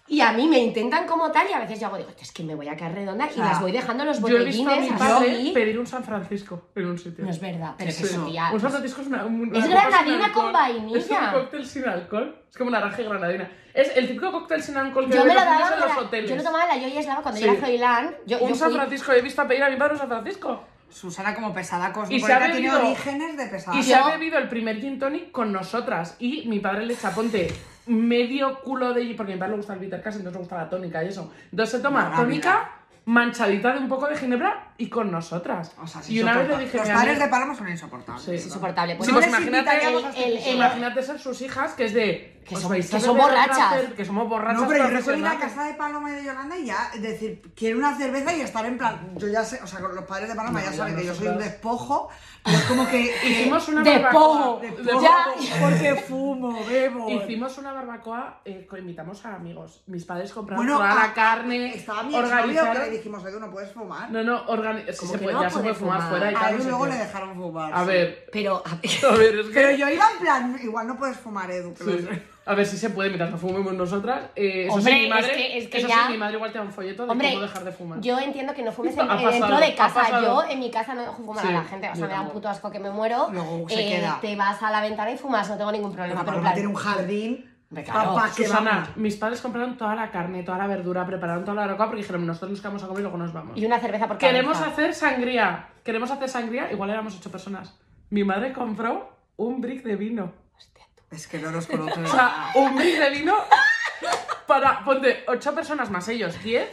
C: y a mí me intentan como tal y a veces yo hago, digo, es que me voy a caer redonda y
B: sea,
C: las voy dejando los
A: Yo he visto a mi
C: botellines
A: padre
C: así.
A: pedir un San Francisco en un sitio.
C: No es verdad, pero es que
B: eso?
C: eso, tía,
A: Un San Francisco es una. un- una copa
C: Es
A: sin
C: granadina con
A: alcohol.
C: vainilla.
A: Es un cóctel sin alcohol. Es como naranja y granadina. Es el típico cóctel sin alcohol que
C: Yo me
A: beben
C: lo
A: los niños
C: daba,
A: en
C: con
A: los
C: la-
A: hoteles.
C: yo lo tomaba en la Yoya Eslava cuando
A: Sí.
C: yo era Froilán. Yo,
A: un
C: yo
A: San
C: fui-
A: Francisco, he visto a pedir a mi padre un San Francisco.
B: Susana como pesada
A: se ha
B: cosmopolita tiene
A: bebido-
B: orígenes de pesada.
A: Y se ha bebido el primer gin tonic con nosotras. Y mi padre le echa, ponte medio culo de gin, porque a mi padre le gusta el bitter casi, entonces le gusta la tónica y eso. Entonces se toma
B: Maravilla.
A: tónica manchadita de un poco de ginebra y con nosotras.
B: O sea, es
A: y una vez le
B: insoportable.
A: dije,
B: Los
A: mi
B: padres
A: amiga-
B: de Paloma son insoportables.
A: Sí.
C: Es insoportable. Pues
A: Sí,
C: no
A: pues
C: les
A: imagínate
C: invitaríamos a este piso.
A: Imagínate ser sus hijas, que es de. pues,
C: Que
A: os
C: son-
A: vais
C: que
A: a
C: son
A: beber otra
C: borrachas.
A: cer- Que somos borrachas.
B: No, pero yo recuerdo ir a
A: profesionales.
B: casa de Paloma y de Yolanda y ya decir, quiero una cerveza y estar en plan, yo ya sé, o sea, con los padres de Paloma ya
A: ya
B: saben que yo soy un
A: nosotras.
B: despojo, pero es como que...
A: [LAUGHS]
B: [LAUGHS]
A: Hicimos una
C: De
A: barbacoa.
C: pomo.
A: De
C: Ya.
A: pomo. [LAUGHS]
B: Porque fumo, bebo.
A: Hicimos una barbacoa, eh, co- invitamos a amigos. Mis padres compraron
B: Bueno,
A: toda
B: a-
A: la carne,
B: Estaba mi exnovio que le
A: organizaron.
B: dijimos, Edu, no puedes fumar.
A: No, no, organi- sí
C: Como
A: se
C: que
A: puede-
C: no
A: ya se
C: puede
A: puede fumar
C: fumar.
A: fuera y
B: a
A: tal. no
B: Edu
A: sé
B: Ah, luego
A: qué.
B: le dejaron fumar.
A: A
B: sí.
A: ver, [LAUGHS]
C: Pero, a [LAUGHS] ver,
A: a ver, es que.
B: Pero yo iba en plan, igual no puedes fumar, Edu. que lo
A: Sí.
B: sé.
A: A ver si se puede mientras no fumemos nosotras. Eh, eso
C: Hombre,
A: sí, mi
C: es
A: madre,
C: que- es que
A: eso
C: ya-
A: sí, mi madre igual te da un folleto de
C: hombre,
A: cómo dejar de fumar.
C: yo entiendo que no fumes
A: [LAUGHS]
C: en-
A: Ha
C: eh,
A: pasado,
C: dentro de
A: ha
C: casa.
A: pasado.
C: Yo en mi casa no fumo
A: Sí,
C: a la gente, o
A: yo
C: sea, me da un
A: tampoco.
C: puto asco que me muero. Eh,
B: Luego se queda.
C: Te vas a la ventana y fumas, no tengo ningún problema.
B: La
C: pero en
B: Paloma
C: plan-
B: tiene un jardín.
C: Hombre, claro.
B: Papá, Ah, que
A: Susana,
B: vamos.
A: mis padres compraron toda la carne, toda la verdura, prepararon toda la barbacoa porque dijeron, nosotros nos quedamos a comer y luego nos vamos.
C: Y una cerveza por
A: Queremos
C: [LAUGHS] cabeza.
A: hacer sangría. Queremos hacer sangría. Igual éramos ocho personas. Mi madre compró un brick de vino.
C: Hostia, tú.
B: Es que no nos conoce.
A: O sea, un brick de vino para, ponte, ocho personas más ellos, diez,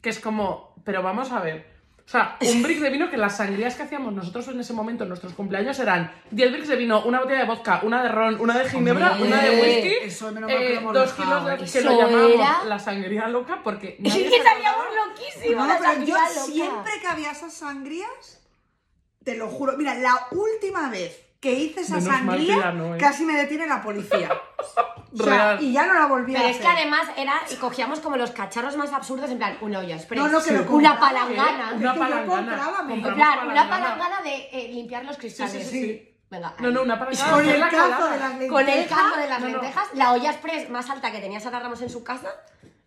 A: que es como, pero vamos a ver. O sea, un brick de vino que las sangrías que hacíamos nosotros en ese momento en nuestros cumpleaños eran 10 bricks de vino, una botella de vodka, una de ron, una de ginebra,
B: Hombre,
A: una de whisky,
B: eso menos mal que lo hemos
A: dos
B: dejado,
A: kilos de
B: ¿eh?
A: que
C: Eso
A: lo llamábamos
C: era-
A: la sangría loca
C: [LAUGHS]
A: porque
C: Es
A: nadie se
C: que salíamos
A: acordaba.
C: loquísimos.
B: No,
C: la
B: pero yo
C: sangría loca.
B: siempre que había esas sangrías, te lo juro. Mira, la última vez que hice esa
A: Menos mal que
B: sangría,
A: ya no, ¿eh?
B: casi me detiene la policía. O sea,
A: Real.
B: y ya no la volví
C: Pero
B: a
C: es
B: hacer.
C: que además era, y cogíamos como los cacharros más absurdos, en plan, un hoyo express,
B: No, no, que lo
C: una
B: compraba,
C: palangana,
A: ¿eh?
B: Es
A: Una
B: que yo
A: palangana.
B: compraba, me-
C: en
A: Compramos
C: plan, una
A: palangana.
C: palangana de eh, limpiar los cristales.
A: Sí, sí, sí, sí.
C: Venga,
A: No, no, una palangana.
B: Con
A: fue
B: el
A: la
B: cazo
A: colada.
B: de las lentejas.
C: Con el cazo de las
A: No, no.
C: lentejas, la olla express más alta que tenía Sara Ramos en su casa.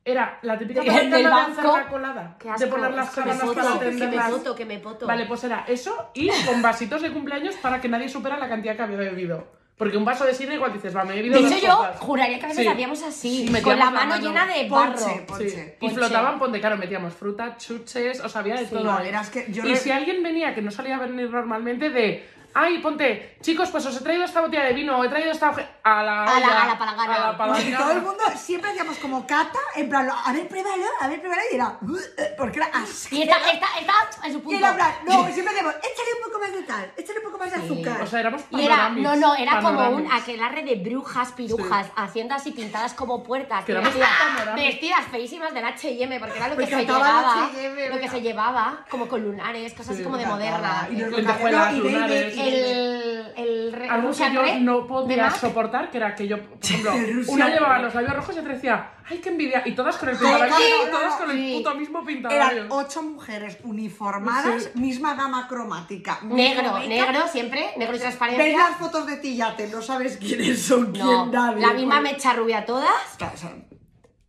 A: Era la típica
C: [LAUGHS] Del
A: palangana de
C: banco.
A: hacer la colada.
C: Qué asco,
A: de poner las
C: es que me
A: sábanas
C: poto,
A: para
C: que me
A: tenderlas.
C: poto, que me poto.
A: Vale, pues era eso y con vasitos de cumpleaños para que nadie supera la cantidad que había bebido. Porque un vaso de sidra igual dices, va, me he bebido
C: De
A: pues, dos
C: hecho, yo
A: copas.
C: juraría que a veces
A: Sí.
C: hacíamos así,
A: Sí, metíamos
C: con la
A: la
C: mano,
A: mano.
C: llena de barro.
B: Ponche,
A: Sí.
B: ponche.
A: Y
C: Ponche.
A: flotaban, ponte, claro, metíamos fruta, chuches, o sea, había de todo.
B: no,
A: ahí.
B: verás que yo
A: y
B: re-
A: si alguien venía que no solía venir normalmente de, ay, ponte, chicos, pues os he traído esta botella de vino, he traído esta... oje-". A la,
C: A la-
A: olla,
C: a la palangana.
A: A la
B: Porque
A: palangana.
B: todo el mundo siempre hacíamos como cata, en plan, a ver, pruébalo, a ver, pruébalo, y era, "Uh, eh", porque era así.
C: Y esta, esta, esta en su
B: Y
C: punto.
B: era en plan, no, siempre hacíamos, échale un poco más de tal, échale un poco más de azúcar.
A: O sea, éramos
C: Y era,
A: panoramis,
C: no, no, era como
A: panoramis.
C: un aquelarre de brujas, pirujas, haciendo así pintadas como puertas,
A: Que éramos
C: vestidas,
A: panoramis.
C: vestidas feísimas del H&M, porque era lo que
B: Me
C: se
B: encantaba
C: llevaba,
B: el H&M,
C: lo que
B: venga.
C: se llevaba, como con lunares, cosas así
A: Sí,
C: como de
B: me
C: moderna.
B: encantaba. Y nos lo
A: Lentejuelas,
B: cambiaron, y baby,
A: lunares.
B: y baby.
C: El, el re-
A: Algo que
C: Russian
A: yo
C: Red
A: no
C: de
A: podía
C: Mac.
A: soportar, que era que yo,
B: [LAUGHS]
A: por ejemplo,
B: El Russian
A: una
B: Red.
A: llevaba los labios rojos y otra decía, ¡ay, qué envidia! Y todas con el pintalabios,
B: claro,
A: y
B: no,
A: todas
B: no,
A: con el
C: sí.
A: puto mismo pintalabios.
B: Eran ocho mujeres uniformadas,
A: Sí.
B: misma gama cromática. mismo
C: Negro,
B: make-up.
C: negro siempre, negro y
B: Ves
C: transparencia.
B: las fotos de ti y ya te no sabes quiénes son,
C: No,
B: quién nadie.
C: la misma
B: Porque-
C: mecha rubia todas.
B: Claro, o sea,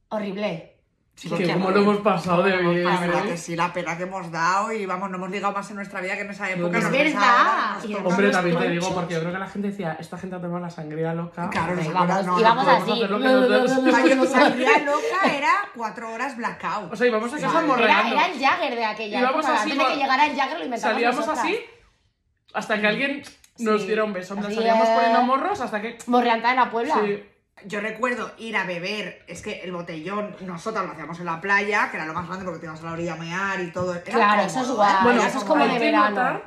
C: Horrible.
B: Sí,
A: Que
B: porque-
A: como lo hemos pasado de
C: Cómo lo hemos
A: bien.
B: La verdad
A: ¿eh?
B: que sí, la pena que hemos dado y vamos, no hemos ligado más en nuestra vida que en esa época.
A: Es
B: nos besaba,
C: verdad.
B: nos
C: Y
B: tocaba.
A: Hombre,
C: Los
A: también te
C: panchos.
A: digo, porque yo creo que la gente decía, esta gente ha tomado la sangría loca.
B: Claro,
C: Y
B: nos
C: vamos,
B: acuerda- no,
C: y
B: no
C: vamos
A: podemos
C: así.
A: hacer lo que nos dé
B: [LAUGHS] O sea, yo
A: [LAUGHS]
B: salía loca era cuatro horas blackout.
A: O sea, íbamos a casa
B: Era-
C: Era,
A: morreando.
C: era el Jagger de aquella
A: Íbamos
C: época.
A: así,
C: Antes de que
A: mo-
C: llegara el Jagger lo inventamos
A: Salíamos
C: nosotras.
A: así hasta que alguien nos
C: Sí.
A: diera un beso. En plan,
C: Así
A: Salíamos
C: es.
A: poniendo morros hasta que...
C: Morreanta de la Puebla.
A: Sí.
B: Yo recuerdo ir a beber, es que el botellón, nosotras lo hacíamos en la playa, que era lo más grande porque te ibas a la orilla a mear y todo. Era
C: Claro, eso es
B: cómodo,
C: guay,
B: ¿eh?
A: Bueno,
B: Era
C: eso es
B: cómodo.
C: como
A: hay
C: de
A: que
C: verano.
A: notar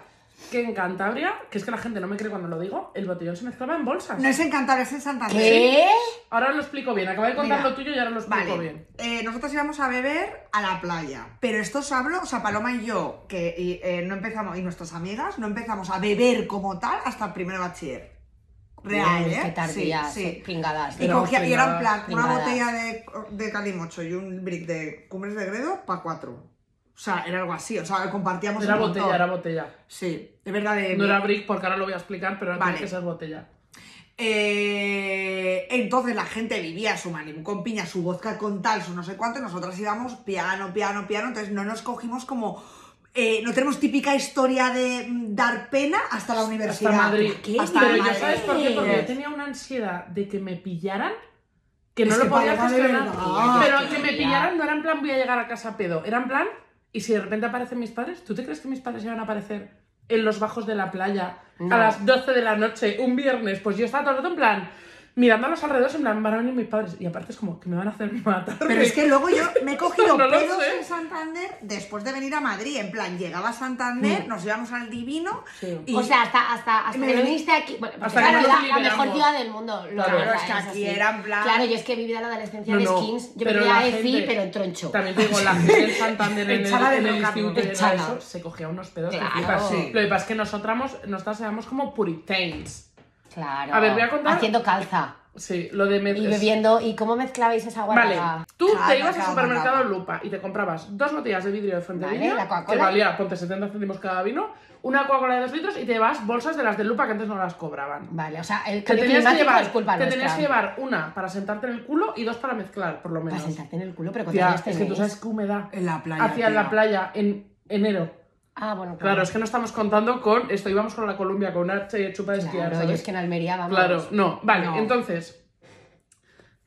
A: que en Cantabria, que es que la gente no me cree cuando lo digo, el botellón se mezclaba en bolsas.
B: No es en Cantabria, es en Santander.
C: ¿Qué?
A: Ahora lo explico bien. Acabé de contar
B: Mira,
A: lo tuyo y ahora lo explico
B: Vale,
A: bien.
B: eh, nosotros íbamos a beber a la playa, pero esto os hablo, o sea, Paloma y yo, que y, eh, no empezamos, y nuestras amigas, no empezamos a beber como tal hasta primero de bachiller. Real,
C: Uy,
B: ¿eh?
C: Qué tardías,
B: sí, sí.
C: pingadas.
B: Y,
A: Pero
B: cogía- y era en
A: pringadas,
B: plan una
C: pringadas.
B: botella de, de calimocho y un brick de cumbres de Gredo para cuatro. O sea, era algo así, o sea, compartíamos
A: Era
B: un montón.
A: botella, era botella.
B: Sí, es verdad de...
A: No era brick porque ahora lo voy a explicar, pero
B: Vale.
A: tiene que ser botella.
B: Eh, entonces la gente vivía su Malibu con piña, su vodka con tal, su no sé cuánto, y nosotras íbamos piano, piano, piano, entonces no nos cogimos como... eh, no tenemos típica historia de mm, dar pena hasta la universidad.
A: Hasta Madrid.
B: ¿Qué? Hasta
A: Pero ya
B: Madrid.
A: sabes por qué, porque yo
C: Madrid.
A: tenía una ansiedad de que me pillaran, que no
B: Es
A: lo
B: que
A: podía
B: Paloma de
A: gestionar.
B: verdad.
A: Pero que me
C: Ya.
A: pillaran no era en plan voy a llegar a casa pedo, era en plan, y si de repente aparecen mis padres, ¿tú te crees que mis padres iban a aparecer en los bajos de la playa
C: No.
A: a las 12 de la noche, un viernes? Pues yo estaba todo el rato en plan, mirando a los alrededores, en plan, van a venir mis padres. Y aparte es como que me van a hacer [LAUGHS] matar.
B: Pero es que luego yo me he
A: [LAUGHS]
B: cogido
A: No lo
B: pedos
A: sé.
B: en Santander después de venir a Madrid. En plan, llegaba a Santander,
A: Mm.
B: nos íbamos al Divino
A: Sí.
B: y...
C: O sea, hasta, hasta, hasta
B: Me
C: que no
B: ven-
C: viniste aquí. Bueno, porque
A: Hasta que no
C: claro,
A: nos
C: la, la
A: liberamos.
C: mejor ciudad del mundo. Lo
A: Claro,
C: verdad,
B: es que aquí
C: así.
B: era en plan-
C: Claro, yo es que he vivido la adolescencia
A: No,
C: de
A: no,
C: skins. Yo
A: pero
C: vivía
A: la
C: de EFI,
A: gente-
C: pero en troncho.
A: También te digo, la gente en Santander en el,
B: Echala de
A: en el
B: roca, ¿no?
A: instituto y era
C: Echala.
A: eso, se cogía unos pedos que
C: Claro.
A: flipas.
B: Sí.
A: Lo que pasa es que nosotras, nosotras éramos como puritains.
C: Claro.
A: A ver, voy a contar-
C: Haciendo calza.
A: Sí, lo de... me-
C: Y bebiendo. ¿Y cómo mezclabais esa
A: Vale,
C: guarda?
A: tú
B: Claro,
A: te ibas al
B: claro,
A: supermercado
B: claro.
A: Lupa y te comprabas dos botellas de vidrio de Fuente
C: Vale,
A: Viña,
C: la Coca-Cola.
A: que valía, ponte 70 céntimos cada vino, una Coca-Cola de dos litros y te llevas bolsas de las de Lupa que antes no las cobraban.
C: Vale, o sea, el
A: Te
C: cambio
A: tenías, que
C: climático
A: llevar,
C: es culpa
A: te tenías
C: nuestra.
A: que llevar una para sentarte en el culo y dos para mezclar, por lo
C: Para
A: menos.
C: sentarte pues en el culo, pero ¿cuántos
A: Tía,
C: años
A: es que tú
C: tenéis?
A: sabes qué humedad
B: En la playa.
A: hacía en la
B: tío.
A: playa en enero.
C: Ah, bueno,
A: Claro, es que no estamos contando con esto, íbamos con la Columbia, con una ch- chupa de esquiar,
C: Claro, yo
A: ¿sabes?
C: es que en Almería, vamos.
A: Claro, no, vale,
B: No.
A: entonces,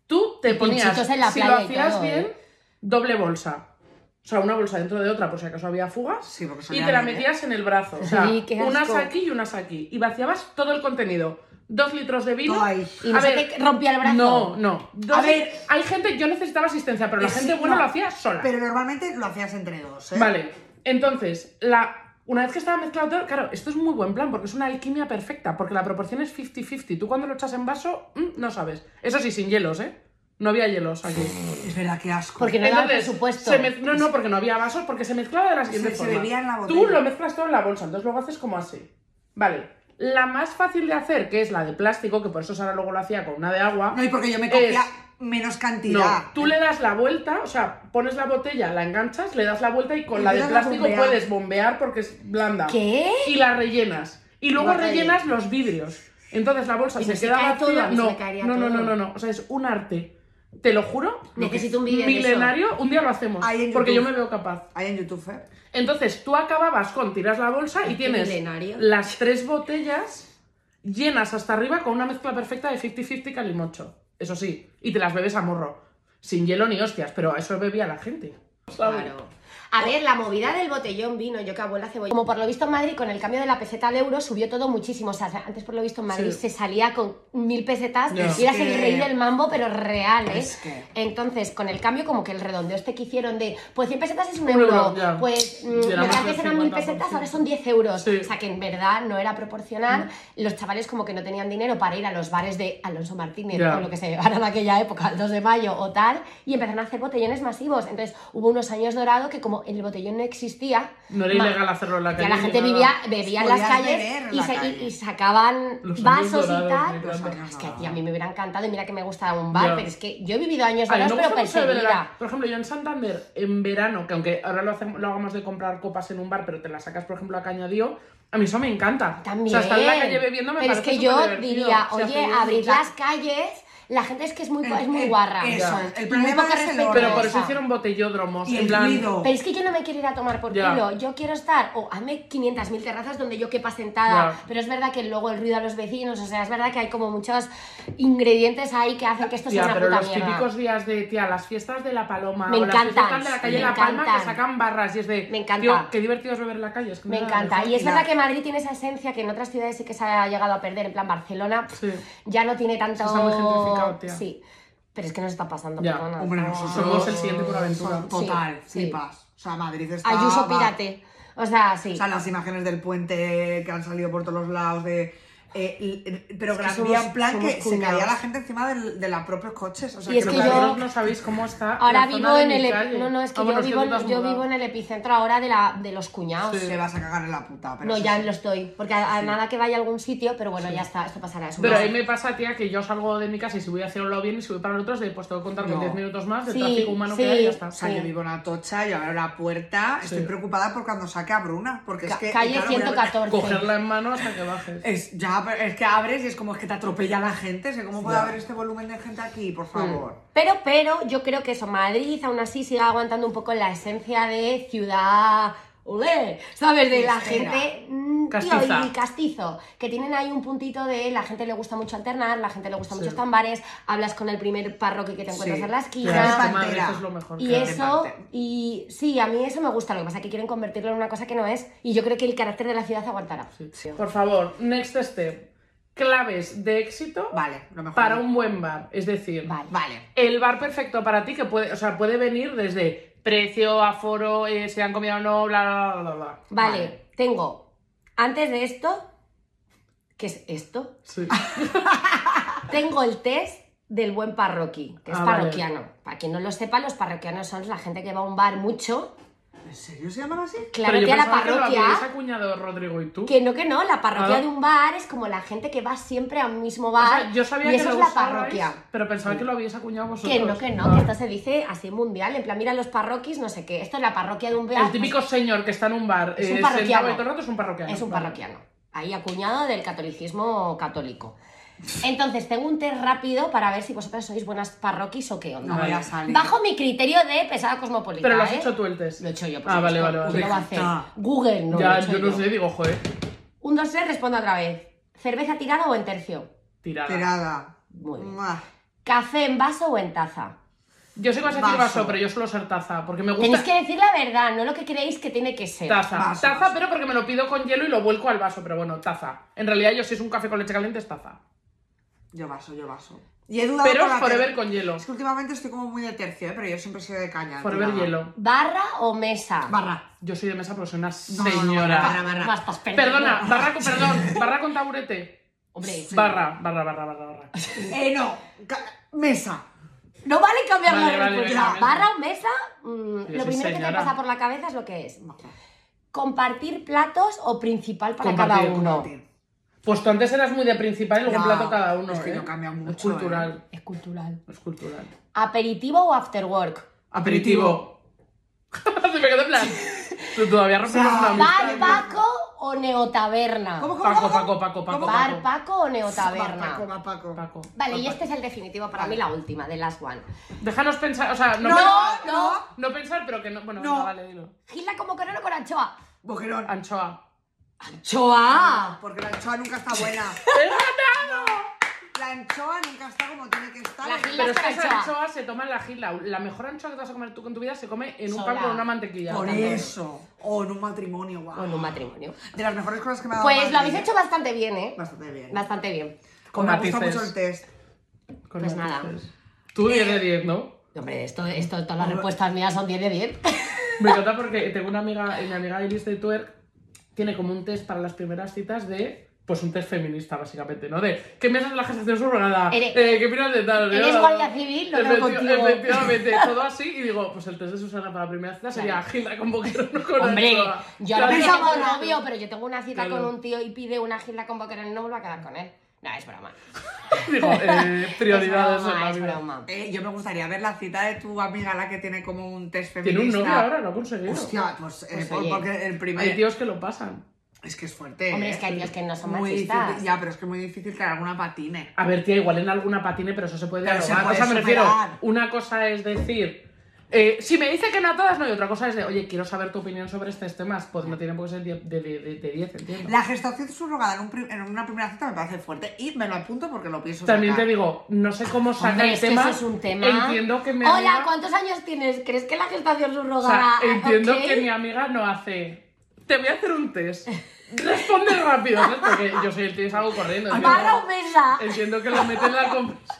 A: tú te ponías,
C: pinchitos en la
A: si lo
C: playa y
A: hacías
C: todo, ¿eh?
A: bien, doble bolsa. O sea, una bolsa dentro de otra, por si acaso había fugas.
B: Sí, porque solía
A: y te la
B: haber, ¿eh?
A: metías en el brazo. O
C: [LAUGHS]
A: sea,
C: Sí, qué asco.
A: unas aquí y unas aquí. Y vaciabas todo el contenido. Dos litros de vino.
B: Todo ahí.
C: Y no se te rompía el brazo.
A: No, no. Dos-
B: A ver.
A: Hay gente, yo necesitaba asistencia, pero la
B: Sí,
A: gente buena
B: no.
A: lo hacía sola.
B: Pero normalmente lo hacías entre dos, ¿eh?
A: Vale, entonces, la, una vez que estaba mezclado todo, claro, esto es muy buen plan porque es una alquimia perfecta, porque la proporción es 50-50. Tú cuando lo echas en vaso, mm, no sabes. Eso sí, sin hielos, ¿eh? No había hielos aquí.
B: Es verdad, qué asco.
C: Porque no daba presupuesto.
A: se mez- no, no, porque no había vasos, porque se mezclaba de la siguiente
B: se
A: forma.
B: bebía en la
A: Tú
B: botella.
A: lo mezclas todo en la bolsa, entonces luego haces como así. Vale, la más fácil de hacer, que es la de plástico, que por eso Sara luego lo hacía con una de agua.
B: No, y porque yo me
A: es-
B: cogía menos cantidad.
A: no, tú le das la vuelta, o sea, pones la botella, la enganchas, le das la vuelta y
B: Y
A: con la de
B: empiezas a
A: plástico
B: bombear.
A: puedes bombear porque es blanda.
C: ¿Qué?
A: Y la rellenas. Y luego
B: La
A: rellenas los vidrios. Entonces la bolsa
C: Y
A: se
C: se
A: queda
C: cae
A: vacía.
C: todo, a mí se
A: no,
C: me caería
A: no, no,
C: todo.
A: no, no, no. O sea, es un arte. Te lo juro.
C: Necesito un vídeo de eso.
A: Milenario, un día lo hacemos.
B: Ahí en
A: Porque yo
B: YouTube.
A: me veo capaz.
B: Hay en YouTube, ¿eh?
A: Entonces tú acababas con tiras la bolsa y
C: Qué
A: tienes
C: milenario.
A: las tres botellas llenas hasta arriba con una mezcla perfecta de 50-50 calimocho. Eso sí, y te las bebes a morro. Sin hielo ni hostias, pero a eso bebía la gente. ¿sabes?
C: Claro. A ver, la movida del botellón vino, yo que abuela cebolla. Como por lo visto en Madrid, con el cambio de la peseta al euro, subió todo muchísimo. O sea, antes por lo visto en Madrid
A: Sí.
C: se salía con mil pesetas
A: Ya.
C: y eras
B: Es que-
C: el rey del mambo, pero real, ¿eh?
B: Es que-
C: Entonces, con el cambio, como que el redondeo este que hicieron de, pues 100 pesetas es un
A: Un euro,
C: euro,
A: ya.
C: pues mm,
A: Y era
C: lo que
A: más
C: antes
A: del
C: eran mil
A: 50%.
C: pesetas, ahora son 10 euros.
A: Sí.
C: O sea, que en verdad no era proporcional.
A: Mm.
C: Los chavales como que no tenían dinero para ir a los bares de Alonso Martínez
A: Ya.
C: o lo que se llevaran en aquella época, el 2 de mayo o tal, y empezaron a hacer botellones masivos. Entonces hubo unos años dorados que como el botellón no existía,
A: No era
C: ma-
A: ilegal hacerlo en la
C: ya
A: calle.
C: la
A: ni
C: gente
A: nada.
C: vivía, bebía en las
B: Podías
C: calles
B: beber en
C: y,
B: la
C: se- y-
B: calle.
C: y sacaban
A: Los años
C: vasos
A: dorados,
C: y
A: me
C: tal. pues,
A: encanta.
B: Los años
C: Es que a ti a
B: dorados.
C: mí me hubiera encantado y mira que me gusta un bar,
A: Ya.
C: pero es que yo he vivido años
A: A mí me
C: dorados, pero
A: gusta mucho
C: pensé,
A: de ver la-
C: mira,
A: Por ejemplo, yo en Santander, en verano, que aunque ahora lo, hacemos, lo hagamos de comprar copas en un bar, pero te las sacas, por ejemplo, a Cañadío, a mí eso me encanta.
C: También.
A: O sea, estar en la calle bebiendo me
C: Pero es
A: parece
C: que yo
A: superdivertido.
C: diría,
A: Si hace
C: oye,
A: bien,
C: abrid
A: ya.
C: las calles, La gente es que es muy,
B: El-
C: es muy
B: el-
C: guarra.
B: Eso,
A: Ya.
B: eh, el
C: Y
B: problema
C: muy poco
B: es el
C: respeto.
B: orden.
A: Pero por eso
C: Rosa.
A: hicieron botellódromos.
B: Y
A: en
B: el
A: plan.
B: ruido.
C: Pero es que yo no me quiero ir a tomar por
A: Ya.
C: culo. Yo quiero estar, o hazme 500.000 terrazas donde yo quepa sentada.
A: Ya.
C: Pero es verdad que luego el ruido a los vecinos, o sea, es verdad que hay como muchos ingredientes ahí que hacen que esto
A: Tía,
C: sea una
A: pero
C: puta
A: los
C: mierda.
A: típicos días de, tía, las fiestas de la Paloma
C: Me
A: o las
C: encantan,
A: fiestas de la calle
C: me
A: La Palma que
C: encantan.
A: sacan barras y es de,
C: Me encanta.
A: tío, qué divertido es beber en la calle. es que no
C: Me
A: hay nada
C: encanta.
A: mejor.
C: Y es
B: Ya.
C: verdad que Madrid tiene esa esencia que en otras ciudades sí que se ha llegado a perder. En plan, Barcelona pff,
A: Sí.
C: ya no tiene tanto.
A: Está muy gentrificado, tía.
C: Sí. Pero es que nos está pasando,
A: Ya.
C: perdona.
B: Hombre,
C: Estamos-
B: nosotros
A: Somos el siguiente por aventura.
B: Total,
C: Sí,
B: flipas. O sea, Madrid está...
C: Ayuso
B: va-
C: Pirate. O sea, sí.
B: O sea, las imágenes del puente que han salido por todos los lados de... eh, l- eh, pero
C: Es que
B: Gran
C: somos-
B: Vía en plan
C: somos
B: que se caía
C: cuñados.
B: la gente encima del- de los propios coches. O sea,
C: Y es
A: Pero
C: que
B: no-
C: yo-
A: vosotros no sabéis cómo está. la
C: Ahora
A: zona
C: vivo
A: de
C: en
A: mi
C: el ep-
A: calle.
C: no no es que
A: Ah, bueno,
C: yo, vivo,
A: tú te has
C: en- yo
A: mudado.
C: vivo en el epicentro ahora de la de los cuñados.
A: Sí.
B: Te vas a cagar en la puta. Pero
C: No,
B: eso
C: ya
B: sí.
C: lo estoy, porque a, a nada que vaya a algún sitio, pero bueno, ya está, esto pasará. es un
A: Pero
C: mal.
A: ahí me pasa, tía, que yo salgo de mi casa y si voy hacia un lado bien y si voy para el otro, es de, pues tengo que contar con
B: No.
A: 10 minutos más del
C: Sí,
A: tráfico humano
C: sí.
A: que hay y ya está.
B: O sea,
C: Sí.
B: yo vivo en Atocha, yo abro la puerta, estoy preocupada por cuando saque a Bruna, porque
C: Ca-
B: es que...
C: calle
B: claro, voy a-
C: 114.
A: Cogerla en mano hasta que bajes.
B: Es, ya, pero es que abres y es como es que te atropella la gente, es que cómo puede haber este volumen de gente aquí,
C: Mm.
B: por favor.
C: Pero, pero, yo creo que eso, Madrid aún así sigue aguantando un poco la esencia de ciudad. ¡Olé! ¿Sabes? De la
B: Fiestera.
C: gente mm, tío,
A: Castiza.
C: y castizo. Que tienen ahí un puntito de la gente le gusta mucho alternar, la gente le gusta mucho
A: Sí.
C: estar en bares, hablas con el primer parroquia que te encuentras
B: Sí.
C: en la
A: Tía,
C: esquina.
A: es que
B: Pantera.
A: Madrid es lo mejor.
C: Y
A: que hay.
C: eso,
B: parte.
C: y sí, a mí eso me gusta, lo que pasa es que quieren convertirlo en una cosa que no es, y yo creo que el carácter de la ciudad aguantará.
A: Por favor, next step. Claves de éxito
B: Vale, lo mejor.
A: para un buen bar. Es decir,
C: Vale.
B: Vale.
A: el bar perfecto para ti que puede, o sea, puede venir desde precio, aforo, eh, si han comido o no, bla, bla, bla, bla, bla.
C: Vale,
B: Vale.
C: tengo, antes de esto, ¿qué es esto?
A: Sí.
C: Ah, Tengo el test del buen parroqui, que es
A: Ah, vale.
C: parroquiano. Para quien no lo sepa, los parroquianos son la gente que va a un bar mucho.
B: ¿En serio se llaman así?
C: Claro
A: Pero yo
C: que a la
A: pensaba Que lo
C: parroquia...
A: habíais acuñado Rodrigo y tú.
C: Que no, que no, la parroquia
A: Ah.
C: de un bar es como la gente que va siempre a un mismo
A: O
C: bar.
A: sea, yo sabía que
C: y eso
A: lo
C: es la
A: usabais,
C: parroquia.
A: Pero pensaba que lo habíais acuñado vosotros.
C: Que no, que no,
A: Ah.
C: que esto se dice así mundial, en plan, mira los parroquis, no sé qué, esto es la parroquia de un beato.
A: El típico señor que está en un bar
C: Es
A: eh,
C: un
A: sentado
C: parroquiano.
A: ahí todo el rato es un parroquiano.
C: Es un
A: Vale.
C: parroquiano, ahí acuñado del catolicismo católico. Entonces, tengo un test rápido para ver si vosotras sois buenas parroquis o qué
B: No
C: onda.
A: Vale.
B: voy a salir.
C: Bajo mi criterio de pesada cosmopolita,
A: Pero lo has
C: ¿eh?
A: hecho tú el test.
C: Lo he hecho yo, por
A: Ah, vale,
C: supuesto.
A: vale,
C: ¿Quién
A: vale.
C: lo va a hacer?
B: Ah.
C: Google, no lo
A: ya,
C: he hecho
A: yo no sé, digo, joder,
C: Un, dos, tres, respondo otra vez. ¿Cerveza tirada o en tercio?
A: tirada.
B: Esperada.
C: Muy bien.
B: Mua.
C: ¿Café en vaso o en taza?
A: Yo sé que vas a decir
B: Vaso.
A: vaso, pero yo suelo ser taza, porque me
C: Tenéis
A: gusta
C: que decir la verdad, no lo que creéis que tiene que ser.
A: taza.
B: Vaso,
A: taza,
B: vaso.
A: pero porque me lo pido con hielo y lo vuelco al vaso, pero bueno, taza. En realidad yo si es un café con leche caliente es taza.
B: Yo vaso, yo vaso. Y he dudado
A: Pero
B: con la
A: forever
B: ter-
A: con hielo.
B: Es que últimamente estoy como muy de tercio, ¿eh? pero yo siempre soy de caña.
A: Forever
B: tirada.
A: hielo.
C: ¿Barra o mesa?
B: Barra.
A: Yo soy de mesa, pero soy una
B: No, no, no,
A: señora.
B: barra, barra.
C: Vas, estás perdiendo.
A: Perdona, barra con,
B: [LAUGHS]
A: perdón, barra con taburete.
C: Hombre,
A: Barra, barra, barra, barra, barra.
B: Eh, no. Ca- Mesa.
C: no vale cambiar
A: Vale,
C: la
A: vale,
C: respuesta.
A: venga, venga.
C: Barra o mesa, mm,
A: Yo
C: lo
A: soy
C: primero que te
A: señora.
C: pasa por la cabeza es lo que es. ¿Compartir platos o principal para
A: Compartir,
C: cada uno?
B: Tío.
A: Pues tú antes eras muy de principal y luego un
B: Ya,
A: plato cada uno.
B: es que
A: ¿eh?
B: yo cambio mucho,
A: Es cultural.
C: Es cultural.
A: Es cultural.
C: ¿Aperitivo o after work?
A: Aperitivo. [LAUGHS] Se me quedó en plan. Tú todavía rompes
B: O sea,
A: una
C: ¿Bar
A: amistad.
C: Paco o neotaberna?
B: ¿Cómo, cómo,
A: Paco,
B: cómo?
A: Paco, Paco, Paco, Paco.
C: ¿Bar Paco o neotaberna?
B: Va, Paco, va, Paco.
A: Paco.
C: Vale, y
A: Paco.
C: este es el definitivo para mí, la última, de Last One.
A: Déjanos pensar, o sea, no,
B: No,
A: pensar,
B: no.
A: no pensar, pero que no. Bueno,
B: No.
A: no, vale, dilo.
C: ¿Gila como corona con anchoa?
B: Boquerón.
A: Ah. Anchoa.
C: ¡Anchoa!
B: Porque la anchoa nunca está
A: [LAUGHS]
B: buena.
A: ¡He ganado!
B: La anchoa nunca está como tiene que estar.
C: La gila-
A: Pero es que
C: Anchoa.
A: esa anchoa se toma en la gila. La mejor anchoa que te vas a comer tú con tu vida se come en un
C: Sola.
A: pan con una mantequilla.
B: Por
C: también.
B: eso. O en un matrimonio, guau.
C: O en un matrimonio.
B: De las mejores cosas que
A: Ah,
B: me ha dado.
C: Pues lo
B: Madrid.
C: habéis hecho bastante bien, ¿eh?
B: bastante bien.
C: Bastante bien.
A: Con
B: me ha gustado
A: matices.
B: mucho el test.
A: Con matices.
C: Pues nada.
A: Tú 10 de 10, ¿no?
C: Hombre, esto, esto, todas las respuestas mías son 10
A: [LAUGHS]
C: de 10.
A: Me encanta porque tengo una amiga, eh, mi amiga Iris de Twerk, tiene como un test para las primeras citas de. Pues un test feminista, básicamente, ¿no? De qué piensas de la gestación subrogada,
C: Eres-
A: eh, qué opinas de tal.
C: eres
A: ¿no?
C: guardia civil, lo veo
A: Efecti-
C: contigo.
A: Efectivamente, todo así. Y digo, pues el test de Susana para la primera cita sería Gilda con boquero, no con
C: Hombre,
A: anchoa.
C: yo ahora
A: Claro,
C: mismo
B: Esa
C: tengo
B: bola.
C: novio, pero yo tengo una cita
A: Claro.
C: con un tío y pide una gila con boquerón y no vuelvo a quedar con él. No, es broma.
A: Digo, eh, prioridades en
C: es broma,
A: la
C: es
A: vida.
C: broma.
B: Eh, yo me gustaría ver la cita de tu amiga, la que tiene como un test
A: Tiene
B: feminista.
A: un novio ahora, lo ha conseguido.
B: Hostia, pues, eh,
C: Pues
B: por-
C: oye.
B: porque el primer.
A: Hay tíos que lo pasan.
B: Es que es fuerte.
C: Hombre,
B: ¿eh?
C: es que hay tíos que no son
B: Muy
C: machistas.
B: difícil- Ya, pero es que es muy difícil que alguna patine.
A: A ver, tía, igual en alguna patine, pero eso se puede
B: Pero
A: dialogar.
B: se
A: Una
B: puede
A: cosa me refiero,
B: superar.
A: una cosa es decir, eh, si me dice que no a todas, no, y otra cosa es de, oye, quiero saber tu opinión sobre estos temas, pues no tiene por qué ser die- de 10, entiendo.
B: La gestación subrogada en, un pri- en una primera cita me parece fuerte y me lo apunto porque lo pienso.
A: También te
B: sacar.
A: digo, no sé cómo saca
C: Hombre,
A: el
C: es que
A: tema.
C: ese es un tema.
A: Entiendo que me
C: Hola, ¿cuántos años tienes? ¿Crees que la gestación
A: O sea,
C: subrogada?
A: entiendo
C: ok?
A: que mi amiga no hace. Te voy a hacer un test. [LAUGHS] Responde rápido, ¿sabes? Porque yo soy el tío y salgo corriendo.
C: Barra
A: Entiendo,
C: obesa.
A: entiendo que lo mete en la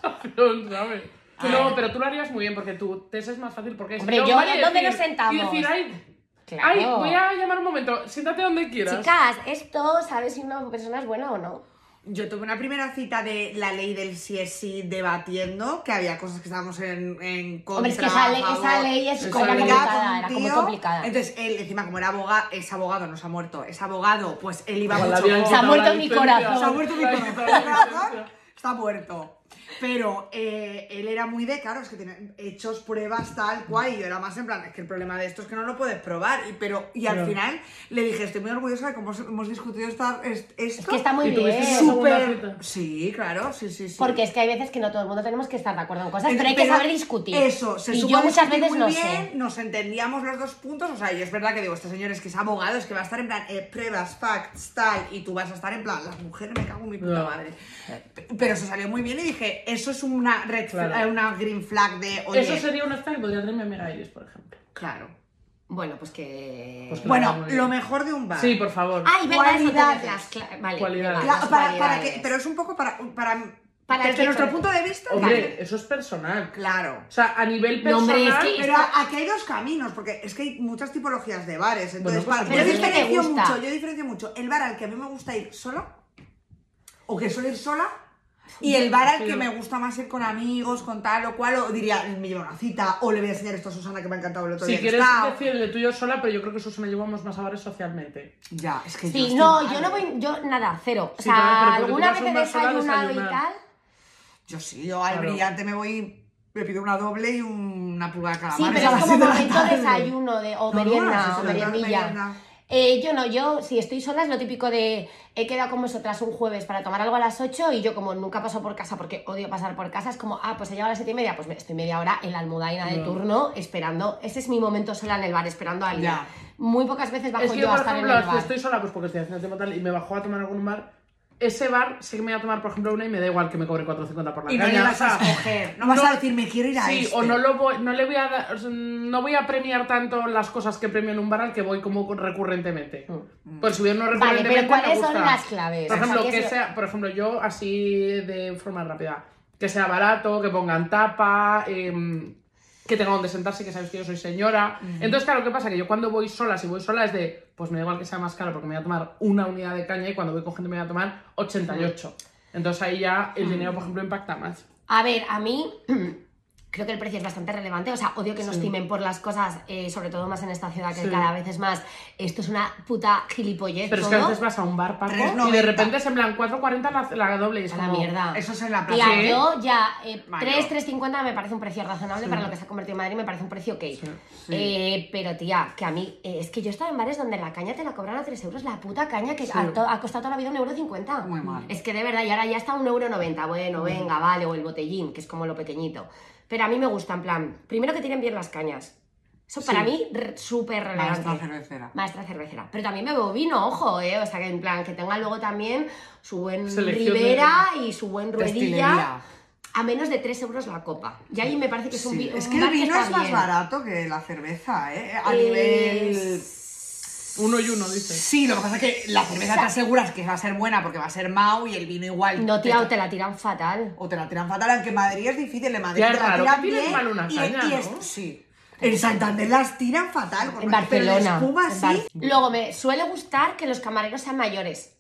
A: conversación, ¿sabes? No, pero tú lo harías muy bien porque tu test es más fácil porque es.
C: Ah. Hombre,
A: no,
C: yo,
A: vale
C: ¿dónde
A: decir-
C: nos sentamos?
A: Y decir, ay,
C: Claro.
A: ay, voy a llamar un momento, siéntate donde quieras.
C: Chicas, esto sabe si una persona es buena o no.
B: Yo tuve una primera cita de la ley del sí es sí debatiendo, que había cosas que estábamos en, en contra.
C: Hombre, es que esa ley,
B: a favor.
C: esa ley es
A: Esa
C: como
A: ley.
C: complicada, era
B: con un
C: como
B: tío.
C: complicada.
B: Entonces, él, encima, como era abogado, es abogado, no se ha muerto, es abogado, pues él iba
A: Igual le
B: mucho
A: habían
B: con-
C: Se ha
A: quitado
C: muerto
A: la
C: mi
A: licencia,
C: corazón.
B: Se ha muerto mi
A: le habían quitado la
B: corazón.
A: licencia.
B: Está muerto. Pero eh, él era muy de, claro, es que tenía hechos, pruebas, tal cual, y yo era más en plan, es que el problema de esto es que no lo puedes probar. Y, pero, y al
A: Claro.
B: final le dije, estoy muy orgullosa de cómo hemos discutido esta, es- esto.
C: Es que está muy
A: Y tuviste
C: bien.
A: una segunda
B: súper...
A: cita.
B: Sí, claro, sí, sí, sí.
C: Porque es que hay veces que no todo el mundo tenemos que estar de acuerdo en cosas, pero, hay que
B: Pero
C: saber discutir.
B: Eso, se
C: y
B: supo
C: yo muchas
B: discutir
C: veces
B: muy
C: no
B: bien,
C: sé.
B: nos entendíamos los dos puntos, o sea, y es verdad que digo, este señor es que es abogado, es que va a estar en plan, eh, pruebas, facts, tal, y tú vas a estar en plan, las mujeres me cago en mi puta
A: No.
B: madre. P- Pero se salió muy bien y dije, eso es una red, fla-
A: Claro.
B: eh, una green flag de, oye,
A: Eso sería un style, podría tener mi amiga Iris, por ejemplo.
B: claro.
C: Bueno, pues que.
A: Pues que- Claro,
B: Bueno,
A: muy bien.
B: lo mejor de un bar.
A: Sí, por favor.
C: Ay, verdad, eso te
B: Cualidades.
C: decías, cla- Vale,
A: Cualidades.
B: Cla-
C: las
B: para, para
C: cualidades.
B: que, pero es un poco para, para,
C: Para
B: desde
C: que-
B: nuestro punto de vista,
A: Hombre, eso es personal.
B: claro.
A: O sea, a nivel
C: No,
A: personal.
C: hombre, es que-
B: Pero a- aquí hay dos caminos, porque es que hay muchas tipologías de bares. Entonces,
A: Bueno, pues,
B: para-
A: pero
B: yo
A: es que
C: te
B: diferencio
C: gusta.
B: mucho, yo diferencio mucho el bar al que a mí me gusta ir solo, o que suelo ir sola, y el bar al que
A: Pero-
B: me gusta más ir con amigos, con tal o cual, o diría, me llevo una cita, o le voy a enseñar esto a Susana que me ha encantado el otro
A: Si
B: día. que
A: quieres
B: está, o-
A: decir el de tuyo sola, pero yo creo que Susana llevamos más a bares socialmente.
B: Ya, es que yo
C: Sí,
B: estoy
C: no,
B: mal.
C: yo no voy. Yo nada, cero. O
A: Sí,
C: sea,
A: claro, pero porque tú
C: alguna
A: vas
C: vez
A: a
C: he
A: un bar sola a
C: desayunado y
A: desayunar.
C: tal.
B: Yo sí, yo al
A: Claro.
B: brillante me voy, me pido una doble y una pulga de
C: Sí,
B: calamares.
C: pero
B: a
C: es
B: las
C: como
B: siete de la
C: momento
B: tarde.
C: desayuno de, o
B: No, no,
C: merienda
B: no,
C: o
B: sí, sí,
C: meriendilla.
B: merienda.
C: Eh, yo no, yo si estoy sola es lo típico de he quedado con vosotras un jueves para tomar algo a las 8 y yo como nunca paso por casa porque odio pasar por casa, es como, ah, pues he llegado a las 7 y media, pues me- estoy media hora en la almudaina de
A: No.
C: turno esperando, ese es mi momento sola en el bar esperando a alguien.
B: Ya.
C: Muy pocas veces bajo
A: es que,
C: yo a
A: por
C: estar
A: ejemplo,
C: en
A: las
C: el
A: que
C: bar.
A: estoy sola, pues porque estoy haciendo tiempo tal, y me bajo a tomar algún bar. Ese bar sí que me voy a tomar, por ejemplo, una y me da igual que me cobre 4.50 por la
B: Y no
A: caña.
B: le
A: o
B: vas a
A: sea,
B: escoger. No, vas a decir, me quiero ir a
A: Sí,
B: este.
A: o no, lo voy, no le voy a dar- o sea, no voy a premiar tanto las cosas que premio en un bar al que voy como con- recurrentemente. Por si hubiera uno
C: Mm. pero
A: recurrentemente.
C: ¿cuáles
A: me
C: son
A: gusta.
C: las claves?
A: Por
C: O sea,
A: ejemplo,
C: ¿qué
A: que
C: es-
A: sea, por ejemplo, yo así de forma rápida, que sea barato, que pongan tapa, em, que tenga donde sentarse, que sabes que yo soy señora. Entonces, claro, ¿qué pasa? Que yo cuando voy sola, si voy sola es de, pues me da igual que sea más caro porque me voy a tomar una unidad de caña y cuando voy con gente me voy a tomar 88. Entonces ahí ya el dinero, por ejemplo, impacta más.
C: A ver, a mí [CLEARS THROAT] creo que el precio es bastante relevante. O sea, odio que nos timen por las cosas, eh, sobre todo más en esta ciudad que
A: Sí.
C: cada vez es más. Esto es una puta gilipollez.
A: Pero es que a
C: todo.
A: veces vas a un bar, Paco, y
B: 3,90.
A: de repente es en plan 4.40 la, la doble y es
C: A la
A: como,
C: mierda.
B: Eso es en la
C: Tía,
B: plaza.
A: ¿Qué?
C: yo ya eh,
B: Mayo.
C: 3, 3,50 me parece un precio razonable para lo que se ha convertido en Madrid, me parece un precio ok. Eh, pero tía, que a mí, eh, es que yo he estado en bares donde la caña te la cobran a 3 euros, la puta caña que ha, to- ha costado toda la vida 1,50 euro.
B: Muy mal.
C: Es que de verdad, y ahora ya está 1,90 euro, bueno, venga, vale, o el botellín, que es como lo pequeñito. Pero a mí me gusta, en plan, primero que tiren bien las cañas. Eso para mí, r- súper relevante.
B: Maestra cervecera.
C: Maestra cervecera. Pero también me bebo vino, ojo, ¿eh? O sea, que en plan, que tenga luego también su buen
A: Selección de-
C: Rivera y su buen Ruedilla.
B: Destilería.
C: A menos de 3 euros la copa. Y ahí me parece que es un
B: Sí,
C: vino.
B: es que el vino es más barato que la cerveza, ¿eh? A nivel...
A: Uno y uno, dice.
B: Sí, lo que pasa es que la cerveza
C: O sea-
B: te aseguras que va a ser buena porque va a ser mau y el vino igual.
C: No, tía, o
B: te...
C: te la tiran fatal.
B: o te la tiran fatal, aunque en Madrid es difícil, en Madrid
A: Ya
B: te
A: es
B: la
A: raro
B: tiran
A: que tiren
B: bien
A: mal una
B: y-
A: caña,
B: y
A: ¿no?
B: es- Sí. En Santander las tiran fatal. con
C: En
B: una- pero la
C: Barcelona.
B: espuma
C: en
B: sí.
C: Bar- Luego me suele gustar que los camareros sean mayores.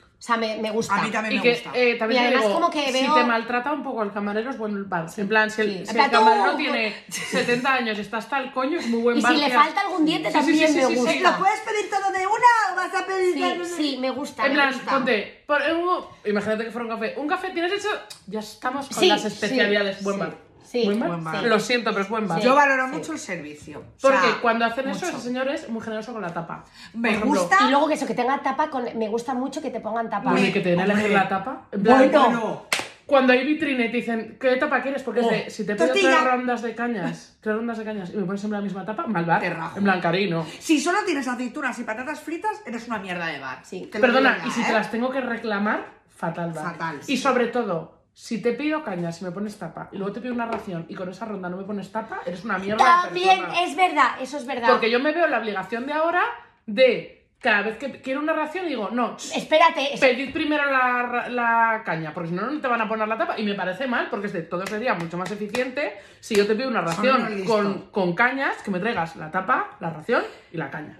C: O sea, me, me gusta.
B: A mí también
A: Y
B: me
A: que
B: gusta.
A: eh, también
C: Y
A: te
C: además
A: digo,
C: como que veo-
A: si te maltrata un poco el camarero es buen bar. En plan, si el, si
C: En
A: el
C: plan, tú- [LAUGHS]
A: camarero tiene 70 años y está hasta el coño, es muy buen
C: Y
A: bar.
C: si le
A: tía.
C: falta algún diente
A: Sí, sí,
C: también
A: sí, sí,
C: me
A: sí, sí.
C: gusta.
B: ¿Lo puedes pedir todo de una o vas a pedir...?
C: Sí, sí, me gusta.
A: En
C: me
A: plan,
C: gusta.
A: ponte, por- eh, un- imagínate que fuera un café. Un café tienes hecho, ya estamos con
C: Sí,
A: las especialidades.
C: sí,
A: buen
C: sí.
A: bar.
C: Sí.
A: Buen bar.
B: Buen bar.
C: sí.
A: Lo siento, pero es buen bar.
C: Sí.
B: Yo valoro
C: Sí.
B: mucho el servicio. O
A: Porque
B: sea,
A: cuando hacen eso,
B: mucho.
A: ese señor es muy generoso con la tapa.
B: Me
A: Por ejemplo,
B: gusta.
C: Y luego que eso, que tenga tapa, con... me gusta mucho que te pongan tapa.
A: Bueno,
B: Me-
A: y que te den a elegir
B: Hombre.
A: la tapa. En plan,
C: Bueno.
A: Cuando hay vitrina y te dicen, ¿qué tapa quieres? Porque es de, si te pido
B: Oh, Tortilla.
A: tres rondas de cañas, tres rondas de cañas y me pones siempre la misma tapa, mal bar.
B: Te rajo.
A: En plan, carino.
B: Si solo tienes aceitunas y patatas fritas, eres una mierda de bar.
C: Sí.
B: Te lo
A: Perdona,
B: digo ya,
A: y si
B: ¿eh?
A: te las tengo que reclamar, fatal bar.
B: Fatal,
A: Y
B: sí.
A: sobre todo, si te pido cañas y me pones tapa, y luego te pido una ración y con esa ronda no me pones tapa, eres una mierda de
C: También
A: persona.
C: es verdad, eso es verdad.
A: Porque yo me veo la obligación de ahora de cada vez que quiero una ración digo, no, ch,
C: Espérate, es-
A: pedid primero la, ra- la caña, porque si no, no te van a poner la tapa. Y me parece mal, porque es de, todo sería mucho más eficiente si yo te pido una
B: unos
A: ración
B: listos.
A: con, con cañas, que me traigas la tapa, la ración y la caña.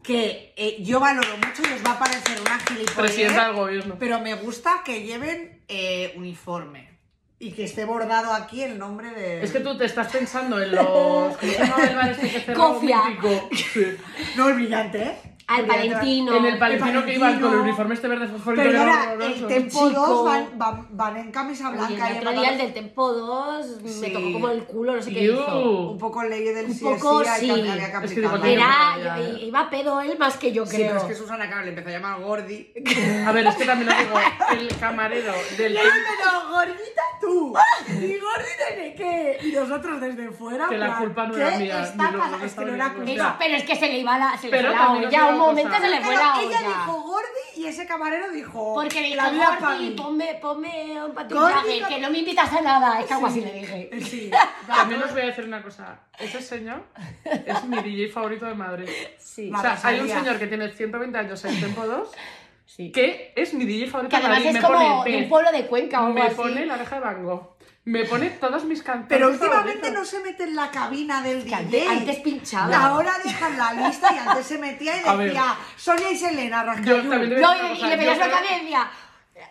B: Que eh, yo valoro mucho y os va a parecer una
A: Presidenta del
B: gilipollez.
A: gobierno.
B: Pero me gusta que lleven eh, uniforme. Y que esté bordado aquí el nombre de.
A: Es que tú te estás pensando en los... ¿Cómo se llamaba el bar este que cerró
C: Cofia.
A: mítico? Sí.
B: No, el brillante, ¿eh?
C: Al
B: El brillante.
C: Valentino.
A: En el palestino que iban con el
B: Palestino.
A: uniforme este verde fosforito que
B: Perdona,
A: era
B: el
A: horroroso.
B: tempo
C: Chico.
B: 2 van, van- van en camisa
C: Oye,
B: blanca y
C: el
B: en
C: otro día el
B: pantalones-
C: del Tempo 2 me
B: Sí.
C: tocó como el culo, no sé qué
A: Iu.
C: hizo.
B: Un poco ley del
C: Un
B: sí es
C: poco
B: sí, hay
C: sí.
B: que- había que
A: Es que digo,
B: aplicarla.
A: tiene- ya,
C: Era,
A: ya.
C: iba pedo él más que yo
B: Sí, pero
C: creo.
B: es que Susana Cable empezó a llamar Gordi.
A: A ver, es que también lo digo, el camarero del...
B: Yo no, [LAUGHS] pero gordita [LAUGHS] tú. Y gordita de qué. Y nosotros desde fuera.
A: Que la
B: plan,
A: culpa no
B: ¿qué
A: era mía,
B: está
A: ni lo-
B: pasando?
A: no
B: Es que no
A: estaba
B: era
A: ni-
B: culpa.
C: Eso, pero es que se le iba la, se le
A: Pero
C: fue la
A: también os
C: olla,
A: digo
C: un
A: una
C: momento
A: cosa.
C: se le
B: Pero
C: fue la olla.
B: ella dijo Gordi y ese camarero dijo.
C: Porque le dije,
B: la vida pa'
C: Gordi,
B: mí".
C: ponme, ponme un patín
B: Gordi,
C: Jagger,
B: no-
C: que no me invitas a nada. Es que algo así le dije.
B: Eh,
C: [LAUGHS]
B: Sí.
A: También os voy a decir una cosa. Ese señor es mi DJ favorito de Madrid.
C: Sí.
A: O sea, hay un señor que tiene 120 años en Tempo 2
C: sí. Que,
A: que es mi DJ favorito de
C: además
A: Madrid.
C: es como
A: pone
C: de un
A: Pez,
C: pueblo de Cuenca o algo
A: me
C: así.
A: pone la oreja de Van Gogh, me pone todas mis canciones.
B: Pero últimamente no
A: favoritas.
B: se mete en la cabina del
C: Que
B: DJ.
C: antes- antes pinchaba.
B: Ahora dejan la lista y antes se metía y
A: A ver.
B: decía Sonia y Selena
A: Yo también
B: Rascayú.
A: te voy
C: No,
A: a
C: y,
A: decir una
C: y
A: cosa,
C: le pedías
A: yo
C: la
A: creo-
C: cabeza y decía,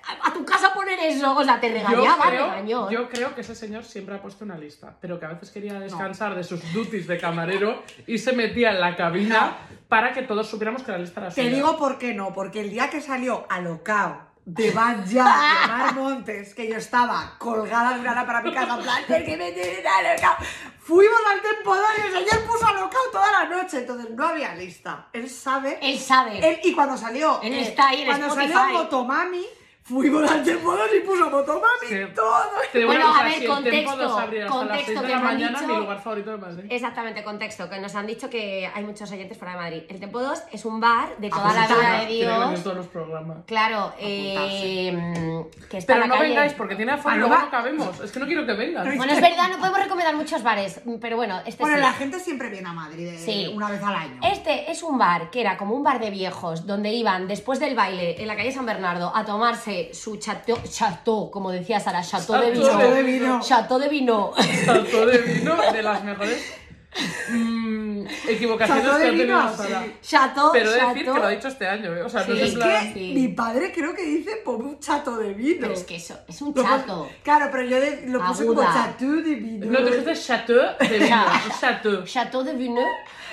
C: a, a tu casa poner eso. O sea, te
A: Yo
C: regañaba, regañó.
A: creo, yo creo que ese señor siempre ha puesto una lista, pero que a veces quería descansar de sus duties de camarero y se metía en la cabina para que todos supiéramos que la lista era suya.
B: Te digo por qué no, porque el día que salió Alocao de Bad
C: [LAUGHS]
B: Ya, de Mar Montes, que yo estaba colgada de una lámpara para mi casa, en plan, "Es que me tienen Alocao. Fuimos al temporal y el señor puso Alocao toda la noche, entonces no había lista. Él sabe.
C: Él sabe.
B: Él- y cuando salió. eh,
C: Él está ahí en
B: Cuando
C: Spotify.
B: salió Motomami, fuimos al temporal y puso Motomami
A: Sí.
B: todo.
A: Te digo una
C: Bueno, a
A: cosa,
C: ver,
A: si el Tempo
C: contexto,
A: dos abriera hasta las
C: contexto,
A: 6 de
C: que
A: la
C: me han
A: mañana,
C: dicho-
A: mi lugar favorito de Madrid.
C: Exactamente, contexto, que nos han dicho que hay muchos oyentes fuera de Madrid. El Tempo 2 es un bar de toda la
B: Apuntad,
C: vida de
A: Tiene que venir
C: Dios.
A: todos los programas.
C: Claro, eh, que está
A: Pero
C: en la
A: no
C: calle.
A: vengáis porque tiene afán,
B: Ah,
A: luego
B: no va-
A: no cabemos. Es que no quiero que vengan.
C: Bueno, es verdad, no podemos recomendar muchos bares, pero bueno, este
B: Bueno,
C: sí.
B: la gente siempre viene a Madrid eh,
C: Sí.
B: una vez al año.
C: Este es un bar que era como un bar de viejos, donde iban después del baile en la calle San Bernardo a tomarse su chateau, chateau como decía Sara, chateau de
A: Chateau
C: vino.
A: de
B: vino.
C: Chateau de vino.
A: Salto de vino de las mejores mm, equivocaciones
B: Salto de
A: que ha tenido
B: vino,
A: Sara.
B: sí.
C: Chateau,
A: Pero he de decir
C: chateau.
A: que lo ha dicho este año, ¿eh? O sea, no
C: Sí.
A: es
B: Es
A: en plan-
B: que
C: sí.
B: mi padre creo que dice por un chato de vino.
C: Pero es que eso, es un
B: Lo pon-
C: chato.
B: Claro, pero yo de- lo puse como
C: Aguda.
B: chato de vino.
A: No, tú dijiste chateau de vino. chateau.
C: Chateau de Vino.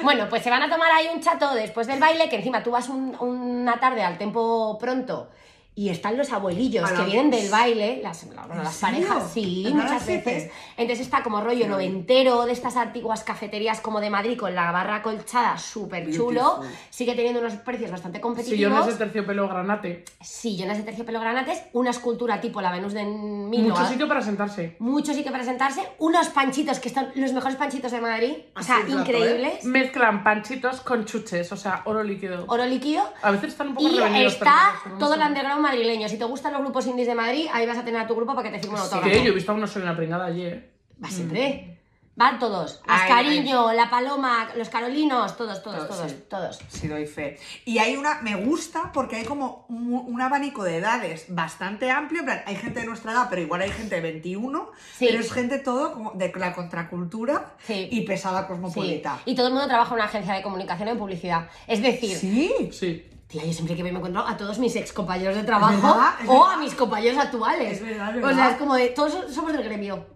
C: Bueno, pues se van a tomar ahí un chateau después del baile, que encima tú vas un- una tarde al tempo pronto y están los abuelillos
B: A
C: que
B: la-
C: vienen del baile, las, bueno,
B: ¿En
C: las
B: serio?
C: parejas, sí,
B: ¿Pero no
C: muchas
B: las siete?
C: veces. Entonces está como rollo noventero de estas antiguas cafeterías como de Madrid con la barra colchada, súper chulo.
B: Beautiful.
C: Sigue teniendo unos precios bastante competitivos.
A: Sillones de terciopelo granate.
C: Sillones de terciopelo granates, una escultura tipo la Venus de Milo. ¿eh?
A: Mucho sitio para sentarse.
C: Mucho sitio para sentarse, unos panchitos que están los mejores panchitos de Madrid, o
B: Así
C: sea,
B: es, rato, ¿eh?
C: increíbles.
A: Mezclan panchitos con chuches, o sea, oro líquido.
C: Oro líquido.
A: A veces están un poco
C: Y
A: revenidos.
C: está
A: pero no
C: todo el
A: sé.
C: underground madrileño. Si te gustan los grupos indies de Madrid, ahí vas a tener a tu grupo para que te firme un autógrafo.
A: Que yo he visto a uno soy una pringada ¿eh? ayer.
C: Va siempre. Van todos.
B: Mm. Ay,
C: Ascariño, La Paloma, Los Carolinos, todos, todos,
B: Todos,
C: todos,
B: sí.
C: todos.
B: Sí, doy fe. Y hay una, me gusta porque hay como un, un abanico de edades bastante amplio. en plan, hay gente de nuestra edad, pero igual hay gente de 21.
C: Sí.
B: Pero es gente todo como de la contracultura
C: Sí.
B: y pesada
C: Sí.
B: cosmopolita.
C: Y todo el mundo trabaja en una agencia de comunicación y publicidad. Es decir,
B: Sí.
A: Sí.
C: tía, yo siempre que voy me encuentro a todos mis ex compañeros de trabajo
B: Es verdad, es
C: o
B: verdad.
C: a mis compañeros actuales.
B: Es verdad, es
C: O sea,
B: verdad.
C: es como de todos somos del gremio.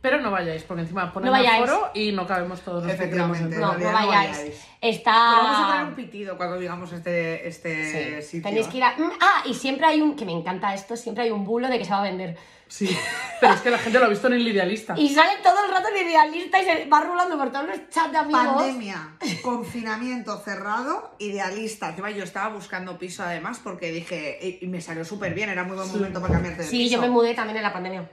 A: Pero no vayáis, porque encima ponen
C: No vayáis.
A: aforo y no cabemos todos los que queremos
B: Efectivamente. En
C: No,
A: entrar.
C: no
B: realidad no
C: vayáis.
B: vayáis.
C: Está.
B: Pero vamos a poner un pitido cuando digamos este, este
C: Ah. Sí,
B: sitio.
C: Tenéis que ir a... Mm, Ah, y siempre hay un... Que me encanta esto, siempre hay un bulo de que se va a vender.
A: Sí, pero es que la gente lo ha visto en el idealista.
C: Y sale todo el rato en idealista y se va rulando por todos los chats de amigos.
B: Pandemia, confinamiento cerrado, idealista. Encima yo estaba buscando piso además porque dije, y me salió súper bien, era muy buen momento para cambiarte de
C: Sí,
B: piso.
C: yo me mudé también en la pandemia.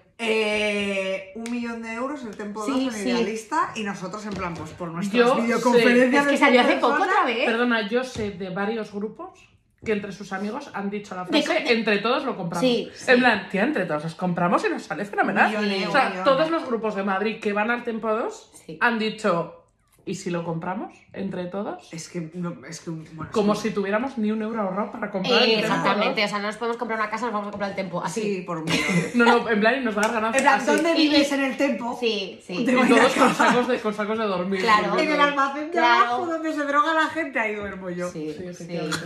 B: Eh, un millón de euros el tiempo
C: Sí,
B: 2 en
C: sí.
B: idealista y nosotros en plan, pues por nuestras
A: Yo sé.
B: videoconferencias.
C: Es que
B: de
C: salió
B: seis
C: hace poco
B: personas.
C: otra vez.
A: Perdona, yo sé de varios grupos que entre sus amigos han dicho la
C: De
A: frase
C: co- de-
A: entre todos lo compramos.
C: Sí, sí.
A: En plan, tía, entre todos los compramos y nos sale fenomenal.
B: Millón,
A: o sea,
B: millón.
A: todos los grupos de Madrid que van al Tempo 2
C: Sí.
A: han dicho, ¿y si lo compramos entre todos?
B: Es que, no, es que un- bueno,
A: Como
B: es
A: si
B: que-
A: tuviéramos ni un euro ahorrado para comprar.
C: Eh,
A: entre todos.
C: exactamente, o sea, no nos podemos comprar una casa, nos vamos a comprar el tempo. Así.
B: Sí, por un
A: [LAUGHS]
B: millón.
A: No, no, en plan, y nos va a dar
B: En
A: ganancias.
B: plan,
A: así.
B: ¿dónde
C: Y-
B: vives
C: y-
B: en el tempo?
C: Sí, sí.
B: De-
A: Y
B: voy a
A: todos con
B: acabar.
A: sacos de, con sacos de dormir.
C: Claro.
B: En el almacén de
C: Claro.
B: abajo donde se droga la gente, ahí duermo yo.
C: Sí,
A: Sí,
C: sí.
A: efectivamente.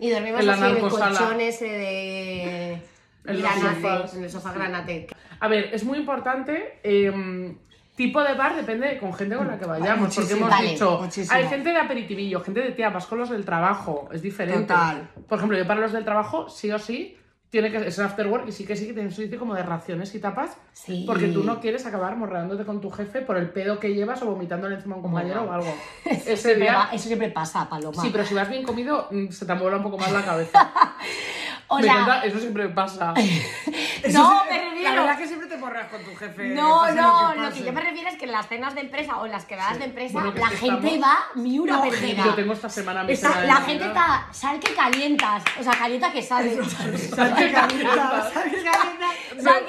C: Y dormimos
A: En la
C: así en el
A: narcosala.
C: colchón ese de
A: En los sofás.
C: granate, en el sofá granate.
A: A ver, es muy importante. eh, tipo de bar depende con gente con la que vayamos. Porque
B: muchísimo.
A: hemos
C: Vale,
A: dicho,
B: muchísimo.
A: hay gente de aperitivillo, gente de tía, vas con los del trabajo, es diferente.
B: Total.
A: Por ejemplo, yo para los del trabajo, sí o sí, tiene que es after work y sí que sí que tienes un sitio como de raciones y tapas.
C: Sí.
A: Porque tú no quieres acabar morreándote con tu jefe por el pedo que llevas o vomitándole encima a un compañero
C: Bueno.
A: o algo. Ese
C: Siempre va-
A: día.
C: [LAUGHS] Eso siempre pasa, Paloma.
A: Sí, pero si vas bien comido, mm, se te amuela un poco más la cabeza.
C: [LAUGHS] o
A: Me
C: sea,
A: encanta, eso siempre me
C: [LAUGHS]
A: pasa.
B: Eso
C: No,
B: sí,
C: me refiero-
B: La verdad es que siempre te porras con tu jefe.
C: No,
B: pase
C: no,
B: que
C: lo
B: pase.
C: que yo me refiero es que en las cenas de empresa o en las quedadas de empresa,
A: Bueno, que
C: la
A: es que
C: gente
A: estamos-
C: va miura
B: No,
C: perdida.
A: Yo tengo esta semana mi
C: Está-
A: cena de
C: la
A: Navidad.
C: gente está, sal que calientas, o sea, calienta que sale.
B: Sal que calienta, sal que calienta.
C: sal que
A: Sal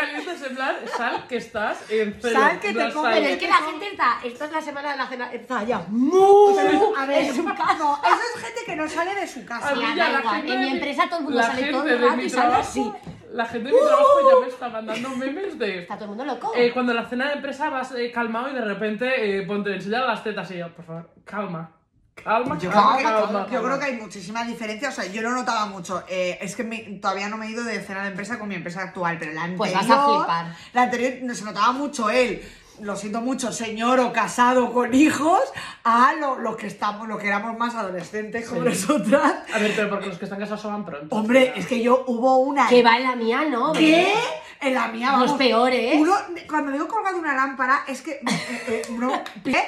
A: que calientas en plan, sal que estás en cero.
B: Sal que te
A: La
B: comes.
C: Pero
A: sal.
C: es que la gente está, esta es la semana de la cena, está ya.
B: Pero, a ver,
C: Es un
B: no, eso es gente que no sale de su casa.
A: A mí
C: Ya,
A: ya
C: da
A: la
C: igual,
A: gente
C: en
A: de
C: mi empresa todo el mundo
A: la
C: sale todo el
A: gente de
C: rato
A: mi
C: y sale
A: trabajo-
C: así. ¡Uh!
A: La gente de mi trabajo ya me está mandando memes de...
C: Está todo el mundo loco.
A: eh, cuando en la cena de empresa vas eh, calmado y de repente eh, ponte enseñar las tetas y yo, por favor, calma. Calma,
B: Yo,
A: calma,
B: creo que,
A: calma,
B: yo creo que
A: calma.
B: hay muchísima diferencia. O sea, yo lo notaba mucho. Eh, es que mi- todavía no me he ido de cena de empresa con mi empresa actual, pero la anterior.
C: Pues vas a flipar.
B: La anterior no, se notaba mucho él. Lo siento mucho, señor o casado con hijos, a lo- los que estamos, los que éramos más adolescentes como nosotras.
A: A ver, pero porque los que están casados se van pronto.
B: Hombre, es que yo hubo una.
C: Que va en la mía, ¿no?
B: ¿Qué? En la mía, vamos.
C: Los peores.
B: Uno, cuando digo colgado de una lámpara, es que. eh, eh, no, eh,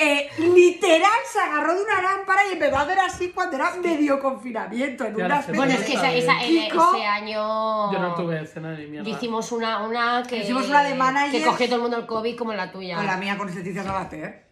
B: eh, literal se agarró de una lámpara y empezó a hacer así cuando era medio confinamiento. En
A: Ya
B: unas
A: lo sé.
C: Bueno, es que esa, esa- el-
B: Kiko,
C: ese año...
A: Yo no tuve cena ni mierda.
C: Yo hicimos una, una que.
B: Hicimos una de manager.
C: Que cogió todo el mundo el COVID como la tuya.
B: Con la mía, con Leticia Sabater.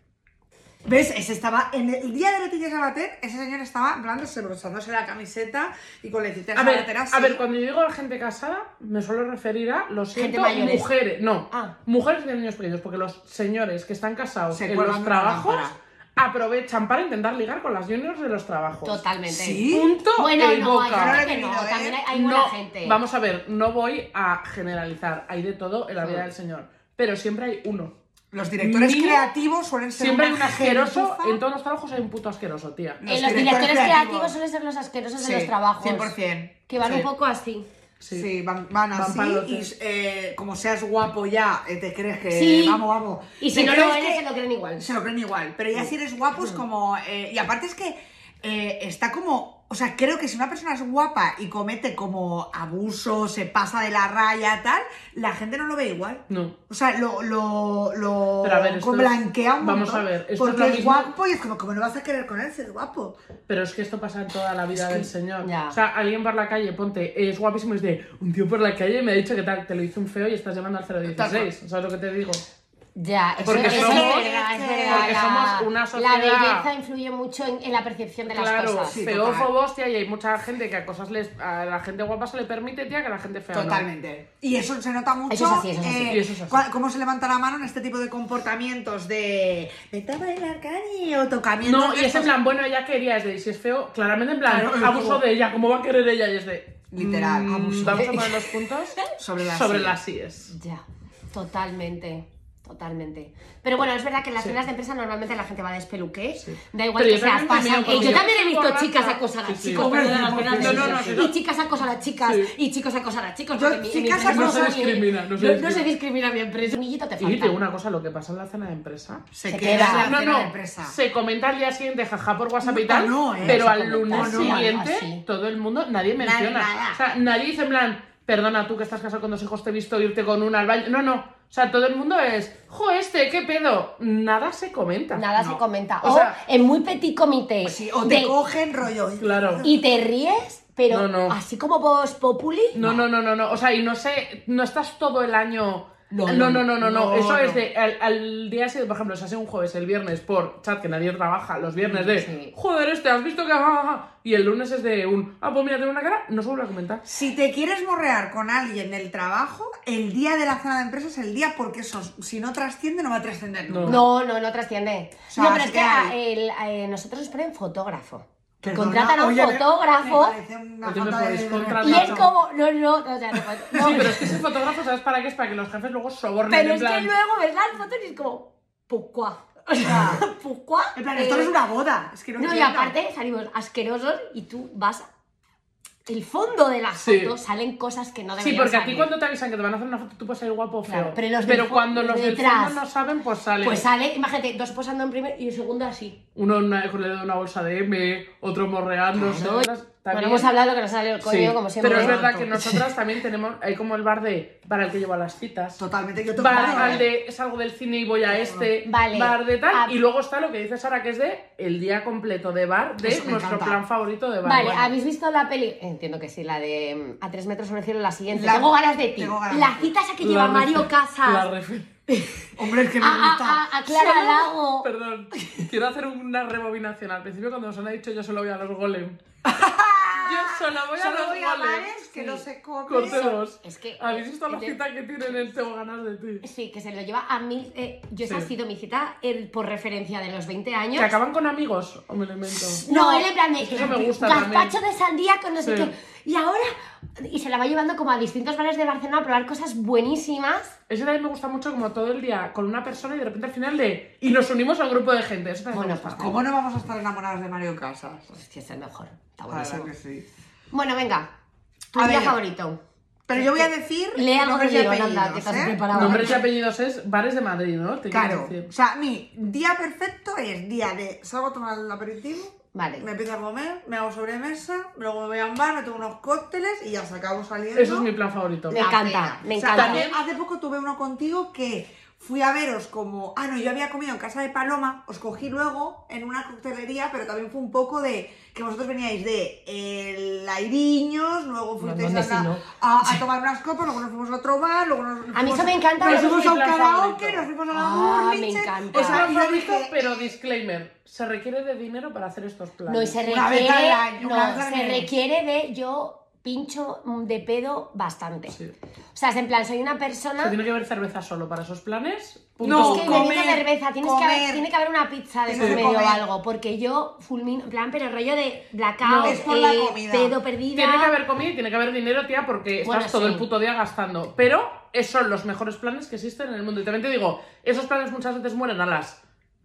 B: ¿Ves? Ese estaba. En el día de Leticia Sabater, ese señor estaba, en plan, desbrochándose la camiseta y con Leticia
A: A
B: Sabater
A: ver,
B: así.
A: a ver, cuando yo digo a la gente casada, me suelo referir a los
C: Gente
A: siento,
C: mayores.
A: mujeres, no,
C: Ah.
A: mujeres de niños pequeños, porque los señores que están casados
B: Se
A: en
B: cuelgan
A: los
B: de una
A: trabajos
B: lámpara.
A: aprovechan para intentar ligar con las juniors de los trabajos.
C: Totalmente.
B: Sí.
A: Punto
C: Bueno,
A: el
C: no,
A: boca.
C: hay gente que no.
B: Ahora he
C: También hay,
B: vivido,
C: hay
A: no,
C: buena gente.
A: Vamos a ver, no voy a generalizar, hay de todo en la vida del señor, pero siempre hay uno.
B: Los directores
A: Mínimo-
B: creativos suelen ser.
A: Siempre hay
B: una
A: un asqueroso,
B: gentuza.
A: en todos los trabajos hay un puto asqueroso, tía.
C: Eh,
B: los
C: los
B: directores
C: directores creativos.
B: creativos.
C: suelen ser los asquerosos
B: Sí,
C: de los trabajos.
B: 100%.
C: Que van
A: Sí.
C: un poco así.
B: Sí, van, van
A: Van
B: así
A: palotes.
B: y eh, como seas guapo ya, eh, te crees que
C: Sí.
B: vamos, vamos.
C: Y si
B: Te
C: no lo
B: crees
C: eres,
B: que-
C: se lo creen igual.
B: Se lo creen igual, pero ya si eres guapo es como... eh, y aparte es que eh, está como... O sea, creo que si una persona es guapa y comete como abuso, se pasa de la raya, tal, la gente no lo ve igual.
A: No.
B: O sea, lo, lo, lo
A: Pero a ver, esto
B: como blanquea un
A: es- vamos
B: montón,
A: a ver, esto es
B: porque
A: lo
B: es,
A: mismo-
B: guapo y es como, como no vas a querer con él, si es guapo.
A: Pero es que esto pasa en toda la vida del señor.
C: ya.
A: O sea, alguien por la calle, ponte, es guapísimo, es de un tío por la calle me ha dicho que tal, te lo hizo un feo y estás llamando al 016. ¿Sabes lo que te digo?
C: Ya, eso,
A: Porque
C: eso
A: somos-
C: es verdad, es
B: porque
C: verdad. la-
A: somos una sociedad-
C: La belleza influye mucho en, en la percepción de las
A: Claro,
C: cosas.
B: sí.
A: feófobos, tía, y hay mucha gente que a cosas les. A la gente guapa se le permite, tía, que a la gente fea. no.
B: Totalmente. Y eso se nota mucho.
C: Eso es así, eso es así.
B: eh,
A: Y eso es así.
B: cua- Cómo se levanta la mano en este tipo de comportamientos de. Vete a bailar, cari, o tocamientos.
A: No,
B: de
A: y es en
B: estos-
A: plan, bueno, ella quería, es de, y si es feo, claramente en plan,
B: Claro, es
A: abuso
B: como-
A: de ella, ¿cómo va a querer ella? Y es de.
B: Literal,
A: mm,
B: abuso.
A: Vamos a poner los puntos
B: [LAUGHS] Sobre las
A: sobre
B: IES.
A: las IES.
C: Ya, totalmente. Totalmente. Pero bueno, es verdad que en las
A: Sí.
C: cenas de empresa normalmente la gente va de espeluqué.
A: Sí.
C: Da igual
A: Pero
C: que
A: yo
C: seas
A: también
C: pasa.
A: me meo,
C: Eh, yo
A: porque
C: también he
A: yo
C: visto
A: borracha.
C: chicas acosar a
A: Sí, sí.
C: chicos.
A: Hombre,
C: perdón,
B: sí,
C: perdón,
B: sí,
C: perdón,
A: no, no,
C: sí,
A: sí,
C: sí.
A: no.
C: Y chicas acosar a chicas.
A: Sí.
C: Y chicos acosar a chicos.
B: Yo,
C: porque mi- en mi
B: chicas
C: empresa
B: acosar-
C: mi-
B: No se
A: discrimina, no se
C: no-
A: discrimina.
C: se discrimina mi empresa. Un niñito te
A: Y
C: falta.
A: te digo una cosa, lo que pasa en la cena de empresa.
B: Se,
C: se
B: queda
C: queda.
B: en la
A: No,
B: cena
A: no,
B: de empresa.
A: se comenta al día siguiente, jaja, por WhatsApp y
B: No,
A: tal,
B: no, eh,
A: pero
C: se
A: al
C: comenta,
A: lunes
C: no, no,
A: siguiente
C: así.
A: todo el mundo, nadie menciona.
B: nada.
A: O sea, nadie dice en plan, perdona tú que estás casado con dos hijos, te he visto irte con una al baño. No, no. O sea, todo el mundo es, jo, este, qué pedo. Nada se comenta.
C: Nada
B: No.
C: se comenta.
A: O
C: O,
A: sea- pues
C: en muy petit comité.
B: Sí, o te
C: de-
B: cogen rollo.
A: Claro.
C: y te ríes, pero
A: No, no.
C: así como vos populi.
A: No, no, no, no, no. O sea, y no sé, no estás todo el año. No,
C: No,
A: no, no,
C: no,
A: no, no.
B: no,
A: Eso
B: no.
A: es de. Al, al día sido, por ejemplo, se hace un jueves, el viernes por chat, que nadie trabaja, los viernes de.
C: Sí.
A: Joder, este, has visto que. ja, ja, ja?". Y el lunes es de un. Ah, pues mira, tengo una cara, no se vuelve a comentar.
B: Si te quieres morrear con alguien del trabajo, el día de la cena de empresa es el día porque eso, si no trasciende, no va a trascender
A: No.
B: nunca.
C: No, no, no trasciende.
B: O sea,
C: no, pero
B: se
C: es que
B: queda
C: a- el- eh, nosotros nos ponen fotógrafo.
B: Perdona,
C: Contratan a un
B: oye, me-
C: fotógrafo
B: me parece una
A: Oye, me
B: falta de-
A: podéis
B: de
A: contratar.
C: y
B: respeto.
C: es como. No, no, no, ya no,
A: [LAUGHS]
C: no.
A: Sí, pero es que ese fotógrafo, ¿sabes para qué? Es para que los jefes luego sobornen.
C: Oh. Pero
A: en
C: es que
A: plan,
C: luego ves las fotos y es como.
A: [LAUGHS]
C: ¿Pucuá? O [LAUGHS] sea, ¿pucuá?
B: En plan, esto no es una boda. Es que no
C: No, y
B: entiendo.
C: aparte salimos asquerosos y tú vas. El fondo de las
A: Sí.
C: fotos salen cosas que no
A: Sí,
C: deberían
A: porque a ti
C: salir.
A: cuando te avisan que te van a hacer una foto, tú puedes salir guapo o feo.
C: Claro, pero los del fo-
A: cuando
C: los
A: los
C: de
A: del
C: detrás.
A: fondo no saben, pues salen.
C: Pues sale, imagínate, dos posando en primer y el segundo así.
A: Uno en una- con el dedo en una bolsa de M, otro morreándose.
C: Claro.
A: otras-
C: Bueno,
A: también-
C: hemos hablado que nos sale el coño,
A: Sí,
C: como siempre.
A: Pero es
C: ¿eh?
A: verdad que nosotras también tenemos, hay como el bar de para el que llevo a las citas.
B: Totalmente, yo tengo
A: Bar
B: miedo,
A: al
B: ¿eh?
A: de salgo del cine y voy a este,
C: Vale.
A: bar de tal,
C: Ah.
A: y luego está lo que dice Sara que es de el día completo de bar, de
B: Eso me
A: nuestro
B: encanta.
A: plan favorito de bar.
C: Vale,
A: Bueno,
C: ¿habéis visto la peli? Entiendo que sí, la de mm, A tres metros sobre el cielo, la siguiente.
B: La-
C: tengo ganas de ti.
B: Tengo ganas de
C: La
B: ti.
C: cita esa que
A: la
C: lleva
A: refer-
C: Mario
A: la
C: Casas. Ah,
A: refer-
B: Hombre, es que me
C: A,
B: gusta.
C: a- a- a ah, Clara Lago.
A: Perdón, quiero hacer una rebobinación. Al principio cuando os han dicho yo solo voy a los
C: [LAUGHS]
A: golem. yo solo voy a los
B: Solo voy a
A: golem.
B: bares que
C: sí.
B: no se comen.
A: Corte dos.
C: Es que-
A: ¿Habéis visto la
C: de-
A: cita que tienen en Tengo ganas de ti?
C: Sí, que se lo lleva a mil. eh, yo esa
A: Sí.
C: ha sido mi cita el- por referencia de los 20
A: ¿Que
C: años.
A: acaban con amigos o me lo invento?
C: No, él en plan de
A: es que eso me gusta
C: gazpacho
A: también.
C: de sandía con no sé
A: Sí.
C: qué. Y ahora. Y se la va llevando como a distintos bares de Barcelona a probar cosas buenísimas.
A: Eso también me gusta mucho como todo el día con una persona y de repente al final de... Y nos unimos a un grupo de gente. Eso también me
C: Bueno, pues
A: gusta.
B: ¿Cómo no vamos a estar enamorados de Mario Casas?
C: Hostia, es el mejor. Está
B: Claro
C: buenísimo.
B: que sí.
C: Bueno, venga. Tu
B: A
C: día
B: ver.
C: favorito.
B: Pero yo voy a decir.
C: Lee algo
B: nombres
C: de
B: y
C: guión, anda,
B: apellidos,
C: que estás
B: ¿eh?
C: preparada.
A: Nombres y apellidos es bares de Madrid, ¿no? Te quiero
B: Claro.
A: decir.
B: O sea, mi día perfecto es día de salgo a tomar el aperitivo,
C: Vale.
B: me empiezo a comer, me hago sobremesa, luego me voy a un bar, me tomo unos cócteles y ya se acabo saliendo.
A: Eso es mi plan favorito.
C: Me
B: La
C: encanta,
B: pena.
C: me
B: O sea,
C: encanta.
B: también hace poco tuve uno contigo que fui a veros como, ah, no, yo había comido en casa de Paloma, os cogí luego en una coctelería, pero también fue un poco de que vosotros veníais de eh, Lairiños, luego fuisteis
C: ¿dónde
B: a, la-
C: si no?
B: a- a tomar unas copas, luego nos fuimos a otro bar, luego nos, nos
C: A mí eso
B: fuimos-
C: me encanta.
B: Nos
A: Eso es
B: fuimos
A: mi
B: a un
A: plan
B: karaoke,
A: favorito.
B: nos fuimos a la
C: Ah, me
B: Burlitzer.
C: encanta.
B: O
A: Es
B: sea,
A: plan
B: yo
A: favorito,
B: dije,
A: pero disclaimer. Se requiere de dinero para hacer estos planes.
C: No, y se
B: Una vez al
C: requiere,
B: año, una vez
C: no,
B: al
C: se
B: mes.
C: requiere de yo pincho de pedo bastante.
A: Sí.
C: O sea, es en plan, soy una
A: Se
C: persona...
A: tiene que haber cerveza solo para esos planes.
B: No,
A: uno.
C: es que
B: comer,
C: necesito cerveza, tienes que haber,
B: comer.
C: tiene que haber una pizza de
B: Tienes
C: por
B: que
C: medio o
B: comer.
C: algo, porque yo fulmino, en plan, pero rollo de blackout,
A: No,
B: es por la
C: eh,
B: comida.
C: pedo perdida.
A: Tiene que haber comida y tiene que haber dinero, tía, porque estás
C: Bueno,
A: todo
C: sí.
A: el puto día gastando. Pero esos son los mejores planes que existen en el mundo. Y también te digo, esos planes muchas veces mueren a las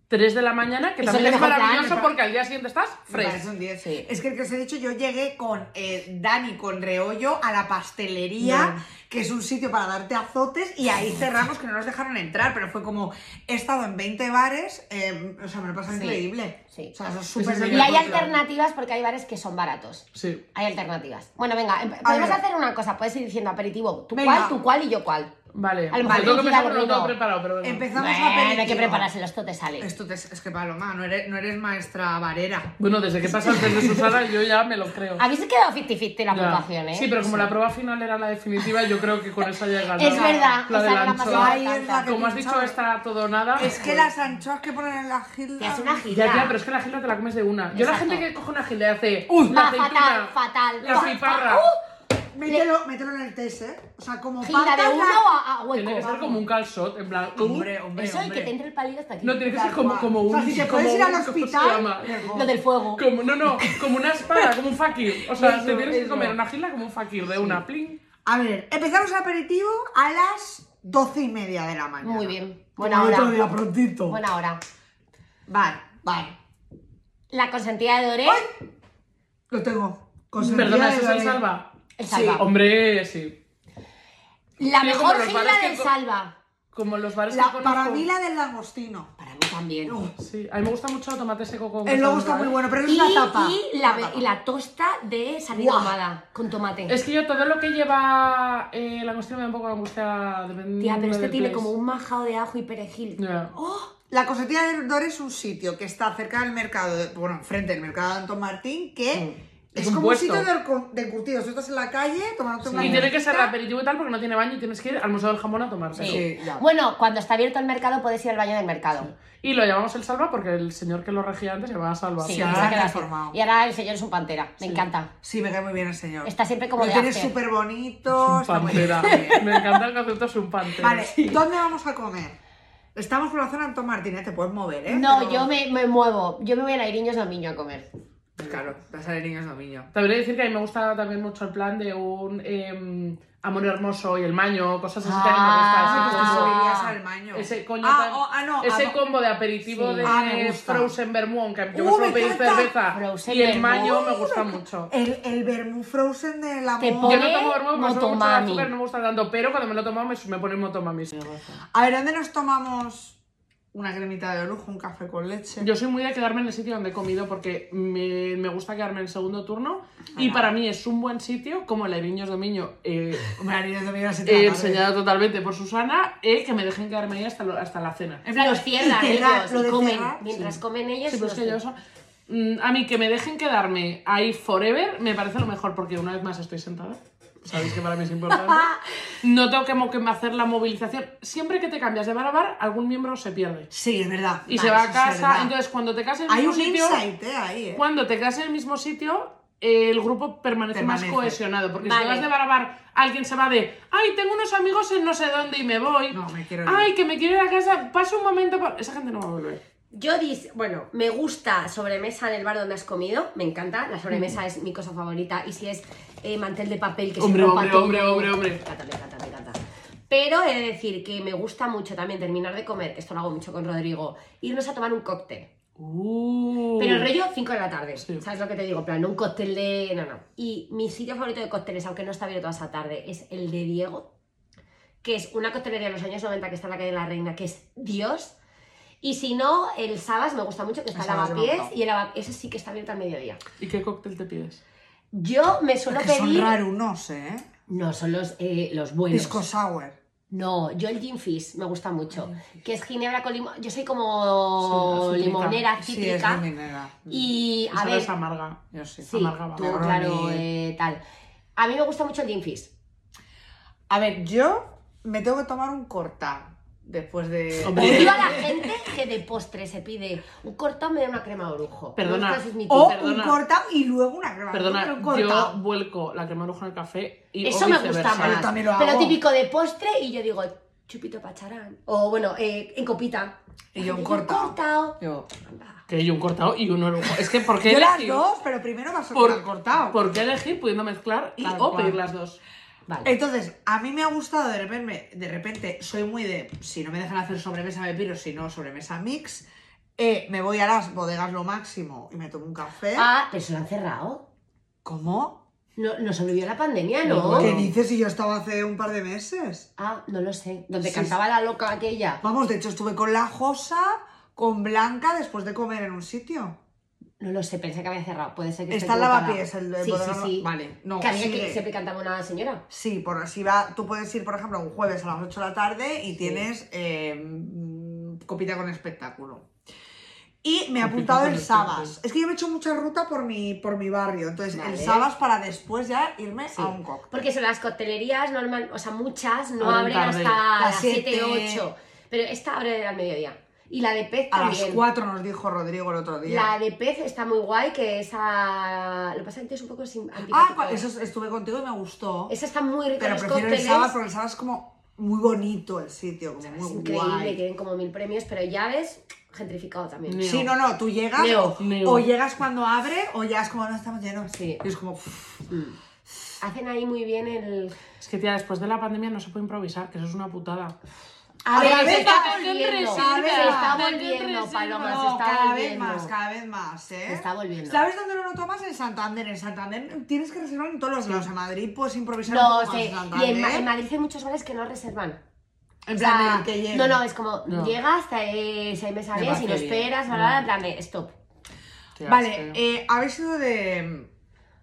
A: 3 de la mañana, que
C: Y son
A: también
C: el
A: es
C: mejor plan,
A: maravilloso
C: ¿verdad?
A: porque al día siguiente estás
B: Me parece
A: fresco.
B: un 10.
C: Sí.
B: Es que, que os he dicho, yo llegué con eh, Dani, con Reollo, a la pastelería, que es un sitio para darte azotes, y ahí cerramos, que no nos dejaron entrar, pero fue como, he estado en 20 bares, eh, o sea, me lo he pasado
C: Sí.
B: increíble.
C: Sí.
B: O sea, eso es
A: Sí, sí,
B: súper
A: sí.
C: Y
A: Mejor
C: hay
A: plan.
C: alternativas porque hay bares que son baratos.
A: Sí.
C: Hay alternativas. Bueno, venga, em- podemos
B: ver.
C: hacer una cosa, puedes ir diciendo aperitivo, tú
B: Venga.
C: cuál, tú cuál y yo cuál.
A: Vale.
C: A lo
A: Pues
C: mejor
A: tengo que
C: te
A: pensar
C: queda
A: porque no tengo
C: aburrido.
A: preparado, pero bueno.
B: Empezamos
C: Bueno,
B: a pedir.
C: hay que prepararse, esto te sale.
B: Esto te- es que Paloma, no eres, no eres maestra varera.
A: Bueno, desde que pasas
C: [LAUGHS]
A: desde Susana yo ya me lo creo.
C: Habéis quedado 50-50 la
A: Ya.
C: puntuación, ¿eh?
A: Sí, pero como la prueba final era la definitiva, yo creo que con esa ya he ganado.
C: Es verdad,
A: La
C: esa
A: del
C: no la
A: ancho.
C: pasaba
B: Ay, es la
C: tanto.
B: que-
A: Como has dicho, está todo o nada.
B: Es que las anchoas que ponen en la
C: Que
B: gilda...
C: es una gilda.
A: Ya, tía, pero es que la gilda te la comes de una. Yo la
C: Exacto.
A: gente que coge una gilda y hace.
C: Va,
A: la aceituna,
C: fatal, fatal.
A: La
C: Fa-
A: piparra.
C: fa-
B: Mételo, mételo en el test, ¿eh? O sea, como
C: Gilda de
B: partas
C: uno
B: la-
C: a, a hueco.
A: Tiene que ser como un calzot, en plan. uh.
B: Hombre, hombre,
C: Eso y
B: hombre.
C: que te entre el palillo hasta aquí.
A: No, tiene que ser
B: Tal
A: como,
B: cual.
A: como
B: O
A: un.
B: sea, si te
A: como
B: puedes ir
A: un-
B: al
A: ¿cómo se llama?
B: hospital...
C: Lo del fuego.
A: Como, no, no, como una espada, como un fakir. O sea,
B: Eso,
A: te tienes que
B: eso.
A: comer una gilda como un fakir de una pling.
B: A ver, empezamos el aperitivo a las doce y media de la mañana.
C: Muy bien.
B: Como
C: Buena
B: el
C: hora.
B: otro día, prontito.
C: Buena hora.
B: Vale, vale.
C: La consentida de Doré,
B: Lo tengo. Consentida
A: Perdona,
B: de
A: ¿ese es el
B: Dani.
A: salva?
C: el salva.
A: Hombre, sí.
C: La
A: Sí, como
C: mejor
A: los
C: gilda
A: bares que
C: del
A: co-
C: salva.
A: Como los bares
B: La-
A: que conozco.
B: para mí la del langostino.
C: Para mí también.
B: Uf,
A: Sí, a mí me gusta mucho el tomate seco con...
B: el logo
A: guacamole.
B: está muy bueno, pero es
C: Y,
B: una tapa.
C: y la,
B: Una tapa.
C: y la tosta de sardina
B: Guau.
C: ahumada con tomate.
A: ¿eh? Es que yo todo lo que lleva eh, langostino me da un poco de angustia dependiendo
C: Tía, pero este
A: del
C: tiene
A: place.
C: como un majado de ajo y perejil.
A: Ya.
B: Oh, La cosetilla del Dor es un sitio que está cerca del mercado, de- bueno, frente del mercado de Anton Martín, que
A: Es
B: es,
A: un
B: como un
A: puesto.
B: sitio de, encur- de encurtidos. Tú estás en la calle tomando
A: Y tiene que ser de aperitivo y tal porque no tiene baño y tienes que ir al Museo del Jamón a tomarse.
B: Sí, ya.
C: Bueno, cuando está abierto el mercado puedes ir al baño del mercado.
A: Y lo llamamos el Salva porque el señor que lo regía antes se llamaba Salva.
C: Sí,
B: Sí,
C: o sea
B: ahora
C: que la-
B: reformado.
C: Y ahora el señor es un pantera. Me encanta.
B: Sí, me cae muy bien el señor.
C: Está siempre como
B: Lo
C: de
B: tiene
C: after.
B: súper bonito. Oh, está muy bien.
A: Pantera. [LAUGHS] Me encanta el concepto es un pantera.
B: Vale, ¿dónde vamos a comer? Estamos por la zona de Anton Martín, ¿eh? te puedes mover, ¿eh?
C: No,
B: Pero-
C: yo me, me muevo. Yo me voy a Nairiños Dominio a comer.
B: pues, Claro, vas a ver niños dominio.
A: También he de decir que a mí me gusta también mucho el plan de un em, amor hermoso y el maño, cosas así que a mí me
C: Ah,
A: gusta.
B: pues
A: Ese
B: te
A: combo,
B: subirías al baño.
A: ese coño
B: ah,
A: tan-
B: oh, ah, no,
A: ese
B: ah, no.
A: combo de aperitivo
C: Sí.
A: de
B: Ah, me gusta.
A: Frozen Vermouth, aunque yo
B: Uh,
A: me suelo
B: me
A: pedir
B: encanta. Eh,
A: cerveza.
C: Frozen
A: y el
C: vermouth.
A: maño me gusta mucho.
B: El, el vermú frozen del amor.
C: Te
A: Yo
C: pone-
A: no tomo vermouth, porque no me gusta el
C: Motomami.
A: azúcar, no me gusta tanto, pero cuando me lo tomo me, me pone motomami.
B: A ver, ¿dónde nos tomamos una cremita de lujo, un café con leche?
A: Yo soy muy de quedarme en el sitio donde he comido porque me, me gusta quedarme en el segundo turno y
B: Ah.
A: para mí es un buen sitio, como el Airiños Dominio,
B: [LAUGHS]
A: eh,
B: Hombre, a niños de mierda se te
A: eh,
B: va a dar.
A: enseñado totalmente por Susana, eh, que me dejen quedarme ahí hasta, lo- hasta la cena.
C: En plan, los cierran
B: Y cerrar,
C: ellos
B: lo
C: y
B: de
C: comen.
B: cerrar,
C: Mientras comen ellos,
A: Sí, pero es
C: los
A: que yo
C: cierran.
A: so- Mm, a mí que me dejen quedarme ahí forever me parece lo mejor porque una vez más estoy sentada. Sabéis que para mí es
B: [LAUGHS]
A: importante. No tengo que, mo- que hacer la movilización. Siempre que te cambias de bar a bar, algún miembro se pierde.
B: Sí, es verdad.
A: Y
B: Vale,
A: se va
B: eso
A: a
B: sí es
A: casa.
B: verdad.
A: entonces, cuando te casas en el
B: Hay
A: mismo
B: un
A: sitio,
B: insight, ¿eh? Ahí, ¿eh?
A: cuando te quedas en el mismo sitio, eh, el grupo permanece, más
B: Permanece.
A: cohesionado. Porque si
C: Vale.
A: te vas de bar a bar, alguien se va de, ay, tengo unos amigos en no sé dónde y me voy.
B: No, me quiero ir.
A: Ay, que me quiero ir a casa, pasa un momento. por-". Esa gente no va a volver.
C: Yo dis, bueno, me gusta sobremesa en el bar donde has comido, me encanta, la sobremesa es mi cosa favorita y si es eh, mantel de papel que
A: Mm. Hombre,
C: se rompa
A: hombre,
C: todo,
A: hombre, hombre, hombre.
C: Me encanta, me encanta, me encanta. Pero he de decir que me gusta mucho también terminar de comer, que esto lo hago mucho con Rodrigo, irnos a tomar un cóctel.
A: Uh.
C: Pero el rollo 5 de la tarde,
A: Sí.
C: ¿sabes lo que te digo? En plan, no un cóctel de... no, no. Y mi sitio favorito de cócteles, aunque no está abierto toda esa tarde, es el de Diego, que es una coctelería de los años 90 que está en la calle de la Reina, que es Dios. Y si no, el Sabas me gusta mucho, que está
B: El
C: en
B: Sabas me
C: Lavapiés,
B: gusta.
C: y el Lava- ese sí que está abierto al mediodía.
A: ¿Y qué cóctel te pides?
C: Yo me suelo
B: que
C: pedir...
B: son rarunos, ¿eh?
C: No, son los, eh, los buenos.
B: Disco sour.
C: No, yo el gin fizz me gusta mucho, que es ginebra con limón. Yo soy como
A: Sí, la cítrica.
C: limonera,
B: Sí, es
C: cítrica.
B: minera.
C: y a
A: Esa
C: ver,
A: es amarga.
B: Yo sí.
C: Sí,
A: Amarga, va,
C: tú,
B: marrón
C: claro,
B: y-
C: eh, tal. A mí me gusta mucho el
B: [LAUGHS]
C: gin fizz.
B: A ver, yo me tengo que tomar un corta después de...
A: Hombre.
B: [LAUGHS]
C: Odio a la gente que de postre se pide un cortado me da una crema de orujo.
A: Perdona.
C: No estás admitido.
B: O
A: Perdona.
B: un corta y luego una crema.
A: Perdona,
B: un corta.
A: yo vuelco la crema de lujo en el café y
C: Eso
A: o
C: me
A: viceversa.
C: gusta más.
B: Yo también lo hago.
C: Pero típico de postre y yo digo chupito pacharán. O bueno, eh, en copita.
B: Y yo un
C: Ay,
B: cortao.
C: cortao.
B: Yo,
C: Anda.
A: Que hay un cortado y uno lujo. Es que ¿por qué
B: yo las
A: elegir?
B: dos, pero primero vas a
A: ¿Por,
B: cortar cortado.
A: ¿Por qué elegir pudiendo mezclar y
B: Tal
A: o
B: cual.
A: pedir las dos?
C: Vale.
B: Entonces, a mí me ha gustado de repente, de repente, soy muy de, si no me dejan hacer sobremesa me piro, si no sobremesa mix, eh, me voy a las bodegas lo máximo y me tomo un café.
C: Ah, pero se lo han cerrado.
B: ¿Cómo?
C: No, no sobrevivió la pandemia, ¿no?
A: No.
B: ¿Qué dices si yo estaba hace un par de meses?
C: Ah, no lo sé. Donde
B: Sí,
C: cantaba la loca aquella.
B: Vamos, de hecho estuve con la Josa, con Blanca, después de comer en un sitio.
C: No lo sé, pensé que había cerrado. Puede ser que esté
B: Está el
C: equivocada.
B: lavapiés, el de
C: Sí, sí,
B: bodega-
C: sí.
B: Vale, no,
C: que había que
B: sigue.
C: siempre cantaba una señora.
B: Sí, por si va, tú puedes ir, por ejemplo, un jueves a las 8 de la tarde y tienes eh, mm, copita con espectáculo. Y me ha
A: Copita
B: apuntado
A: con
B: el
A: espectáculo.
B: Sabas. Es que yo me he hecho mucha ruta por mi, por mi barrio. Entonces,
C: Vale.
B: el Sabas para después ya irme
C: Sí.
B: a un cóctel.
C: Porque son las coctelerías normal, o sea, muchas no
A: Abren
C: abren
A: tarde.
C: hasta
B: Las
C: las 7,
B: siete.
C: 8. Pero esta abre al mediodía. Y la de pez
B: A las
C: también.
B: 4 nos dijo Rodrigo el otro día. Ah,
C: La de pez está muy guay, que esa. Lo que pasa es que es un poco sin.
B: Ah,
C: antipático.
B: cua- eso es- estuve contigo y me gustó.
C: Esa está muy rica.
B: Pero
C: los
B: prefiero el
C: cócteles.
B: Sabas porque el Sabas es como muy bonito el sitio, como
C: Es
B: muy
C: increíble,
B: guay.
C: tienen como mil premios, pero ya ves, gentrificado también.
A: Neo.
B: Sí, no, no, tú llegas
C: Neo,
A: neo.
B: o llegas cuando abre o ya es como no estamos llenos.
C: Sí.
B: Y es como uff,
C: Hacen ahí muy bien el.
A: Es que, tía, después de la pandemia no se puede improvisar, que eso es una putada.
C: A
B: ver,
C: ver,
B: cada
C: se
B: vez
C: está
B: más,
C: volviendo.
B: cada vez
C: Se está
A: más.
C: volviendo,
A: Sí,
C: Paloma,
A: no,
C: se está
B: cada vez
C: volviendo.
B: más, cada vez más, ¿eh?
C: Se está volviendo.
B: ¿Sabes dónde no lo tomas? En Santander. En Santander tienes que reservar en todos los lados. En Madrid puedes improvisar un
C: No,
B: poco más
C: sé.
B: en
C: Y
B: Santander.
C: en, Ma- en Madrid hay muchos bares que no reservan.
B: En
C: O
B: plan,
C: sea,
B: el que llegue.
C: Ah, No, no, es como
A: No. Mm.
C: llegas, eh, si hay
B: Me
C: mesanías
B: parece
C: y lo
B: bien.
C: esperas, bla, bla, bla, en plan de stop.
A: Qué
B: Vale,
A: asco.
B: eh, habéis ido de,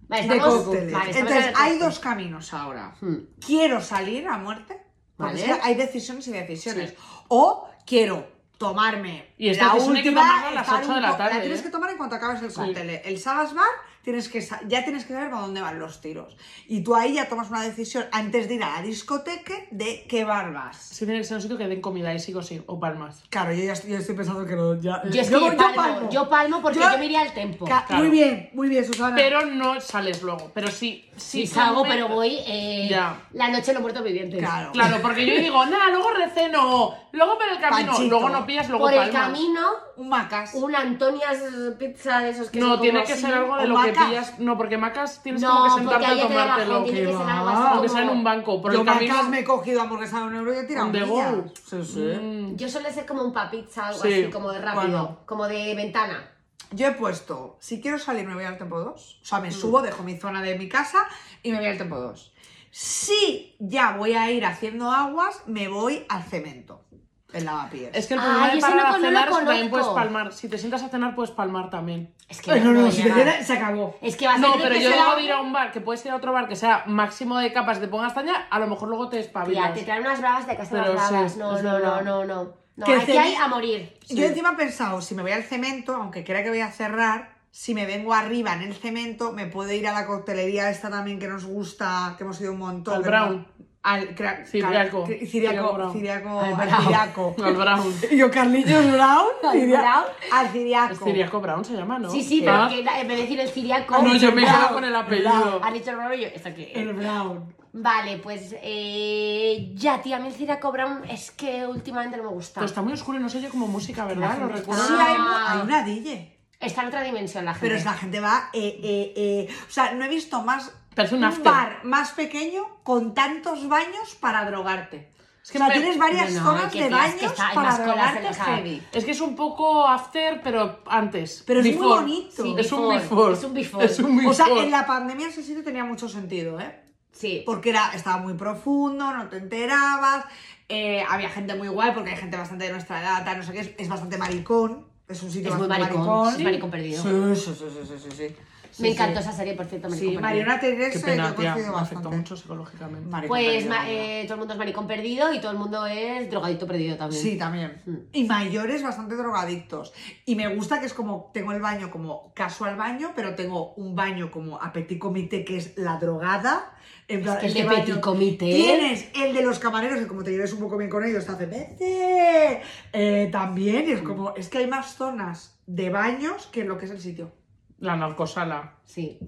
C: Vale,
B: de
C: estamos,
B: cócteles.
C: vale, estamos
B: Entonces,
C: en el
B: hay
C: cóctel.
B: dos caminos ahora.
C: Hmm.
A: Mm.
B: Quiero salir a muerte, porque
C: Vale.
B: es que hay decisiones y decisiones. O quiero tomarme
A: Y esto
B: la
A: que es un equipo
B: última,
A: a las
B: estar
A: ocho
B: un
A: de la
B: po-
A: tarde,
B: tienes
A: ¿eh?
B: que tomar en cuanto acabes el cóctel. El Sabas Bar tienes que sa- ya tienes que saber para dónde van los tiros. Y tú ahí ya tomas una decisión antes de ir a la discoteca de qué bar vas.
A: Sí, tiene que ser un sitio que den comida y sigo sí, o palmas.
B: Claro, yo ya estoy, yo estoy pensando que no. Ya, eh,
C: Yo es que yo palmo, yo palmo porque yo, me iría al tempo.
B: Ca-
A: claro.
B: Muy bien, muy bien, Susana.
A: Pero no sales luego. Pero sí, sí.
C: Ah. Sí, salgo,
A: come-
C: pero voy eh,
A: Ya.
C: la noche de los muertos vivientes.
B: Claro.
A: Claro, porque yo digo, nada, luego receno, luego por el camino,
B: Panchito.
A: luego no pillas, luego
C: Por el
A: palmas.
C: camino,
B: Un macas.
C: una Antonia's pizza de esos que son
A: No,
C: como
A: tiene que
C: así.
A: ser algo de
B: o
A: lo que
B: macas.
A: pillas. No, porque macas tienes
C: No,
A: como que
C: porque
A: sentarte
C: ahí
A: a
C: ya te da bajón,
A: tomártelo.
C: tiene que ser algo
B: va.
C: así.
A: Aunque sea en
C: como-
A: un banco. Por
B: yo
A: el camino.
B: macas me he cogido hamburguesa de un euro y he tirado
A: de Mm.
B: milla.
A: go. Sí, sí.
C: Yo suele ser como un papizza, algo
A: Sí.
C: así, como de rápido,
B: Bueno.
C: como de ventana.
B: Yo he puesto, si quiero salir me voy al tempo 2. O sea, me subo, dejo mi zona de mi casa y me voy al tempo 2. Si ya voy a ir haciendo aguas, me voy al cemento. El lavapiés.
A: Es que el
C: Ay,
A: problema de
C: eso
A: parar a
C: no- no lo
A: cenar es que también
C: conozco.
A: puedes palmar. Si te sientas a cenar, puedes palmar también.
C: Es que
B: Eh, no,
C: no,
B: no,
C: voy a
B: si
C: llegar.
B: te- se acabó.
C: Es que va a ser
A: No,
C: de
A: pero
C: que
A: yo
C: se
A: digo
C: la-
A: de ir a un bar, que puedes ir a otro bar que sea máximo de capas, te pongas taña, a lo mejor luego te
C: Tía, te
A: despabilas.
C: traen unas bravas de casa de
A: Pero
C: las
A: sí,
C: bravas. no,
A: es
C: no,
A: verdad.
C: no, no, no, no.
B: Que
C: Aquí
B: te-
C: hay a morir.
B: Yo encima he pensado, si me voy al cemento, aunque crea que voy a cerrar, si me vengo arriba en el cemento, me puedo ir a la coctelería esta también que nos gusta, que hemos ido un montón.
A: Al
B: que
A: Brown.
B: no- Al cra-
A: Ciriaco.
B: cri-
A: Ciriaco
B: Ciriaco.
A: Brown.
B: Ciriaco.
C: Al
B: Al
C: Brown.
A: [LAUGHS]
B: Ciriaco.
A: Al Brown.
B: Yo, Carlitos
C: [LAUGHS]
B: Brown.
C: Al
B: Ciria-
C: Brown.
B: Al
A: Es
B: Ciriaco.
A: Ciriaco Brown se llama, ¿no?
C: Sí, sí,
A: Ah.
C: pero que la- en vez de decir el ciriaco.
A: No, yo me
C: Bravo.
A: quedo con el apellido.
C: Ha dicho el bravo y yo, ¿esto qué es?
B: El Brown.
C: Vale, pues eh, ya, tía, a mí el ciriaco brown es que últimamente no me gusta.
A: Pero está muy oscuro y no se oye como música, ¿verdad? Lo recuerdo.
B: Sí, hay, mu- Ah, hay una DJ.
C: Está en otra dimensión la gente.
B: Pero es la gente va. Eh, eh, eh. O sea, no he visto más.
A: Parece un after.
B: bar más pequeño con tantos baños para drogarte. Es que o sea,
A: me-
B: tienes varias
C: No, no,
B: zonas
C: que
B: de
C: tía, es
B: baños
C: que está- hay
B: para
C: más colas en
B: drogarte
C: esa-
B: heavy.
A: Es que es un poco after, pero antes.
B: Pero es muy
A: Before.
B: bonito. Sí,
A: es un
C: before.
A: before.
C: Es un before.
A: Es un before.
B: O sea, en la pandemia ese sitio tenía mucho sentido, ¿eh?
C: Sí.
B: Porque era, estaba muy profundo, no te enterabas, eh, había gente muy guay, porque hay gente bastante de nuestra edad, tal, no sé qué, es, es bastante maricón, es un sitio
C: Es muy
B: bastante
C: maricón, sí,
B: Sí.
C: maricón perdido.
B: Sí, sí, sí, sí, sí, sí.
C: me
B: Sí,
C: encantó
B: sí.
C: esa serie, por cierto, Maricón
B: Sí,
C: Perdido.
B: Mariona
A: Qué
B: Teresa,
A: pena,
B: yo
A: tía.
B: coincido
A: Me afectó
B: bastante.
A: mucho psicológicamente.
B: Maricón
C: Pues
B: perdido,
C: ma-
B: mira.
C: eh, todo el mundo es maricón perdido y todo el mundo es drogadito perdido también.
B: Sí, también.
C: Mm.
B: Y mayores bastante drogadictos. Y me gusta que es como, tengo el baño como casual baño, pero tengo un baño como a petit comité, que es la drogada. En plan,
C: que el
B: este
C: de
B: baño-
C: petit comité.
B: Tienes el de los camareros, que como te lleves un poco bien con ellos, te hace vete. Eh, también y es como, es que hay más zonas de baños que en lo que es el sitio.
A: La narcosala.
C: Sí.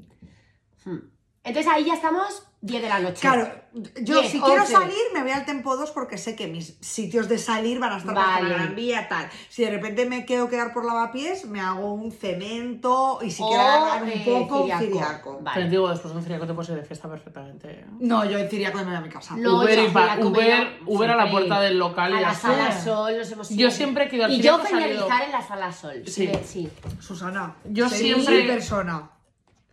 C: Hmm. Entonces ahí ya estamos 10 de la noche.
B: Claro, yo
C: Diez,
B: si quiero
C: once.
B: salir me voy al Tempo 2 porque sé que mis sitios de salir van a estar para
C: Vale.
B: la Gran Vía, tal. Si de repente me quiero quedar por lavapiés, me hago un cemento y si quiero
C: O,
B: agarrar
C: eh,
B: un poco, un
C: ciriaco.
B: ciriaco.
C: Vale.
A: Pero digo, después de un ciriaco te puedes ir de fiesta perfectamente. ¿eh?
B: No, yo en ciriaco me voy a mi casa.
C: No,
A: Ah, Uber,
C: yo
A: y
C: fui
A: pa-
C: a comer
A: Uber- Uber a la
C: siempre
A: puerta del local y
C: A
A: ya
C: la
A: está.
C: sala sol, nos hemos
A: Yo siempre he querido al
C: Y yo
A: ciriaco, he salido.
C: finalizar en la sala sol.
A: Sí.
C: Me- sí.
B: Susana,
A: Yo
B: soy
A: siempre-
B: mi persona.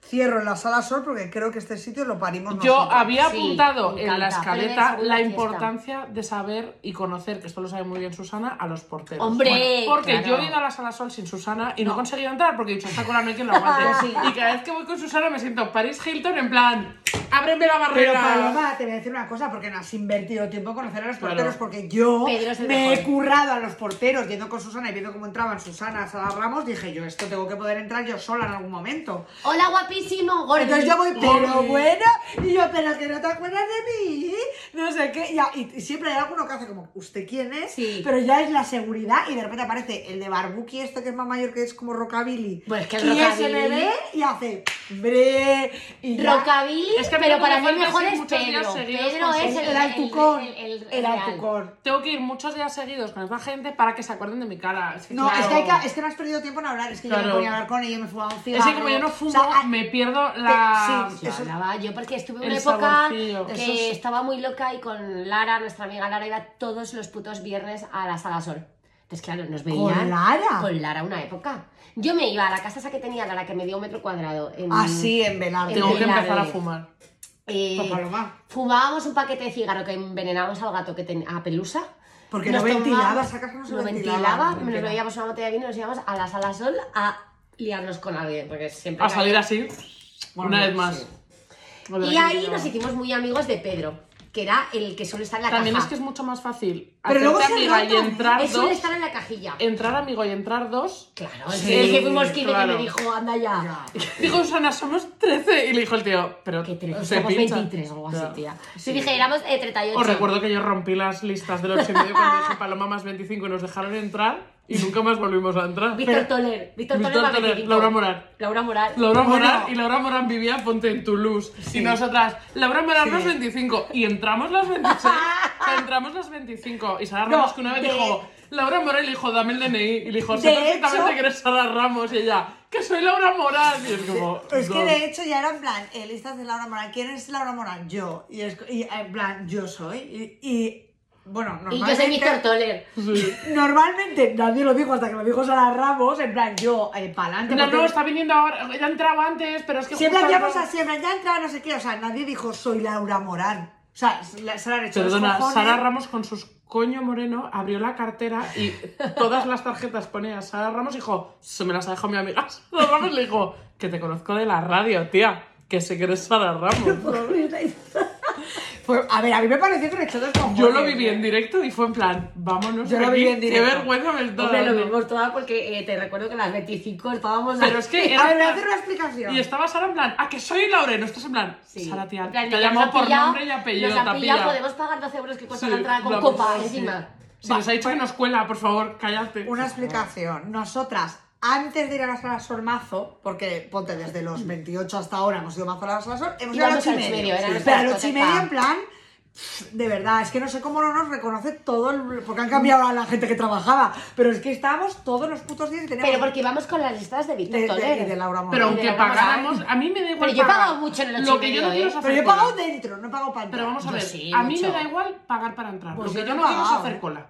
B: Cierro en la sala sol porque creo que este sitio lo parimos
A: Yo
B: nosotros.
A: había
C: Sí,
A: apuntado
C: me
A: en la
C: encanta. Pero debe
A: escaleta
C: ser una
A: la
C: fiesta.
A: importancia de saber y conocer, que esto lo sabe muy bien Susana, a los porteros.
C: ¡Hombre!
A: porque
C: Claro.
A: yo he ido a la sala sol sin Susana y no, he conseguido entrar porque he dicho, esta cola no hay quien la aguante.
C: [LAUGHS] Sí.
A: Y cada vez que voy con Susana me siento Paris Hilton en plan, ábreme la
B: Pero
A: barrera.
B: Paloma, te voy a decir una cosa, porque no has invertido tiempo en conocer a los
A: Claro.
B: porteros, porque yo
C: Pedro es el
B: me
C: mejor.
B: he currado a los porteros, yendo con Susana y viendo cómo entraban Susana, Sara Ramos, dije yo, esto tengo que poder entrar yo sola en algún momento.
C: Hola, guapísimo, gordo.
B: Entonces yo voy, pero
A: Ole.
B: bueno, y yo, pero que no te acuerdas de mí, no sé qué, y, a- y- y siempre hay alguno que hace como, ¿usted quién es?
C: Sí.
B: Pero ya es la seguridad, y de repente aparece el de Barbuki, este que es más mayor, que es como Rockabilly.
C: Pues que el
B: y ese
C: rockabilly-
B: me ve y hace, hombre, y ya-
C: Rockabilly,
A: Es que a mí
C: pero
A: me
C: para mí
A: falta
C: el mejor
A: decir
C: es
A: muchos días
C: Pedro.
A: seguidos
C: Pedro
A: con
C: es
B: el,
C: el,
B: altucón,
C: el- el- el
B: el
C: real.
B: altucón.
A: Tengo que ir muchos días seguidos con esta gente para que se acuerden de mi cara. Es que,
B: No,
A: claro,
B: es, que hay que, es que no has perdido tiempo en hablar, es que yo me
A: Claro.
B: ponía a hablar con ella, me fumaba un
A: Es
B: cigarro.
A: que como yo no fumo,
B: o sea, a-
A: me pierdo la...
B: Sí,
C: Yo
B: Eso-
C: hablaba, yo porque estuve en una
A: el
C: época
A: saborcillo.
C: que
B: Eso es-
C: estaba muy loca y con Lara, nuestra amiga Lara, iba todos los putos viernes a la sala sol. Entonces, claro, nos veían.
B: Lara?
C: Con Lara, una época. Yo me iba a la casa esa que tenía Lara, que me dio un metro cuadrado. En,
B: Ah, sí, en Velarde.
A: Tengo
C: Sí,
A: que
C: la
A: empezar a
C: vez.
A: fumar.
C: eh,
B: Pues, Paloma.
C: fumábamos un paquete de cigarro que envenenábamos al gato que ten- a Pelusa.
B: Porque
C: Nos
B: no ventilaba,
C: tomábamos-
B: esa casa no se
C: no
B: ventilaba.
C: ventilaba,
B: No
C: nos
B: ventilaba.
C: veíamos una botella de vino y nos íbamos a la sala sol a liarnos con alguien, porque siempre...
A: A
C: caía-
A: salir así, una vez más.
C: Y ahí nos hicimos muy amigos de Pedro, que era el que suele estar en la
A: También
C: caja.
A: es que es mucho más fácil
B: Pero luego
A: hacerte
B: se
A: amiga y
B: rotan, ¿eh?
A: entrar
C: Él suele
A: dos.
C: estar en la cajilla.
A: Entrar amigo y entrar dos.
C: Claro,
A: Sí,
C: es que fuimos 15
A: claro.
C: y me dijo, anda ya.
A: Dijo Susana, somos 13. Y le dijo el tío, pero
C: Que te-
A: se
C: somos
A: pincha.
C: 23 o algo así,
A: Claro.
C: tía. Sí, dije, éramos eh, 38.
A: Os recuerdo que yo rompí las listas de los y medio cuando dije Paloma más 25 y nos dejaron entrar y nunca más volvimos a entrar.
C: Víctor Toler. Víctor Toler,
A: Víctor
C: más
A: Toler,
C: 25.
A: Laura Moral.
C: Laura Moral.
A: Laura
B: Bueno.
A: Morán y Laura Morán vivía ponte en Toulouse y nosotras Laura Morán
B: Sí.
A: los 25 y entramos las 26 o
B: [LAUGHS]
A: sea, entramos las 25 y Sara
B: No,
A: Ramos que una vez
B: de-
A: dijo Laura Morán le dijo dame el DNI y le dijo sé
B: De
A: perfectamente
B: hecho-
A: que eres Sara Ramos y ella que soy Laura Morán y es como
B: Es que
A: no.
B: de hecho ya era en plan, eh, listas de Laura Morán. ¿Quién es Laura Morán? Yo. Y, es, y en plan, yo soy. Y, y, bueno,
C: Y
B: normalmente.
C: yo soy Víctor Toler.
A: Sí.
B: Normalmente nadie lo dijo hasta que lo dijo Sara Ramos. En plan, yo, eh, pa'lante.
A: No,
B: porque-
A: no, está viniendo ahora. Ella ha entrado antes, pero es que.
B: Siempre
A: justo
B: hacíamos
A: ahora-
B: así, en plan, ya entraba no sé qué. O sea, nadie dijo, soy Laura Morán. O sea, la- se la han hecho los
A: Perdona,
B: cojones.
A: Sara Ramos con sus coño moreno abrió la cartera y todas las tarjetas ponía Sara Ramos y dijo, se me las ha dejado mi amiga Sara Ramos le dijo, que te conozco de la radio, tía, que sé que eres Sara Ramos.
B: [LAUGHS] Fue- a ver, a mí me pareció que le echó dos cojones. ¿eh?
A: Yo lo viví en directo y fue en plan, vámonos.
B: Yo
A: de
B: lo viví
A: aquí,
B: en directo.
A: Qué vergüenza me está
C: Hombre, lo
A: dando".
C: vimos todas porque eh, te recuerdo que a las 25 estábamos...
A: Pero
C: [LAUGHS]
A: es que era
B: A ver, voy a
A: en
B: hacer
A: plan-
B: una explicación.
A: Y estaba Sara en plan, ah, que soy Laureno, estás en plan,
C: Sí.
A: Sara tía,
C: En plan,
A: te
C: que
A: llamó
C: nos ha
A: por
C: pillado-
A: nombre y apellido,
C: Nos ha
A: te ha
C: pillado,
A: pillado.
C: podemos pagar 12 euros que cuesta
A: Sí,
C: la entrada con
A: la
C: copa
A: verdad, sí.
C: encima.
A: Si nos ha dicho que nos cuela, por favor, cállate.
B: Una explicación. Nosotras, antes de ir a la sala Sol Mazo, porque ponte desde los 28 hasta ahora hemos ido mazo a la sala Sol, hemos ido a
C: Íbamos
B: las 8
C: al
B: y
C: medio,
B: medio.
C: era
B: Sí.
C: nuestra
B: Pero a las 8 y media,
C: discoteca.
B: en plan, pff, de verdad, es que no sé cómo no nos reconoce todo el. Porque han cambiado a la gente que trabajaba, pero es que estábamos todos los putos días y teníamos.
C: Pero porque íbamos con las listas de Víctor
B: de, de-
C: Toler.
B: y de Laura Morán.
A: Pero
C: Y de
A: aunque
C: la vamos a
A: pagáramos, a mí me da igual.
C: Pero yo he
A: pagar.
C: pagado mucho en el
A: Lo que yo no
C: ochimilio,
A: quiero
C: ¿eh?
A: es hacer
B: Pero yo he
A: cola.
B: pagado dentro, no he pagado para
A: Pero vamos a
C: Yo
A: ver,
C: sí,
A: a mí
C: mucho.
A: me da igual pagar para entrar.
B: Pues
A: lo que
B: yo
A: yo
B: no
A: no
B: he
A: quiero es
B: pagado,
A: hacer
B: ¿eh?
A: cola.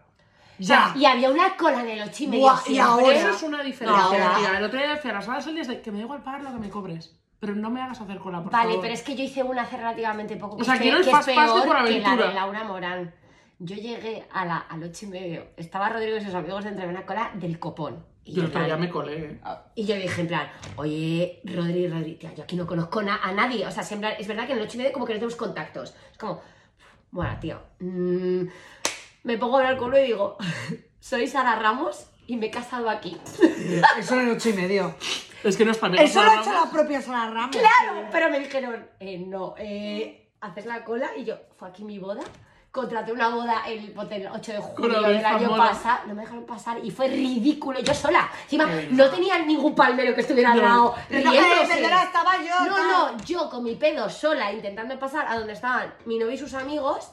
A: Ya.
C: Y había una cola en el 8 y medio.
B: Buah, y
C: siempre.
B: ahora-
A: Eso es una diferencia,
B: No, ahora.
A: tía. El otro día decía, las salas son días de que me da igual pagar lo que me cobres, pero no me hagas hacer cola, por
C: Vale,
A: favor.
C: pero es que yo hice una hace relativamente poco.
A: O
C: que
A: sea,
C: es que-
A: quiero el
C: que es
A: fast pass de
C: peor
A: por
C: que la
A: aventura.
C: de Laura Morán. Yo llegué a la, al 8 y medio. Estaba Rodrigo y sus amigos dentro de una cola del copón. Y
A: Yo el
C: en
A: otro día
C: plan-
A: me colé. ¿eh?
C: Y yo dije en plan, oye, Rodri, Rodri, tía, yo aquí no conozco na- a nadie. O sea, siempre, es verdad que en el 8 y medio como que no tenemos contactos. Es como, bueno, tío, mm, me pongo a hablar con uno y digo, [LAUGHS] soy Sara Ramos y me he casado aquí.
B: Eh, Eso era el 8 y medio.
A: Es que no está bien.
B: Eso lo ha hecho la propia Sara Ramos.
C: Claro, pero me dijeron, eh, no, eh, haces la cola y yo, fue aquí mi boda. Contraté una boda el, ponte, el 8 de julio
A: Con
C: del
A: la
C: año
A: moda.
C: pasado, no me dejaron pasar y fue ridículo, yo sola. Encima, no tenía ningún palmero que estuviera al
A: No.
C: lado
B: Pero, eh,
C: riéndose.
B: perdona, estaba yo. tal.
C: No, no, yo con mi pedo sola intentando pasar a donde estaban mi novio y sus amigos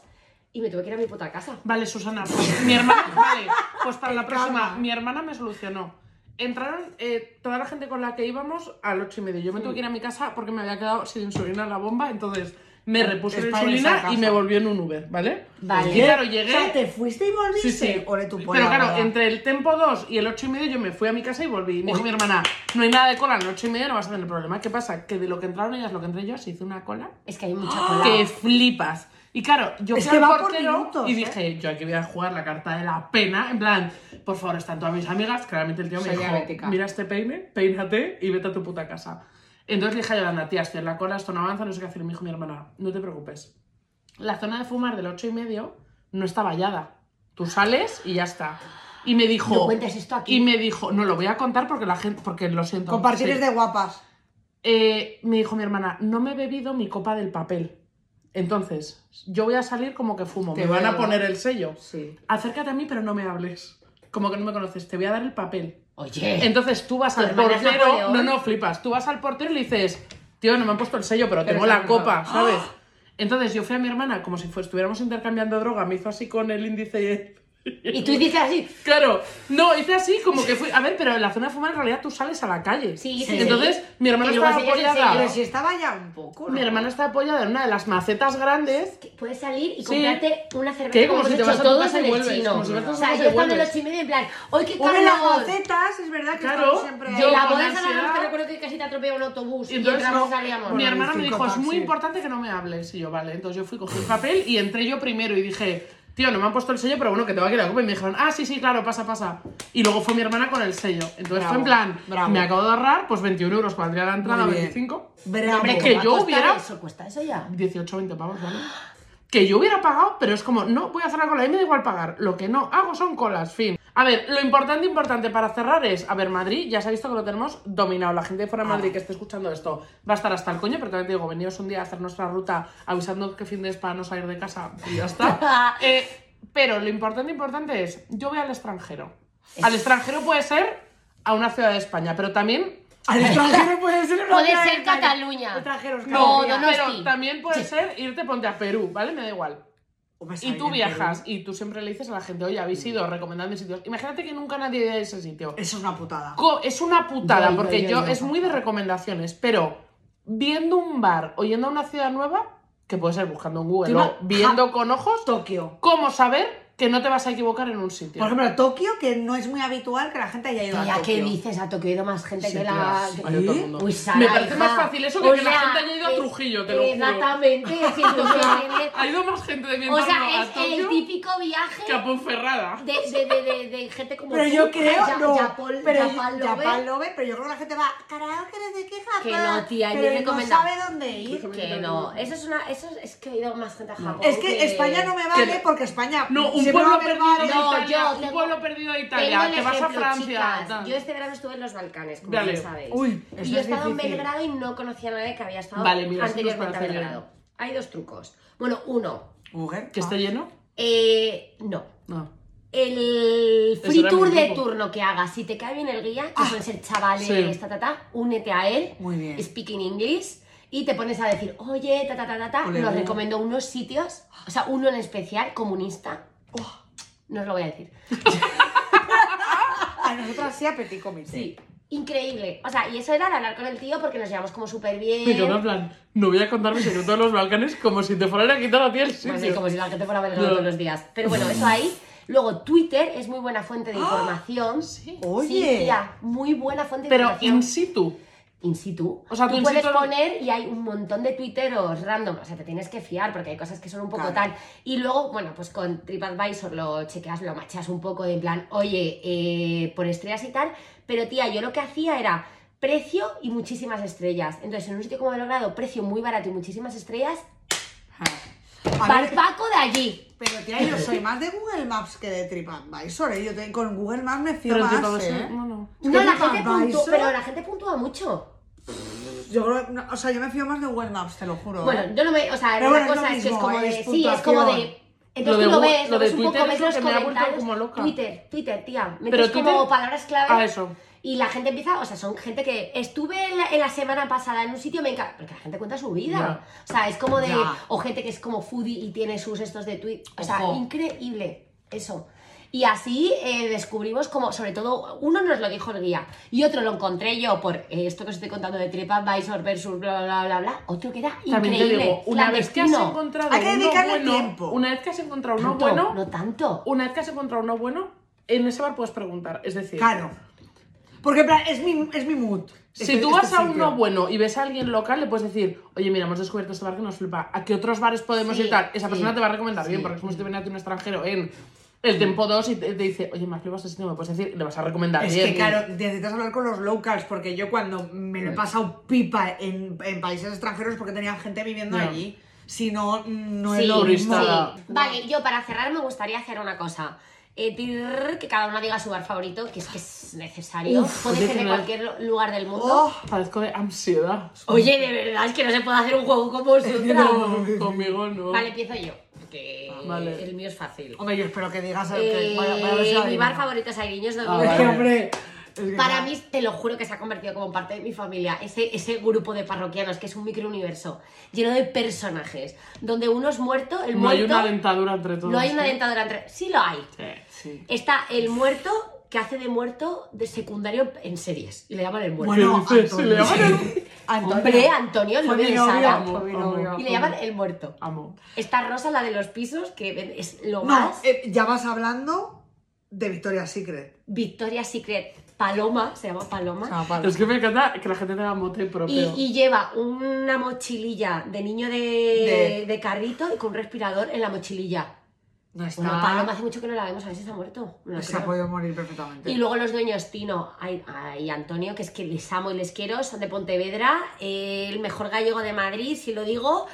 C: y me tuve que ir a mi puta casa.
A: Vale, Susana, pues mi hermana. vale, pues
B: [LAUGHS]
A: para la próxima.
B: Calma.
A: Mi hermana me solucionó. Entraron eh, toda la gente con la que íbamos al ocho y medio. Yo me tuve que ir a mi casa porque me había quedado sin insulina en la bomba, entonces me repuse la
B: Está en Eh, esa
A: insulina
B: casa.
A: y me volvió en un Uber, ¿vale?
C: Vale.
A: Y claro,
B: O
A: llegué.
B: sea, te fuiste y volviste.
A: Sí, sí.
B: Ole tu polla,
A: Pero claro,
B: gorda.
A: entre el tempo 2 y el 8 y medio yo me fui a mi casa y volví. Y me dijo mi hermana, no hay nada de cola en el 8 y medio, no vas a tener problema. ¿Qué pasa? Que de lo que entraron ellas, lo que entré yo, se hizo una cola
C: Es que hay mucha cola.
A: que flipas. Y claro, yo
B: Es
A: fui
B: que
A: al
B: va por
A: portero
B: minutos,
A: y
B: ¿eh?
A: dije, yo aquí voy a jugar la carta de la pena. En plan, por favor, están todas mis amigas. Claramente el tío me
B: Soy
A: dijo,
B: diabética.
A: mira este peine, peínate y vete a tu puta casa. Entonces le dije a Yolanda, tía, estoy en la cola, esto no avanza, no sé qué hacer. Y me dijo mi hermana, no te preocupes. La zona de fumar del 8 y medio no está vallada. Tú sales y ya está. Y me dijo...
C: No cuentes esto aquí.
A: Y me dijo, no, lo voy a contar porque la gente, porque lo siento.
B: Compartir
A: Sí.
B: es de guapas.
A: Eh, me dijo mi hermana, no me he bebido mi copa del papel. Entonces, yo voy a salir como que fumo.
B: Te
A: me van
B: veo.
A: a poner el sello.
B: Sí.
A: Acércate a mí, pero no me hables. Como que no me conoces. Te voy a dar el papel.
C: Oye,
A: Entonces tú vas
C: Tu
A: al
C: hermana es
A: portero.
C: Napoleón.
A: No, no, flipas. Tú vas al portero y le dices, tío, no me han puesto el sello, pero
B: Pero
A: tengo
B: es la
A: la ¡Ah!
B: misma.
A: copa, ¿sabes? Entonces yo fui a mi hermana, como si fue- estuviéramos intercambiando droga. Me hizo así con el índice y el-
C: y tú dices así,
A: Claro, no, hice así como que fui. A ver, pero en la zona de fumar en realidad tú sales a la calle.
C: Sí, sí,
A: Entonces,
C: sí.
A: mi hermana
C: Y luego
A: estaba
C: enseñas el
A: apoyada.
C: sello.
B: Pero si estaba ya un poco. ¿no?
A: Mi hermana está apoyada en una de las macetas grandes.
C: que puedes salir y
A: Sí.
C: comprarte una cerveza
A: ¿Qué?
C: como,
A: Como si
C: hemos
A: te vas
C: hecho
A: a tu
C: todos
A: casa y
C: en el
A: vuelves,
C: chino.
A: como si vas a tu
C: o sea,
A: casa y
C: yo estaba en el
A: vuelves.
C: 8 y medio en plan, ¡ay, qué
B: Una de las
C: calor!
B: macetas, es verdad que
A: Claro,
B: estamos siempre.
A: yo-
C: En la
A: con
C: boda de San Alonso
A: ansiedad.
C: te recuerdo que casi te atropella un autobús
A: Y
C: y,
A: entonces
C: entramos
A: no,
C: y salíamos.
A: mi hermana me
B: Cinco
A: dijo, es muy
B: taxis.
A: importante que no me hables. Y yo, vale. Entonces yo fui, cogí el papel y entré yo primero y dije, tío, no me han puesto el sello, pero bueno, que tengo que ir a Copa. Y me dijeron, ah, sí, sí, claro, pasa, pasa. Y luego fue mi hermana con el sello. Entonces
B: Bravo,
A: fue en plan,
B: bravo.
A: me acabo de ahorrar, pues 21 euros cuando la entrada,
B: Muy bien.
A: 25.
B: Bravo.
A: Hombre,
B: ¿Cómo
A: que
B: va
A: yo
D: ¿Cuesta
A: hubiera...
D: eso? ¿Cuesta eso ya?
A: 18 20 pavos, ¿vale? Que yo hubiera pagado, pero es como, no, voy a hacer la cola y me da igual pagar. Lo que no hago son colas, fin. A ver, lo importante, importante para cerrar es, a ver, Madrid, ya se ha visto que lo tenemos dominado. La gente de fuera de Madrid que esté escuchando esto va a estar hasta el coño, pero también te digo, veníos un día a hacer nuestra ruta avisando que fin de es para no salir de casa y ya está. Eh, pero lo importante, importante es, yo voy al extranjero. Al extranjero puede ser a una ciudad de España, pero también
B: [LAUGHS] Al extranjero puede ser una
C: Puede
B: ciudad
C: ser
B: de España.
C: Cataluña.
B: Extranjeros,
A: No,
C: No,
B: Cataluña.
C: Donosti.
A: pero también puede ser irte ponte a Perú, ¿vale? Me da igual.
B: Hombre,
C: Pues
B: está
A: Y tú
B: bien, pero-
A: viajas y tú siempre le dices a la gente, oye,
C: Mm.
A: habéis ido recomendando sitios. Imagínate que nunca nadie ha ido a ese sitio.
B: Eso es una putada.
A: Co- Es una putada,
D: Ya, ya,
A: porque
D: ya,
A: yo
D: ya.
A: es muy de recomendaciones, pero viendo un bar o yendo a una ciudad nueva, que puede ser buscando en Google
B: Tú
A: o
B: no-
A: viendo con ojos,
B: Tokio.
A: ¿cómo saber que no te vas a equivocar en un sitio?
B: Por ejemplo, Tokio, que no es muy habitual que la gente haya ido a
D: Tía,
B: Tokio.
D: ¿qué dices? A Tokio ha ido más gente
A: Sí,
D: que la...
A: tía, sí, ha ido todo el mundo.
D: Uy, Sara,
A: Me parece
D: hija.
A: más fácil eso que que
D: O
A: la
D: sea,
A: gente haya ido a
D: eh,
A: Trujillo, te lo juro.
D: Exactamente.
A: [LAUGHS]
D: es que no sé.
A: Ha ido más gente de
C: O
A: Vietnam
C: sea,
A: a
C: es el
A: Tokio
C: típico viaje
A: que a Ponferrada.
C: de, de, de, de, de gente como
B: Pero
C: tú.
B: yo creo,
C: Ay, ya-
B: no,
C: ya Paul-
B: pero
C: ya
B: yo-
C: Paul
B: ya
C: Lover.
B: Paul Lover, pero yo creo que la gente va, carajo, que desde qué Japón,
C: Que no, tía, yo
B: pero no
C: recomiendo-
B: sabe dónde ir.
C: Que no, eso es una, eso es, es que he ido más gente a Japón.
B: Es que España no me vale porque España
A: No, un
B: siempre va a
A: pueblo
B: haber
A: perdido
B: bares.
A: de
C: No, yo
A: Italia, un
C: tengo-
A: pueblo perdido de
C: Tengo el
A: Italia, te vas a
C: ejemplo,
A: Francia.
C: chicas.
A: tal.
C: Yo este verano estuve en los Balcanes, como
A: Dale.
C: bien sabéis.
B: Uy,
C: y
B: eso
C: yo he
B: es
C: estado en
B: difícil.
C: Belgrado y no conocía a nadie que había estado
A: Vale, mira, eso nos
C: anteriormente a
A: parece
C: Belgrado. Hay dos trucos. Bueno, uno,
B: Mujer,
A: ¿Que
C: Ah.
A: esté lleno?
C: eh, no.
A: No.
C: El
A: Eso
C: free
A: era
C: tour
A: mi
C: de
A: truco.
C: turno que hagas, si te cae bien el guía, que pueden ser chavales,
A: sí.
C: ta, ta, ta, únete a él,
B: Muy bien.
C: speaking English, y te pones a decir, oye, ta, ta, ta, ta, ta,
B: Ole,
C: nos
B: ole.
C: recomiendo unos sitios, o sea, uno en especial, comunista,
A: Oh.
C: no os lo voy a decir,
B: a nosotras sí a Petit Comité.
C: Sí, increíble. O sea, y eso era el hablar con el tío porque nos llevamos como súper bien.
A: Y yo en plan, no voy a contar mi secreto de los Balcanes como si te fueran a quitar a ti el
C: Bueno, sí,
A: sitio.
C: como si la gente fuera a verlo
A: No.
C: todos los días. Pero bueno, eso ahí. Luego, Twitter es muy buena fuente
A: Ah.
C: de información. Sí,
B: Oye.
C: tía, muy buena fuente de
A: Pero
C: información.
A: in situ.
C: in situ.
A: O sea, tú
C: tú
A: in
C: puedes
A: situ no-
C: poner y hay un montón de twitteros random. O sea, te tienes que fiar porque hay cosas que son un poco
B: Claro.
C: tal. Y luego, bueno, pues con TripAdvisor lo chequeas, lo machas un poco de en plan, oye, eh, por estrellas y tal. Pero tía, yo lo que hacía era precio y muchísimas estrellas. Entonces, en un sitio como Belgrado, precio muy barato y muchísimas estrellas,
B: Ajá. Ah. A ver,
C: palpaco de allí.
B: pero tía, yo soy más de Google Maps que de TripAdvisor. ¿eh? Yo te- con Google Maps me fío
A: Pero te
B: más.
A: pagas-
B: ¿eh?
A: no, no.
C: No, la gente
B: TripAdvisor?
C: puntúa, pero la gente puntúa mucho.
B: Yo creo, no, o sea, yo me fío más de Google Maps, te lo juro. ¿eh?
C: Bueno, yo no me. O sea,
B: Pero
C: una
B: bueno, es lo
C: cosa es que es
B: mismo,
C: como de.
B: es
C: Sí, es como de.
B: puntuación.
C: Entonces
A: Lo de
C: tú lo
A: Gu-
C: ves,
A: lo
C: lo
A: de
C: ves un poco,
A: Twitter
C: ves
A: es lo
C: los
A: que me ha vuelto
C: comentarios.
A: como loca.
C: Twitter, Twitter, tía. Metes
A: Twitter-
C: como palabras clave.
A: Ah, eso.
C: Y la gente empieza, o sea, son gente que estuve en la, en la semana pasada en un sitio, me encanta. Porque la gente cuenta su vida. O sea, es como de.
B: Ya.
C: O gente que es como foodie y tiene sus estos de Twitter. O sea,
B: Ojo.
C: increíble. Eso. Y así eh, descubrimos como, sobre todo, uno nos lo dijo el guía y otro lo encontré yo por eh, esto que os estoy contando de TripAdvisor versus bla bla bla bla. Otro que era
A: También te
C: increíble.
A: digo, una vez que has
C: clandestino.
A: encontrado
B: Hay que
A: uno
B: dedicarle
A: bueno,
B: tiempo.
A: una vez que has encontrado uno
C: Tanto,
A: bueno,
C: No tanto.
A: una vez que has encontrado uno bueno, en ese bar puedes preguntar. Es decir,
B: Claro. Porque en plan, es mi, es mi mood. Este-
A: Si tú vas a uno bueno y ves a alguien local, le puedes decir, oye, mira, hemos descubierto este bar que nos flipa, ¿a qué otros bares podemos
C: Sí,
A: ir tal? Esa
C: sí,
A: persona te va a recomendar
C: sí.
A: bien, porque es como si te viene a ti un extranjero en el Tempo 2 y te, te dice, oye, me has flipado este sitio, me puedes decir, le vas a recomendar
B: Es
A: bien.
B: que claro, necesitas hablar con los locals, porque yo cuando me lo he pasado pipa en, en países extranjeros porque tenía gente viviendo
A: Ya.
B: allí. Si no, no es
C: Sí,
B: lo mismo.
A: turista.
C: sí. Vale, yo para cerrar me gustaría hacer una cosa. Eh, tirr, que cada una diga su bar favorito, que es que es necesario.
A: Uf,
C: Puede
A: oye,
C: ser
A: que
C: de
A: me-
C: cualquier lo- lugar del mundo.
B: Oh,
A: Padezco de ansiedad.
C: Oye, de verdad es que no se puede hacer un juego
A: [LAUGHS]
C: como vosotras.
A: No, conmigo no.
C: Vale, empiezo yo. Que
A: Vale.
C: el mío es fácil.
B: hombre, yo espero que digas el
C: Eh,
B: que vaya- vaya a ver si
C: mi
B: adivino.
C: bar favorito es Aguiños
A: Ah,
C: Domingo.
B: Es que,
A: vale.
B: hombre. es que
C: Para
B: no.
C: mí, te lo juro que se ha convertido como parte de mi familia. Ese, ese grupo de parroquianos que es un microuniverso lleno de personajes. Donde uno es muerto, el
A: No
C: muerto.
A: hay una dentadura entre todos.
C: no hay una
A: ¿eh?
C: dentadura entre. Sí lo hay.
A: Sí, sí.
C: Está el muerto que hace de muerto de secundario en series. Y le llaman el muerto.
B: Bueno,
A: ¿Qué dices?
B: Antonio.
A: Si le llaman
B: Antonio.
C: Hombre, Antonio, el
B: Fue
C: novio
B: mi
C: de
B: novio,
C: Sara.
B: fue mi
A: Amo,
B: novio.
A: amo.
C: Y le llaman el muerto.
A: Amo.
C: Está Rosa, la de los pisos, que ven- es
B: No,
C: lo más.
B: eh, ya vas hablando de Victoria's Secret.
C: Victoria's Secret. Paloma, se llama Paloma.
A: Es que me encanta que la gente tenga mote
C: Y,
A: propio.
C: y lleva una mochililla de niño de,
B: De-
C: de carrito y con un respirador en la mochililla.
B: No está.
A: Ah.
C: Bueno, Paloma hace mucho que no la vemos, a ver si se ha muerto. No lo
B: se
C: creo.
B: ha podido morir perfectamente.
C: Y luego los dueños Tino ay- ay, y Antonio, que es que les amo y les quiero, son de Pontevedra, eh, el mejor gallego de Madrid, si lo digo,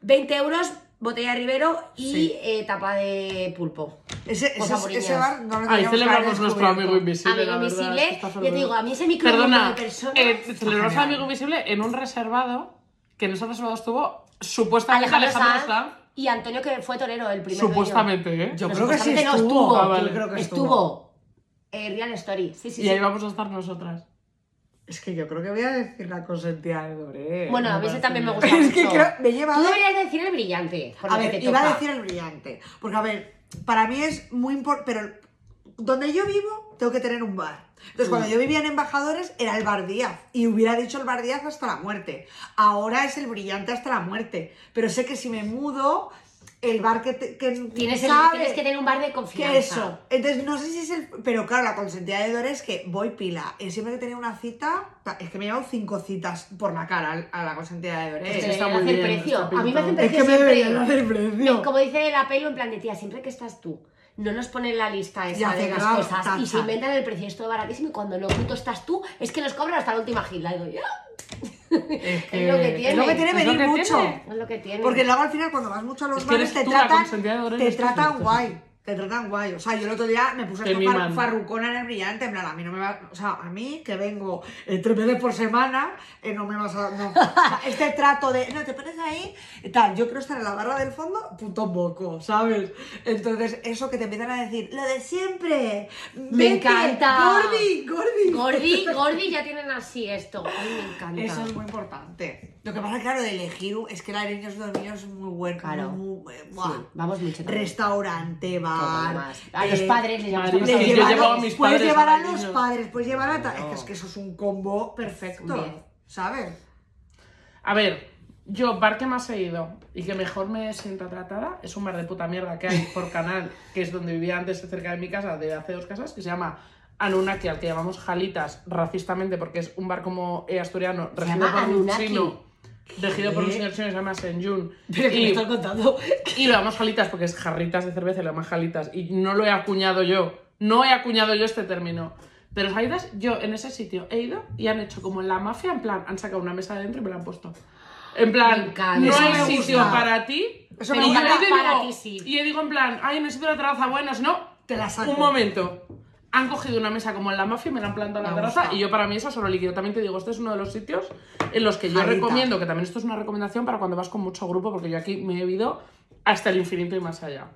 C: 20 euros, botella de Rivero y
B: Sí.
C: eh, tapa de pulpo.
B: Ese,
C: Pues
B: ese-
C: aburridas.
B: ese bar no lo
A: Ahí
B: teníamos que haber
A: celebramos nuestro
B: descubierto.
A: amigo invisible.
C: amigo
A: la verdad,
C: invisible,
A: es que está
C: yo
A: fenomenal.
C: digo, a mí ese micro
A: Perdona,
C: de personas...
A: eh, celebramos a
B: genial.
A: amigo invisible en un reservado que en ese reservado estuvo supuestamente
C: Alejandro
A: Alejandro
C: Sanz
A: Sanz.
C: y Antonio, que fue torero el primer dueño.
A: Supuestamente, ¿eh?
B: Yo
C: No,
B: creo que sí
C: supuestamente no,
B: estuvo.
C: estuvo.
A: Ah, vale.
B: Yo creo que
C: estuvo.
B: estuvo.
C: Eh, Real Story, sí, sí,
A: Y
C: sí.
A: ahí vamos a estar nosotras.
B: Es que yo creo que voy a decir la consentida de Doré.
C: Bueno, a
A: Me
C: mí
A: parece
C: ese también me
A: bien.
C: gusta mucho.
B: Es que creo- me lleva
C: Tú
B: a-
C: deberías decir el brillante. por
B: A
C: lo que
B: ver,
C: te
B: iba a
C: toca.
B: decir el brillante. Porque, a ver, para mí es muy importante. Pero donde yo vivo, tengo que tener un bar. Entonces, cuando
A: Mm.
B: yo vivía en Embajadores, era el Bar Díaz. Y hubiera dicho el Bar Díaz hasta la muerte. Ahora es el brillante hasta la muerte. Pero sé que si me mudo, el bar que. te- que
C: Tienes, el-
B: sabe
C: tienes que tener un bar de
B: que
C: confianza.
B: eso. Entonces, no sé si es el. Pero claro, la consentida de Dora es que voy pila. Eh, Siempre que tenía una cita, ta- es que me he llevado cinco citas por la cara al- a la consentida de Dora.
C: Pues te
A: está
C: deberían
A: muy
C: hacer
A: bien,
C: precio.
A: está
C: A mí me hacen
A: pintado.
C: precio siempre.
B: precio.
C: Como dice la pelo, en plan de tía, siempre que estás tú, no nos ponen la lista
B: Y
C: esa
B: hace
C: de las
B: grab,
C: cosas
B: tacha.
C: y se inventan el precio, es todo baratísimo. Y cuando lo bruto estás tú, es que nos cobran hasta la última gila. Digo, ya,
A: Es,
C: lo que tiene.
B: Es lo que tiene
A: Es lo
B: venir
A: que
B: mucho.
A: tiene.
C: es lo que tiene.
B: Porque luego al final, cuando vas mucho a los
A: Es que
B: bares,
A: eres
B: te
A: tú la
B: tratan,
A: consentida de Dora en
B: te
A: estos
B: tratan
A: momentos.
B: guay. Te tratan guay. O sea, yo el otro día me puse
A: Te
B: hasta
A: miman.
B: far- farrucona en el brillante. En plan, a mí no me va. O sea, a mí que vengo eh, tres veces por semana, eh, no me vas a. no. O sea,
C: [LAUGHS]
B: este trato de. No, te pones ahí. Tal, yo quiero estar en la barra del fondo, puto moco, ¿sabes? Entonces, eso que te empiezan a decir, lo de siempre. vete,
C: encanta.
B: Gordi, Gordi. [LAUGHS]
C: Gordi, Gordi ya tienen así esto. Ay, me encanta.
B: Eso es muy importante. Lo que pasa, claro, de elegir un- es que la de niños dormidos es muy buen,
D: Claro.
B: muy- eh,
D: Sí,
B: buah.
D: vamos mucho. también.
B: Restaurante,
D: Todo lo
B: bar.
D: demás. A los
B: eh,
D: padres les llamamos
A: Madrid,
B: les
A: Sí, yo
B: llevan-
A: llevaba a mis
B: puedes
A: padres
B: llevar
A: a
B: a
A: los
B: los
A: niños.
B: padres, puedes llevar a. ta-
D: Claro.
B: Es que eso es un combo
C: Bien.
B: perfecto. ¿Sabes?
A: A ver, yo, bar que más he ido y que mejor me siento tratada es un bar de puta mierda que hay por canal, que es donde vivía antes cerca de mi casa, de hace dos casas, que se llama Anunnaki, al que llamamos Jalitas racistamente porque es un bar como eh, asturiano,
C: Se
A: regido
C: llama
A: por un
C: Anunnaki.
A: chino. Regido por un
B: ¿Qué?
A: señor chino que se llama Senyun.
B: Pero que me
A: Y-
B: están contando.
A: y lo llamamos jalitas porque es jarritas de cerveza y lo llamamos jalitas. Y no lo he acuñado yo. No he acuñado yo este término. Pero jalitas, yo en ese sitio he ido y han hecho como en la mafia, en plan, han sacado una mesa de dentro y me la han puesto. En
C: Me
A: plan,
C: encanta.
A: no
C: Eso
A: hay
B: me gusta.
A: sitio para ti.
B: Eso
A: y
B: me
A: yo
C: gusta.
A: le
C: Para
A: digo-
C: ti sí.
A: Y yo digo en plan, ay, necesito la terraza buena, si no,
B: Te la saco.
A: un momento. Han cogido una mesa como en la mafia y me la han plantado en la
B: Me
A: terraza
B: gusta.
A: y yo para mí eso solo líquido. También te digo, este es uno de los sitios en los que yo
B: Jarrita.
A: recomiendo, que también esto es una recomendación para cuando vas con mucho grupo, porque yo aquí me he ido hasta el infinito y más allá.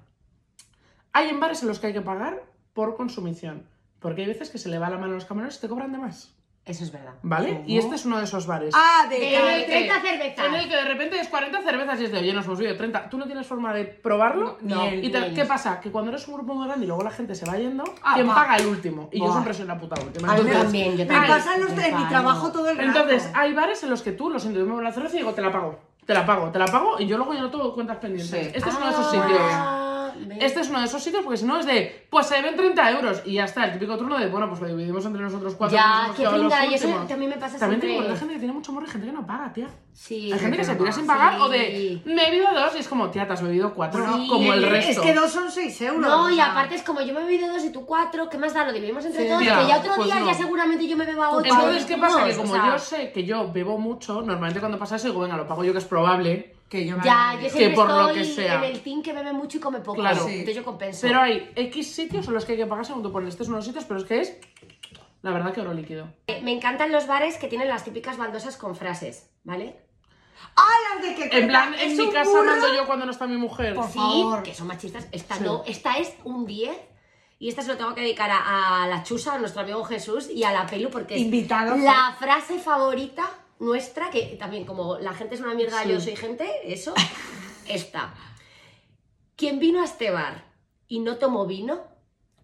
A: Hay en bares en los que hay que pagar por consumición, porque hay veces que se le va la mano a los camareros y te cobran de más,
C: Eso es verdad.
A: ¿vale? Y este es uno de esos bares.
B: Ah, de.
C: De-
A: En el
C: 30 cervezas.
A: En el que de repente es 40 cervezas y es de, oye, nos hemos bebido 30. Tú no tienes forma de probarlo.
C: No,
A: Y
C: ni
A: te-
C: ellos.
A: ¿Qué pasa? Que cuando eres un grupo muy grande y luego la gente se va yendo,
B: Ah,
A: ¿quién
B: va.
A: paga el último? Y yo
B: Buah.
A: siempre soy la puta última.
B: A mí
A: Entonces,
C: también, yo
B: Me
C: también.
B: pasan los tres, en mi
C: Ay,
B: trabajo todo el rato.
A: entonces, hay bares en los que tú, lo siento, yo me voy a la cerveza y digo, te la pago, te la pago, te la pago, y yo luego ya no tengo cuentas pendientes.
B: Sí.
A: Este es uno de
C: Ah,
A: esos sitios. Este es uno de esos sitios porque si no es de, pues se deben 30 euros y ya está. El típico turno de, bueno, pues lo dividimos entre nosotros cuatro.
C: Ya,
A: que somos los
C: qué
A: que van los
C: pringa, y eso
A: últimos.
C: también me pasa
A: También
C: siempre.
A: tengo la gente que tiene mucho amor y gente que no paga, tía.
C: Sí.
A: Hay gente que se
B: no
A: tira
B: paga,
A: sin pagar
C: sí.
A: o de, me he bebido dos y es como, tía, te has bebido cuatro,
C: Bueno,
A: ah, como el
C: eh,
A: resto.
B: Es que dos son seis euros.
C: No, y
B: o sea,
C: aparte es como yo me he bebido dos y tú cuatro, ¿qué más da? Lo dividimos entre
B: Sí.
C: todos,
A: Ya,
C: que ya otro
A: pues
C: día
A: no.
C: ya seguramente yo me bebo a ocho.
A: Entonces, ¿qué pasa? Que
C: O
A: como
C: sea,
A: yo sé que yo bebo mucho, normalmente cuando pasa eso digo, venga, lo pago yo que es probable.
B: Que yo me
C: Ya, yo siempre
A: por lo
C: estoy
A: que sea.
C: en el team que bebe mucho y come poco.
A: Claro.
B: Sí.
C: Entonces yo compenso.
A: Pero hay X sitios en los que hay que pagar según tú pones. Este es uno de los sitios, pero es que es, la verdad, que oro líquido.
C: Eh, Me encantan los bares que tienen las típicas baldosas con frases, ¿vale?
B: ¡Ah, las de que
A: En plan,
B: es
A: en mi
B: un
A: casa
B: burro!
A: mando yo cuando no está mi mujer.
B: Por
C: sí,
B: favor.
C: que son machistas. Esta
A: Sí.
C: no, esta es un 10. Y esta se lo tengo que dedicar a, a la chusa, a nuestro amigo Jesús y a la pelu, porque es
B: Invitados.
C: la frase favorita nuestra, que también como la gente es una mierda, yo soy gente, eso, [LAUGHS] esta. Quien vino a este bar y no tomó vino,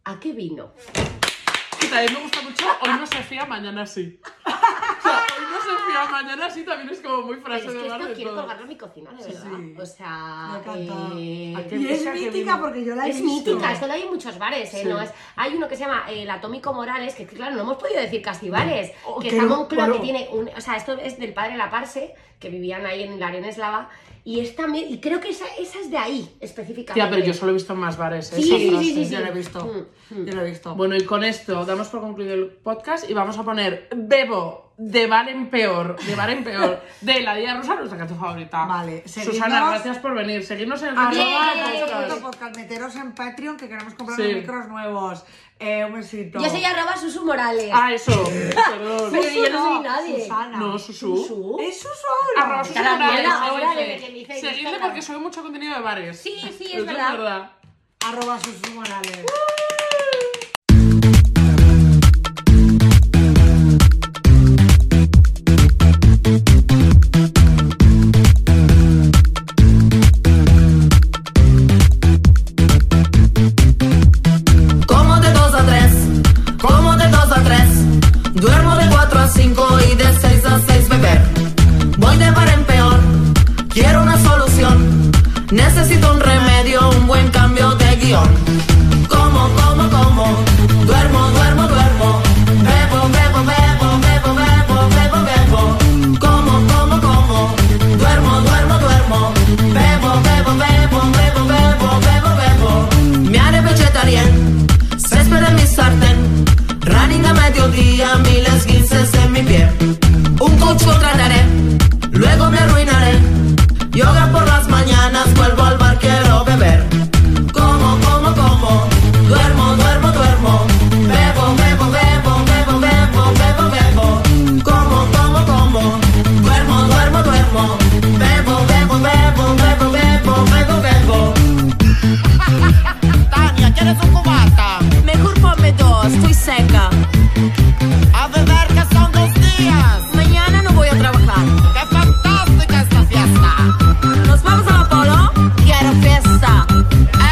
C: ¿a qué vino? [LAUGHS]
A: Y también me gusta mucho, hoy no se fía, mañana sí. O sea, hoy no se Sofía, mañana sí también es como muy
C: Pero
A: frase
C: es que
A: de bar
C: esto
A: de
C: quiero
A: todo.
C: colgarlo en mi cocina, de
B: Sí,
C: verdad.
B: sí.
C: O
B: Me
C: sea,
B: encanta.
C: Ah, eh,
A: Hay que
B: Y es
A: Esa que
B: mítica
A: vino.
B: porque yo la he
C: es
B: visto.
C: mítica, esto lo hay en muchos bares, ¿eh?
A: Sí.
C: No es- hay uno que se llama eh, el Atómico Morales, que claro, no hemos podido decir Castibares,
B: Oh,
C: que
B: qué
C: está Moncloa,
B: locura.
C: que tiene un... O sea, esto es del padre La Parse, que vivían ahí en la arena eslava, y es también... Y creo que esa, esa es de ahí, específicamente.
A: Tía, pero yo solo he visto en más bares. ¿eh?
C: Sí,
A: esa
C: sí, sí,
A: frase.
C: sí, sí.
B: Yo lo he visto.
C: Mm, mm.
B: Yo lo he visto.
A: Bueno, y con esto damos por concluido el podcast y vamos a poner Bebo de Bar en Peor, de Bar en Peor, de La Día Rusa, nuestra canción favorita.
B: Vale,
A: Susana,
B: seguidnos.
A: gracias por venir. Seguirnos en el
B: Arroba
A: arroba
B: Nacho
A: podcast.
B: Punto Podcast. Meteros en Patreon que queremos comprar
A: Sí.
B: unos micros nuevos. Eh, un besito.
C: Yo soy arroba Susu Morales.
A: Ah, eso. Perdón.
C: Pero yo no soy
B: Susu,
C: nadie.
B: Susana.
A: No, Susu.
C: Susu.
B: Es Susu ahora.
A: Arroba Susu
C: Cada
A: Morales,
C: mierda,
A: seguidle.
C: órale, de quien dice,
A: Seguidle
C: disfruta.
A: porque sube mucho contenido de bares.
C: Sí, sí, es
A: Eso
C: verdad.
B: Arroba Susu Morales.
E: Como de 2 a 3, como de 2 a 3. Duermo de 4 a 5 y de 6 a 6 beber. Voy de bar en peor, quiero una solución. Necesito un remedio, un buen cambio de guión. Como, como, como, duermo, duermo, duermo. Bebo, bebo, bebo, bebo, bebo, bebo, bebo. Como, como, como, duermo, duermo, duermo. Bebo, bebo, bebo, bebo, bebo, bebo, bebo. Me haré vegetarian, césped en mi sartén. Running a mediodía, miles guinces en mi pie. Un coach contrataré, luego me arruinaré. Yoga por las mañanas, vuelvo al bar, quiero beber. Como, como, como, duermo, duermo, duermo. Bebo, bebo, bebo, bebo, bebo, bebo, bebo. Como, como, como, duermo, duermo, duermo. Bebo, bebo, bebo, bebo, bebo, bebo, bebo.
F: Tania, ¿quieres un cubata?
E: Mejor ponme dos, estoy seca.
F: A beber que son dos días.
E: Mañana no voy a trabajar.
F: ¡Qué fantástica esta fiesta!
E: ¿Nos vamos a Apolo? Quiero fiesta.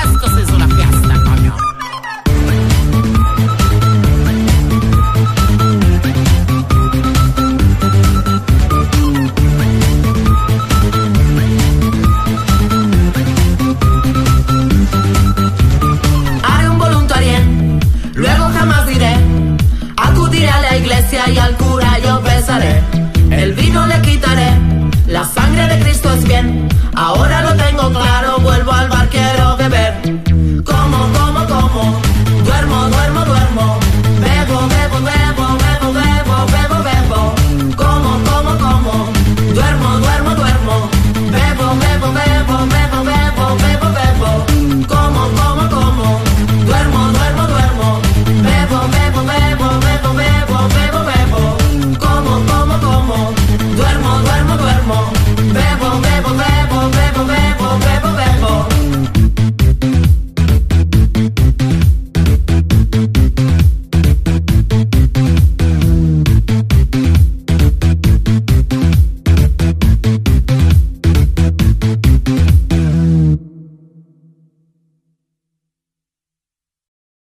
F: Esto sí es una fiesta, coño.
E: Haré un voluntario, luego jamás diré. Acudiré a la iglesia y al cura yo besaré. El vino le quitaré, la sangre de Cristo es bien. Ahora lo tengo claro,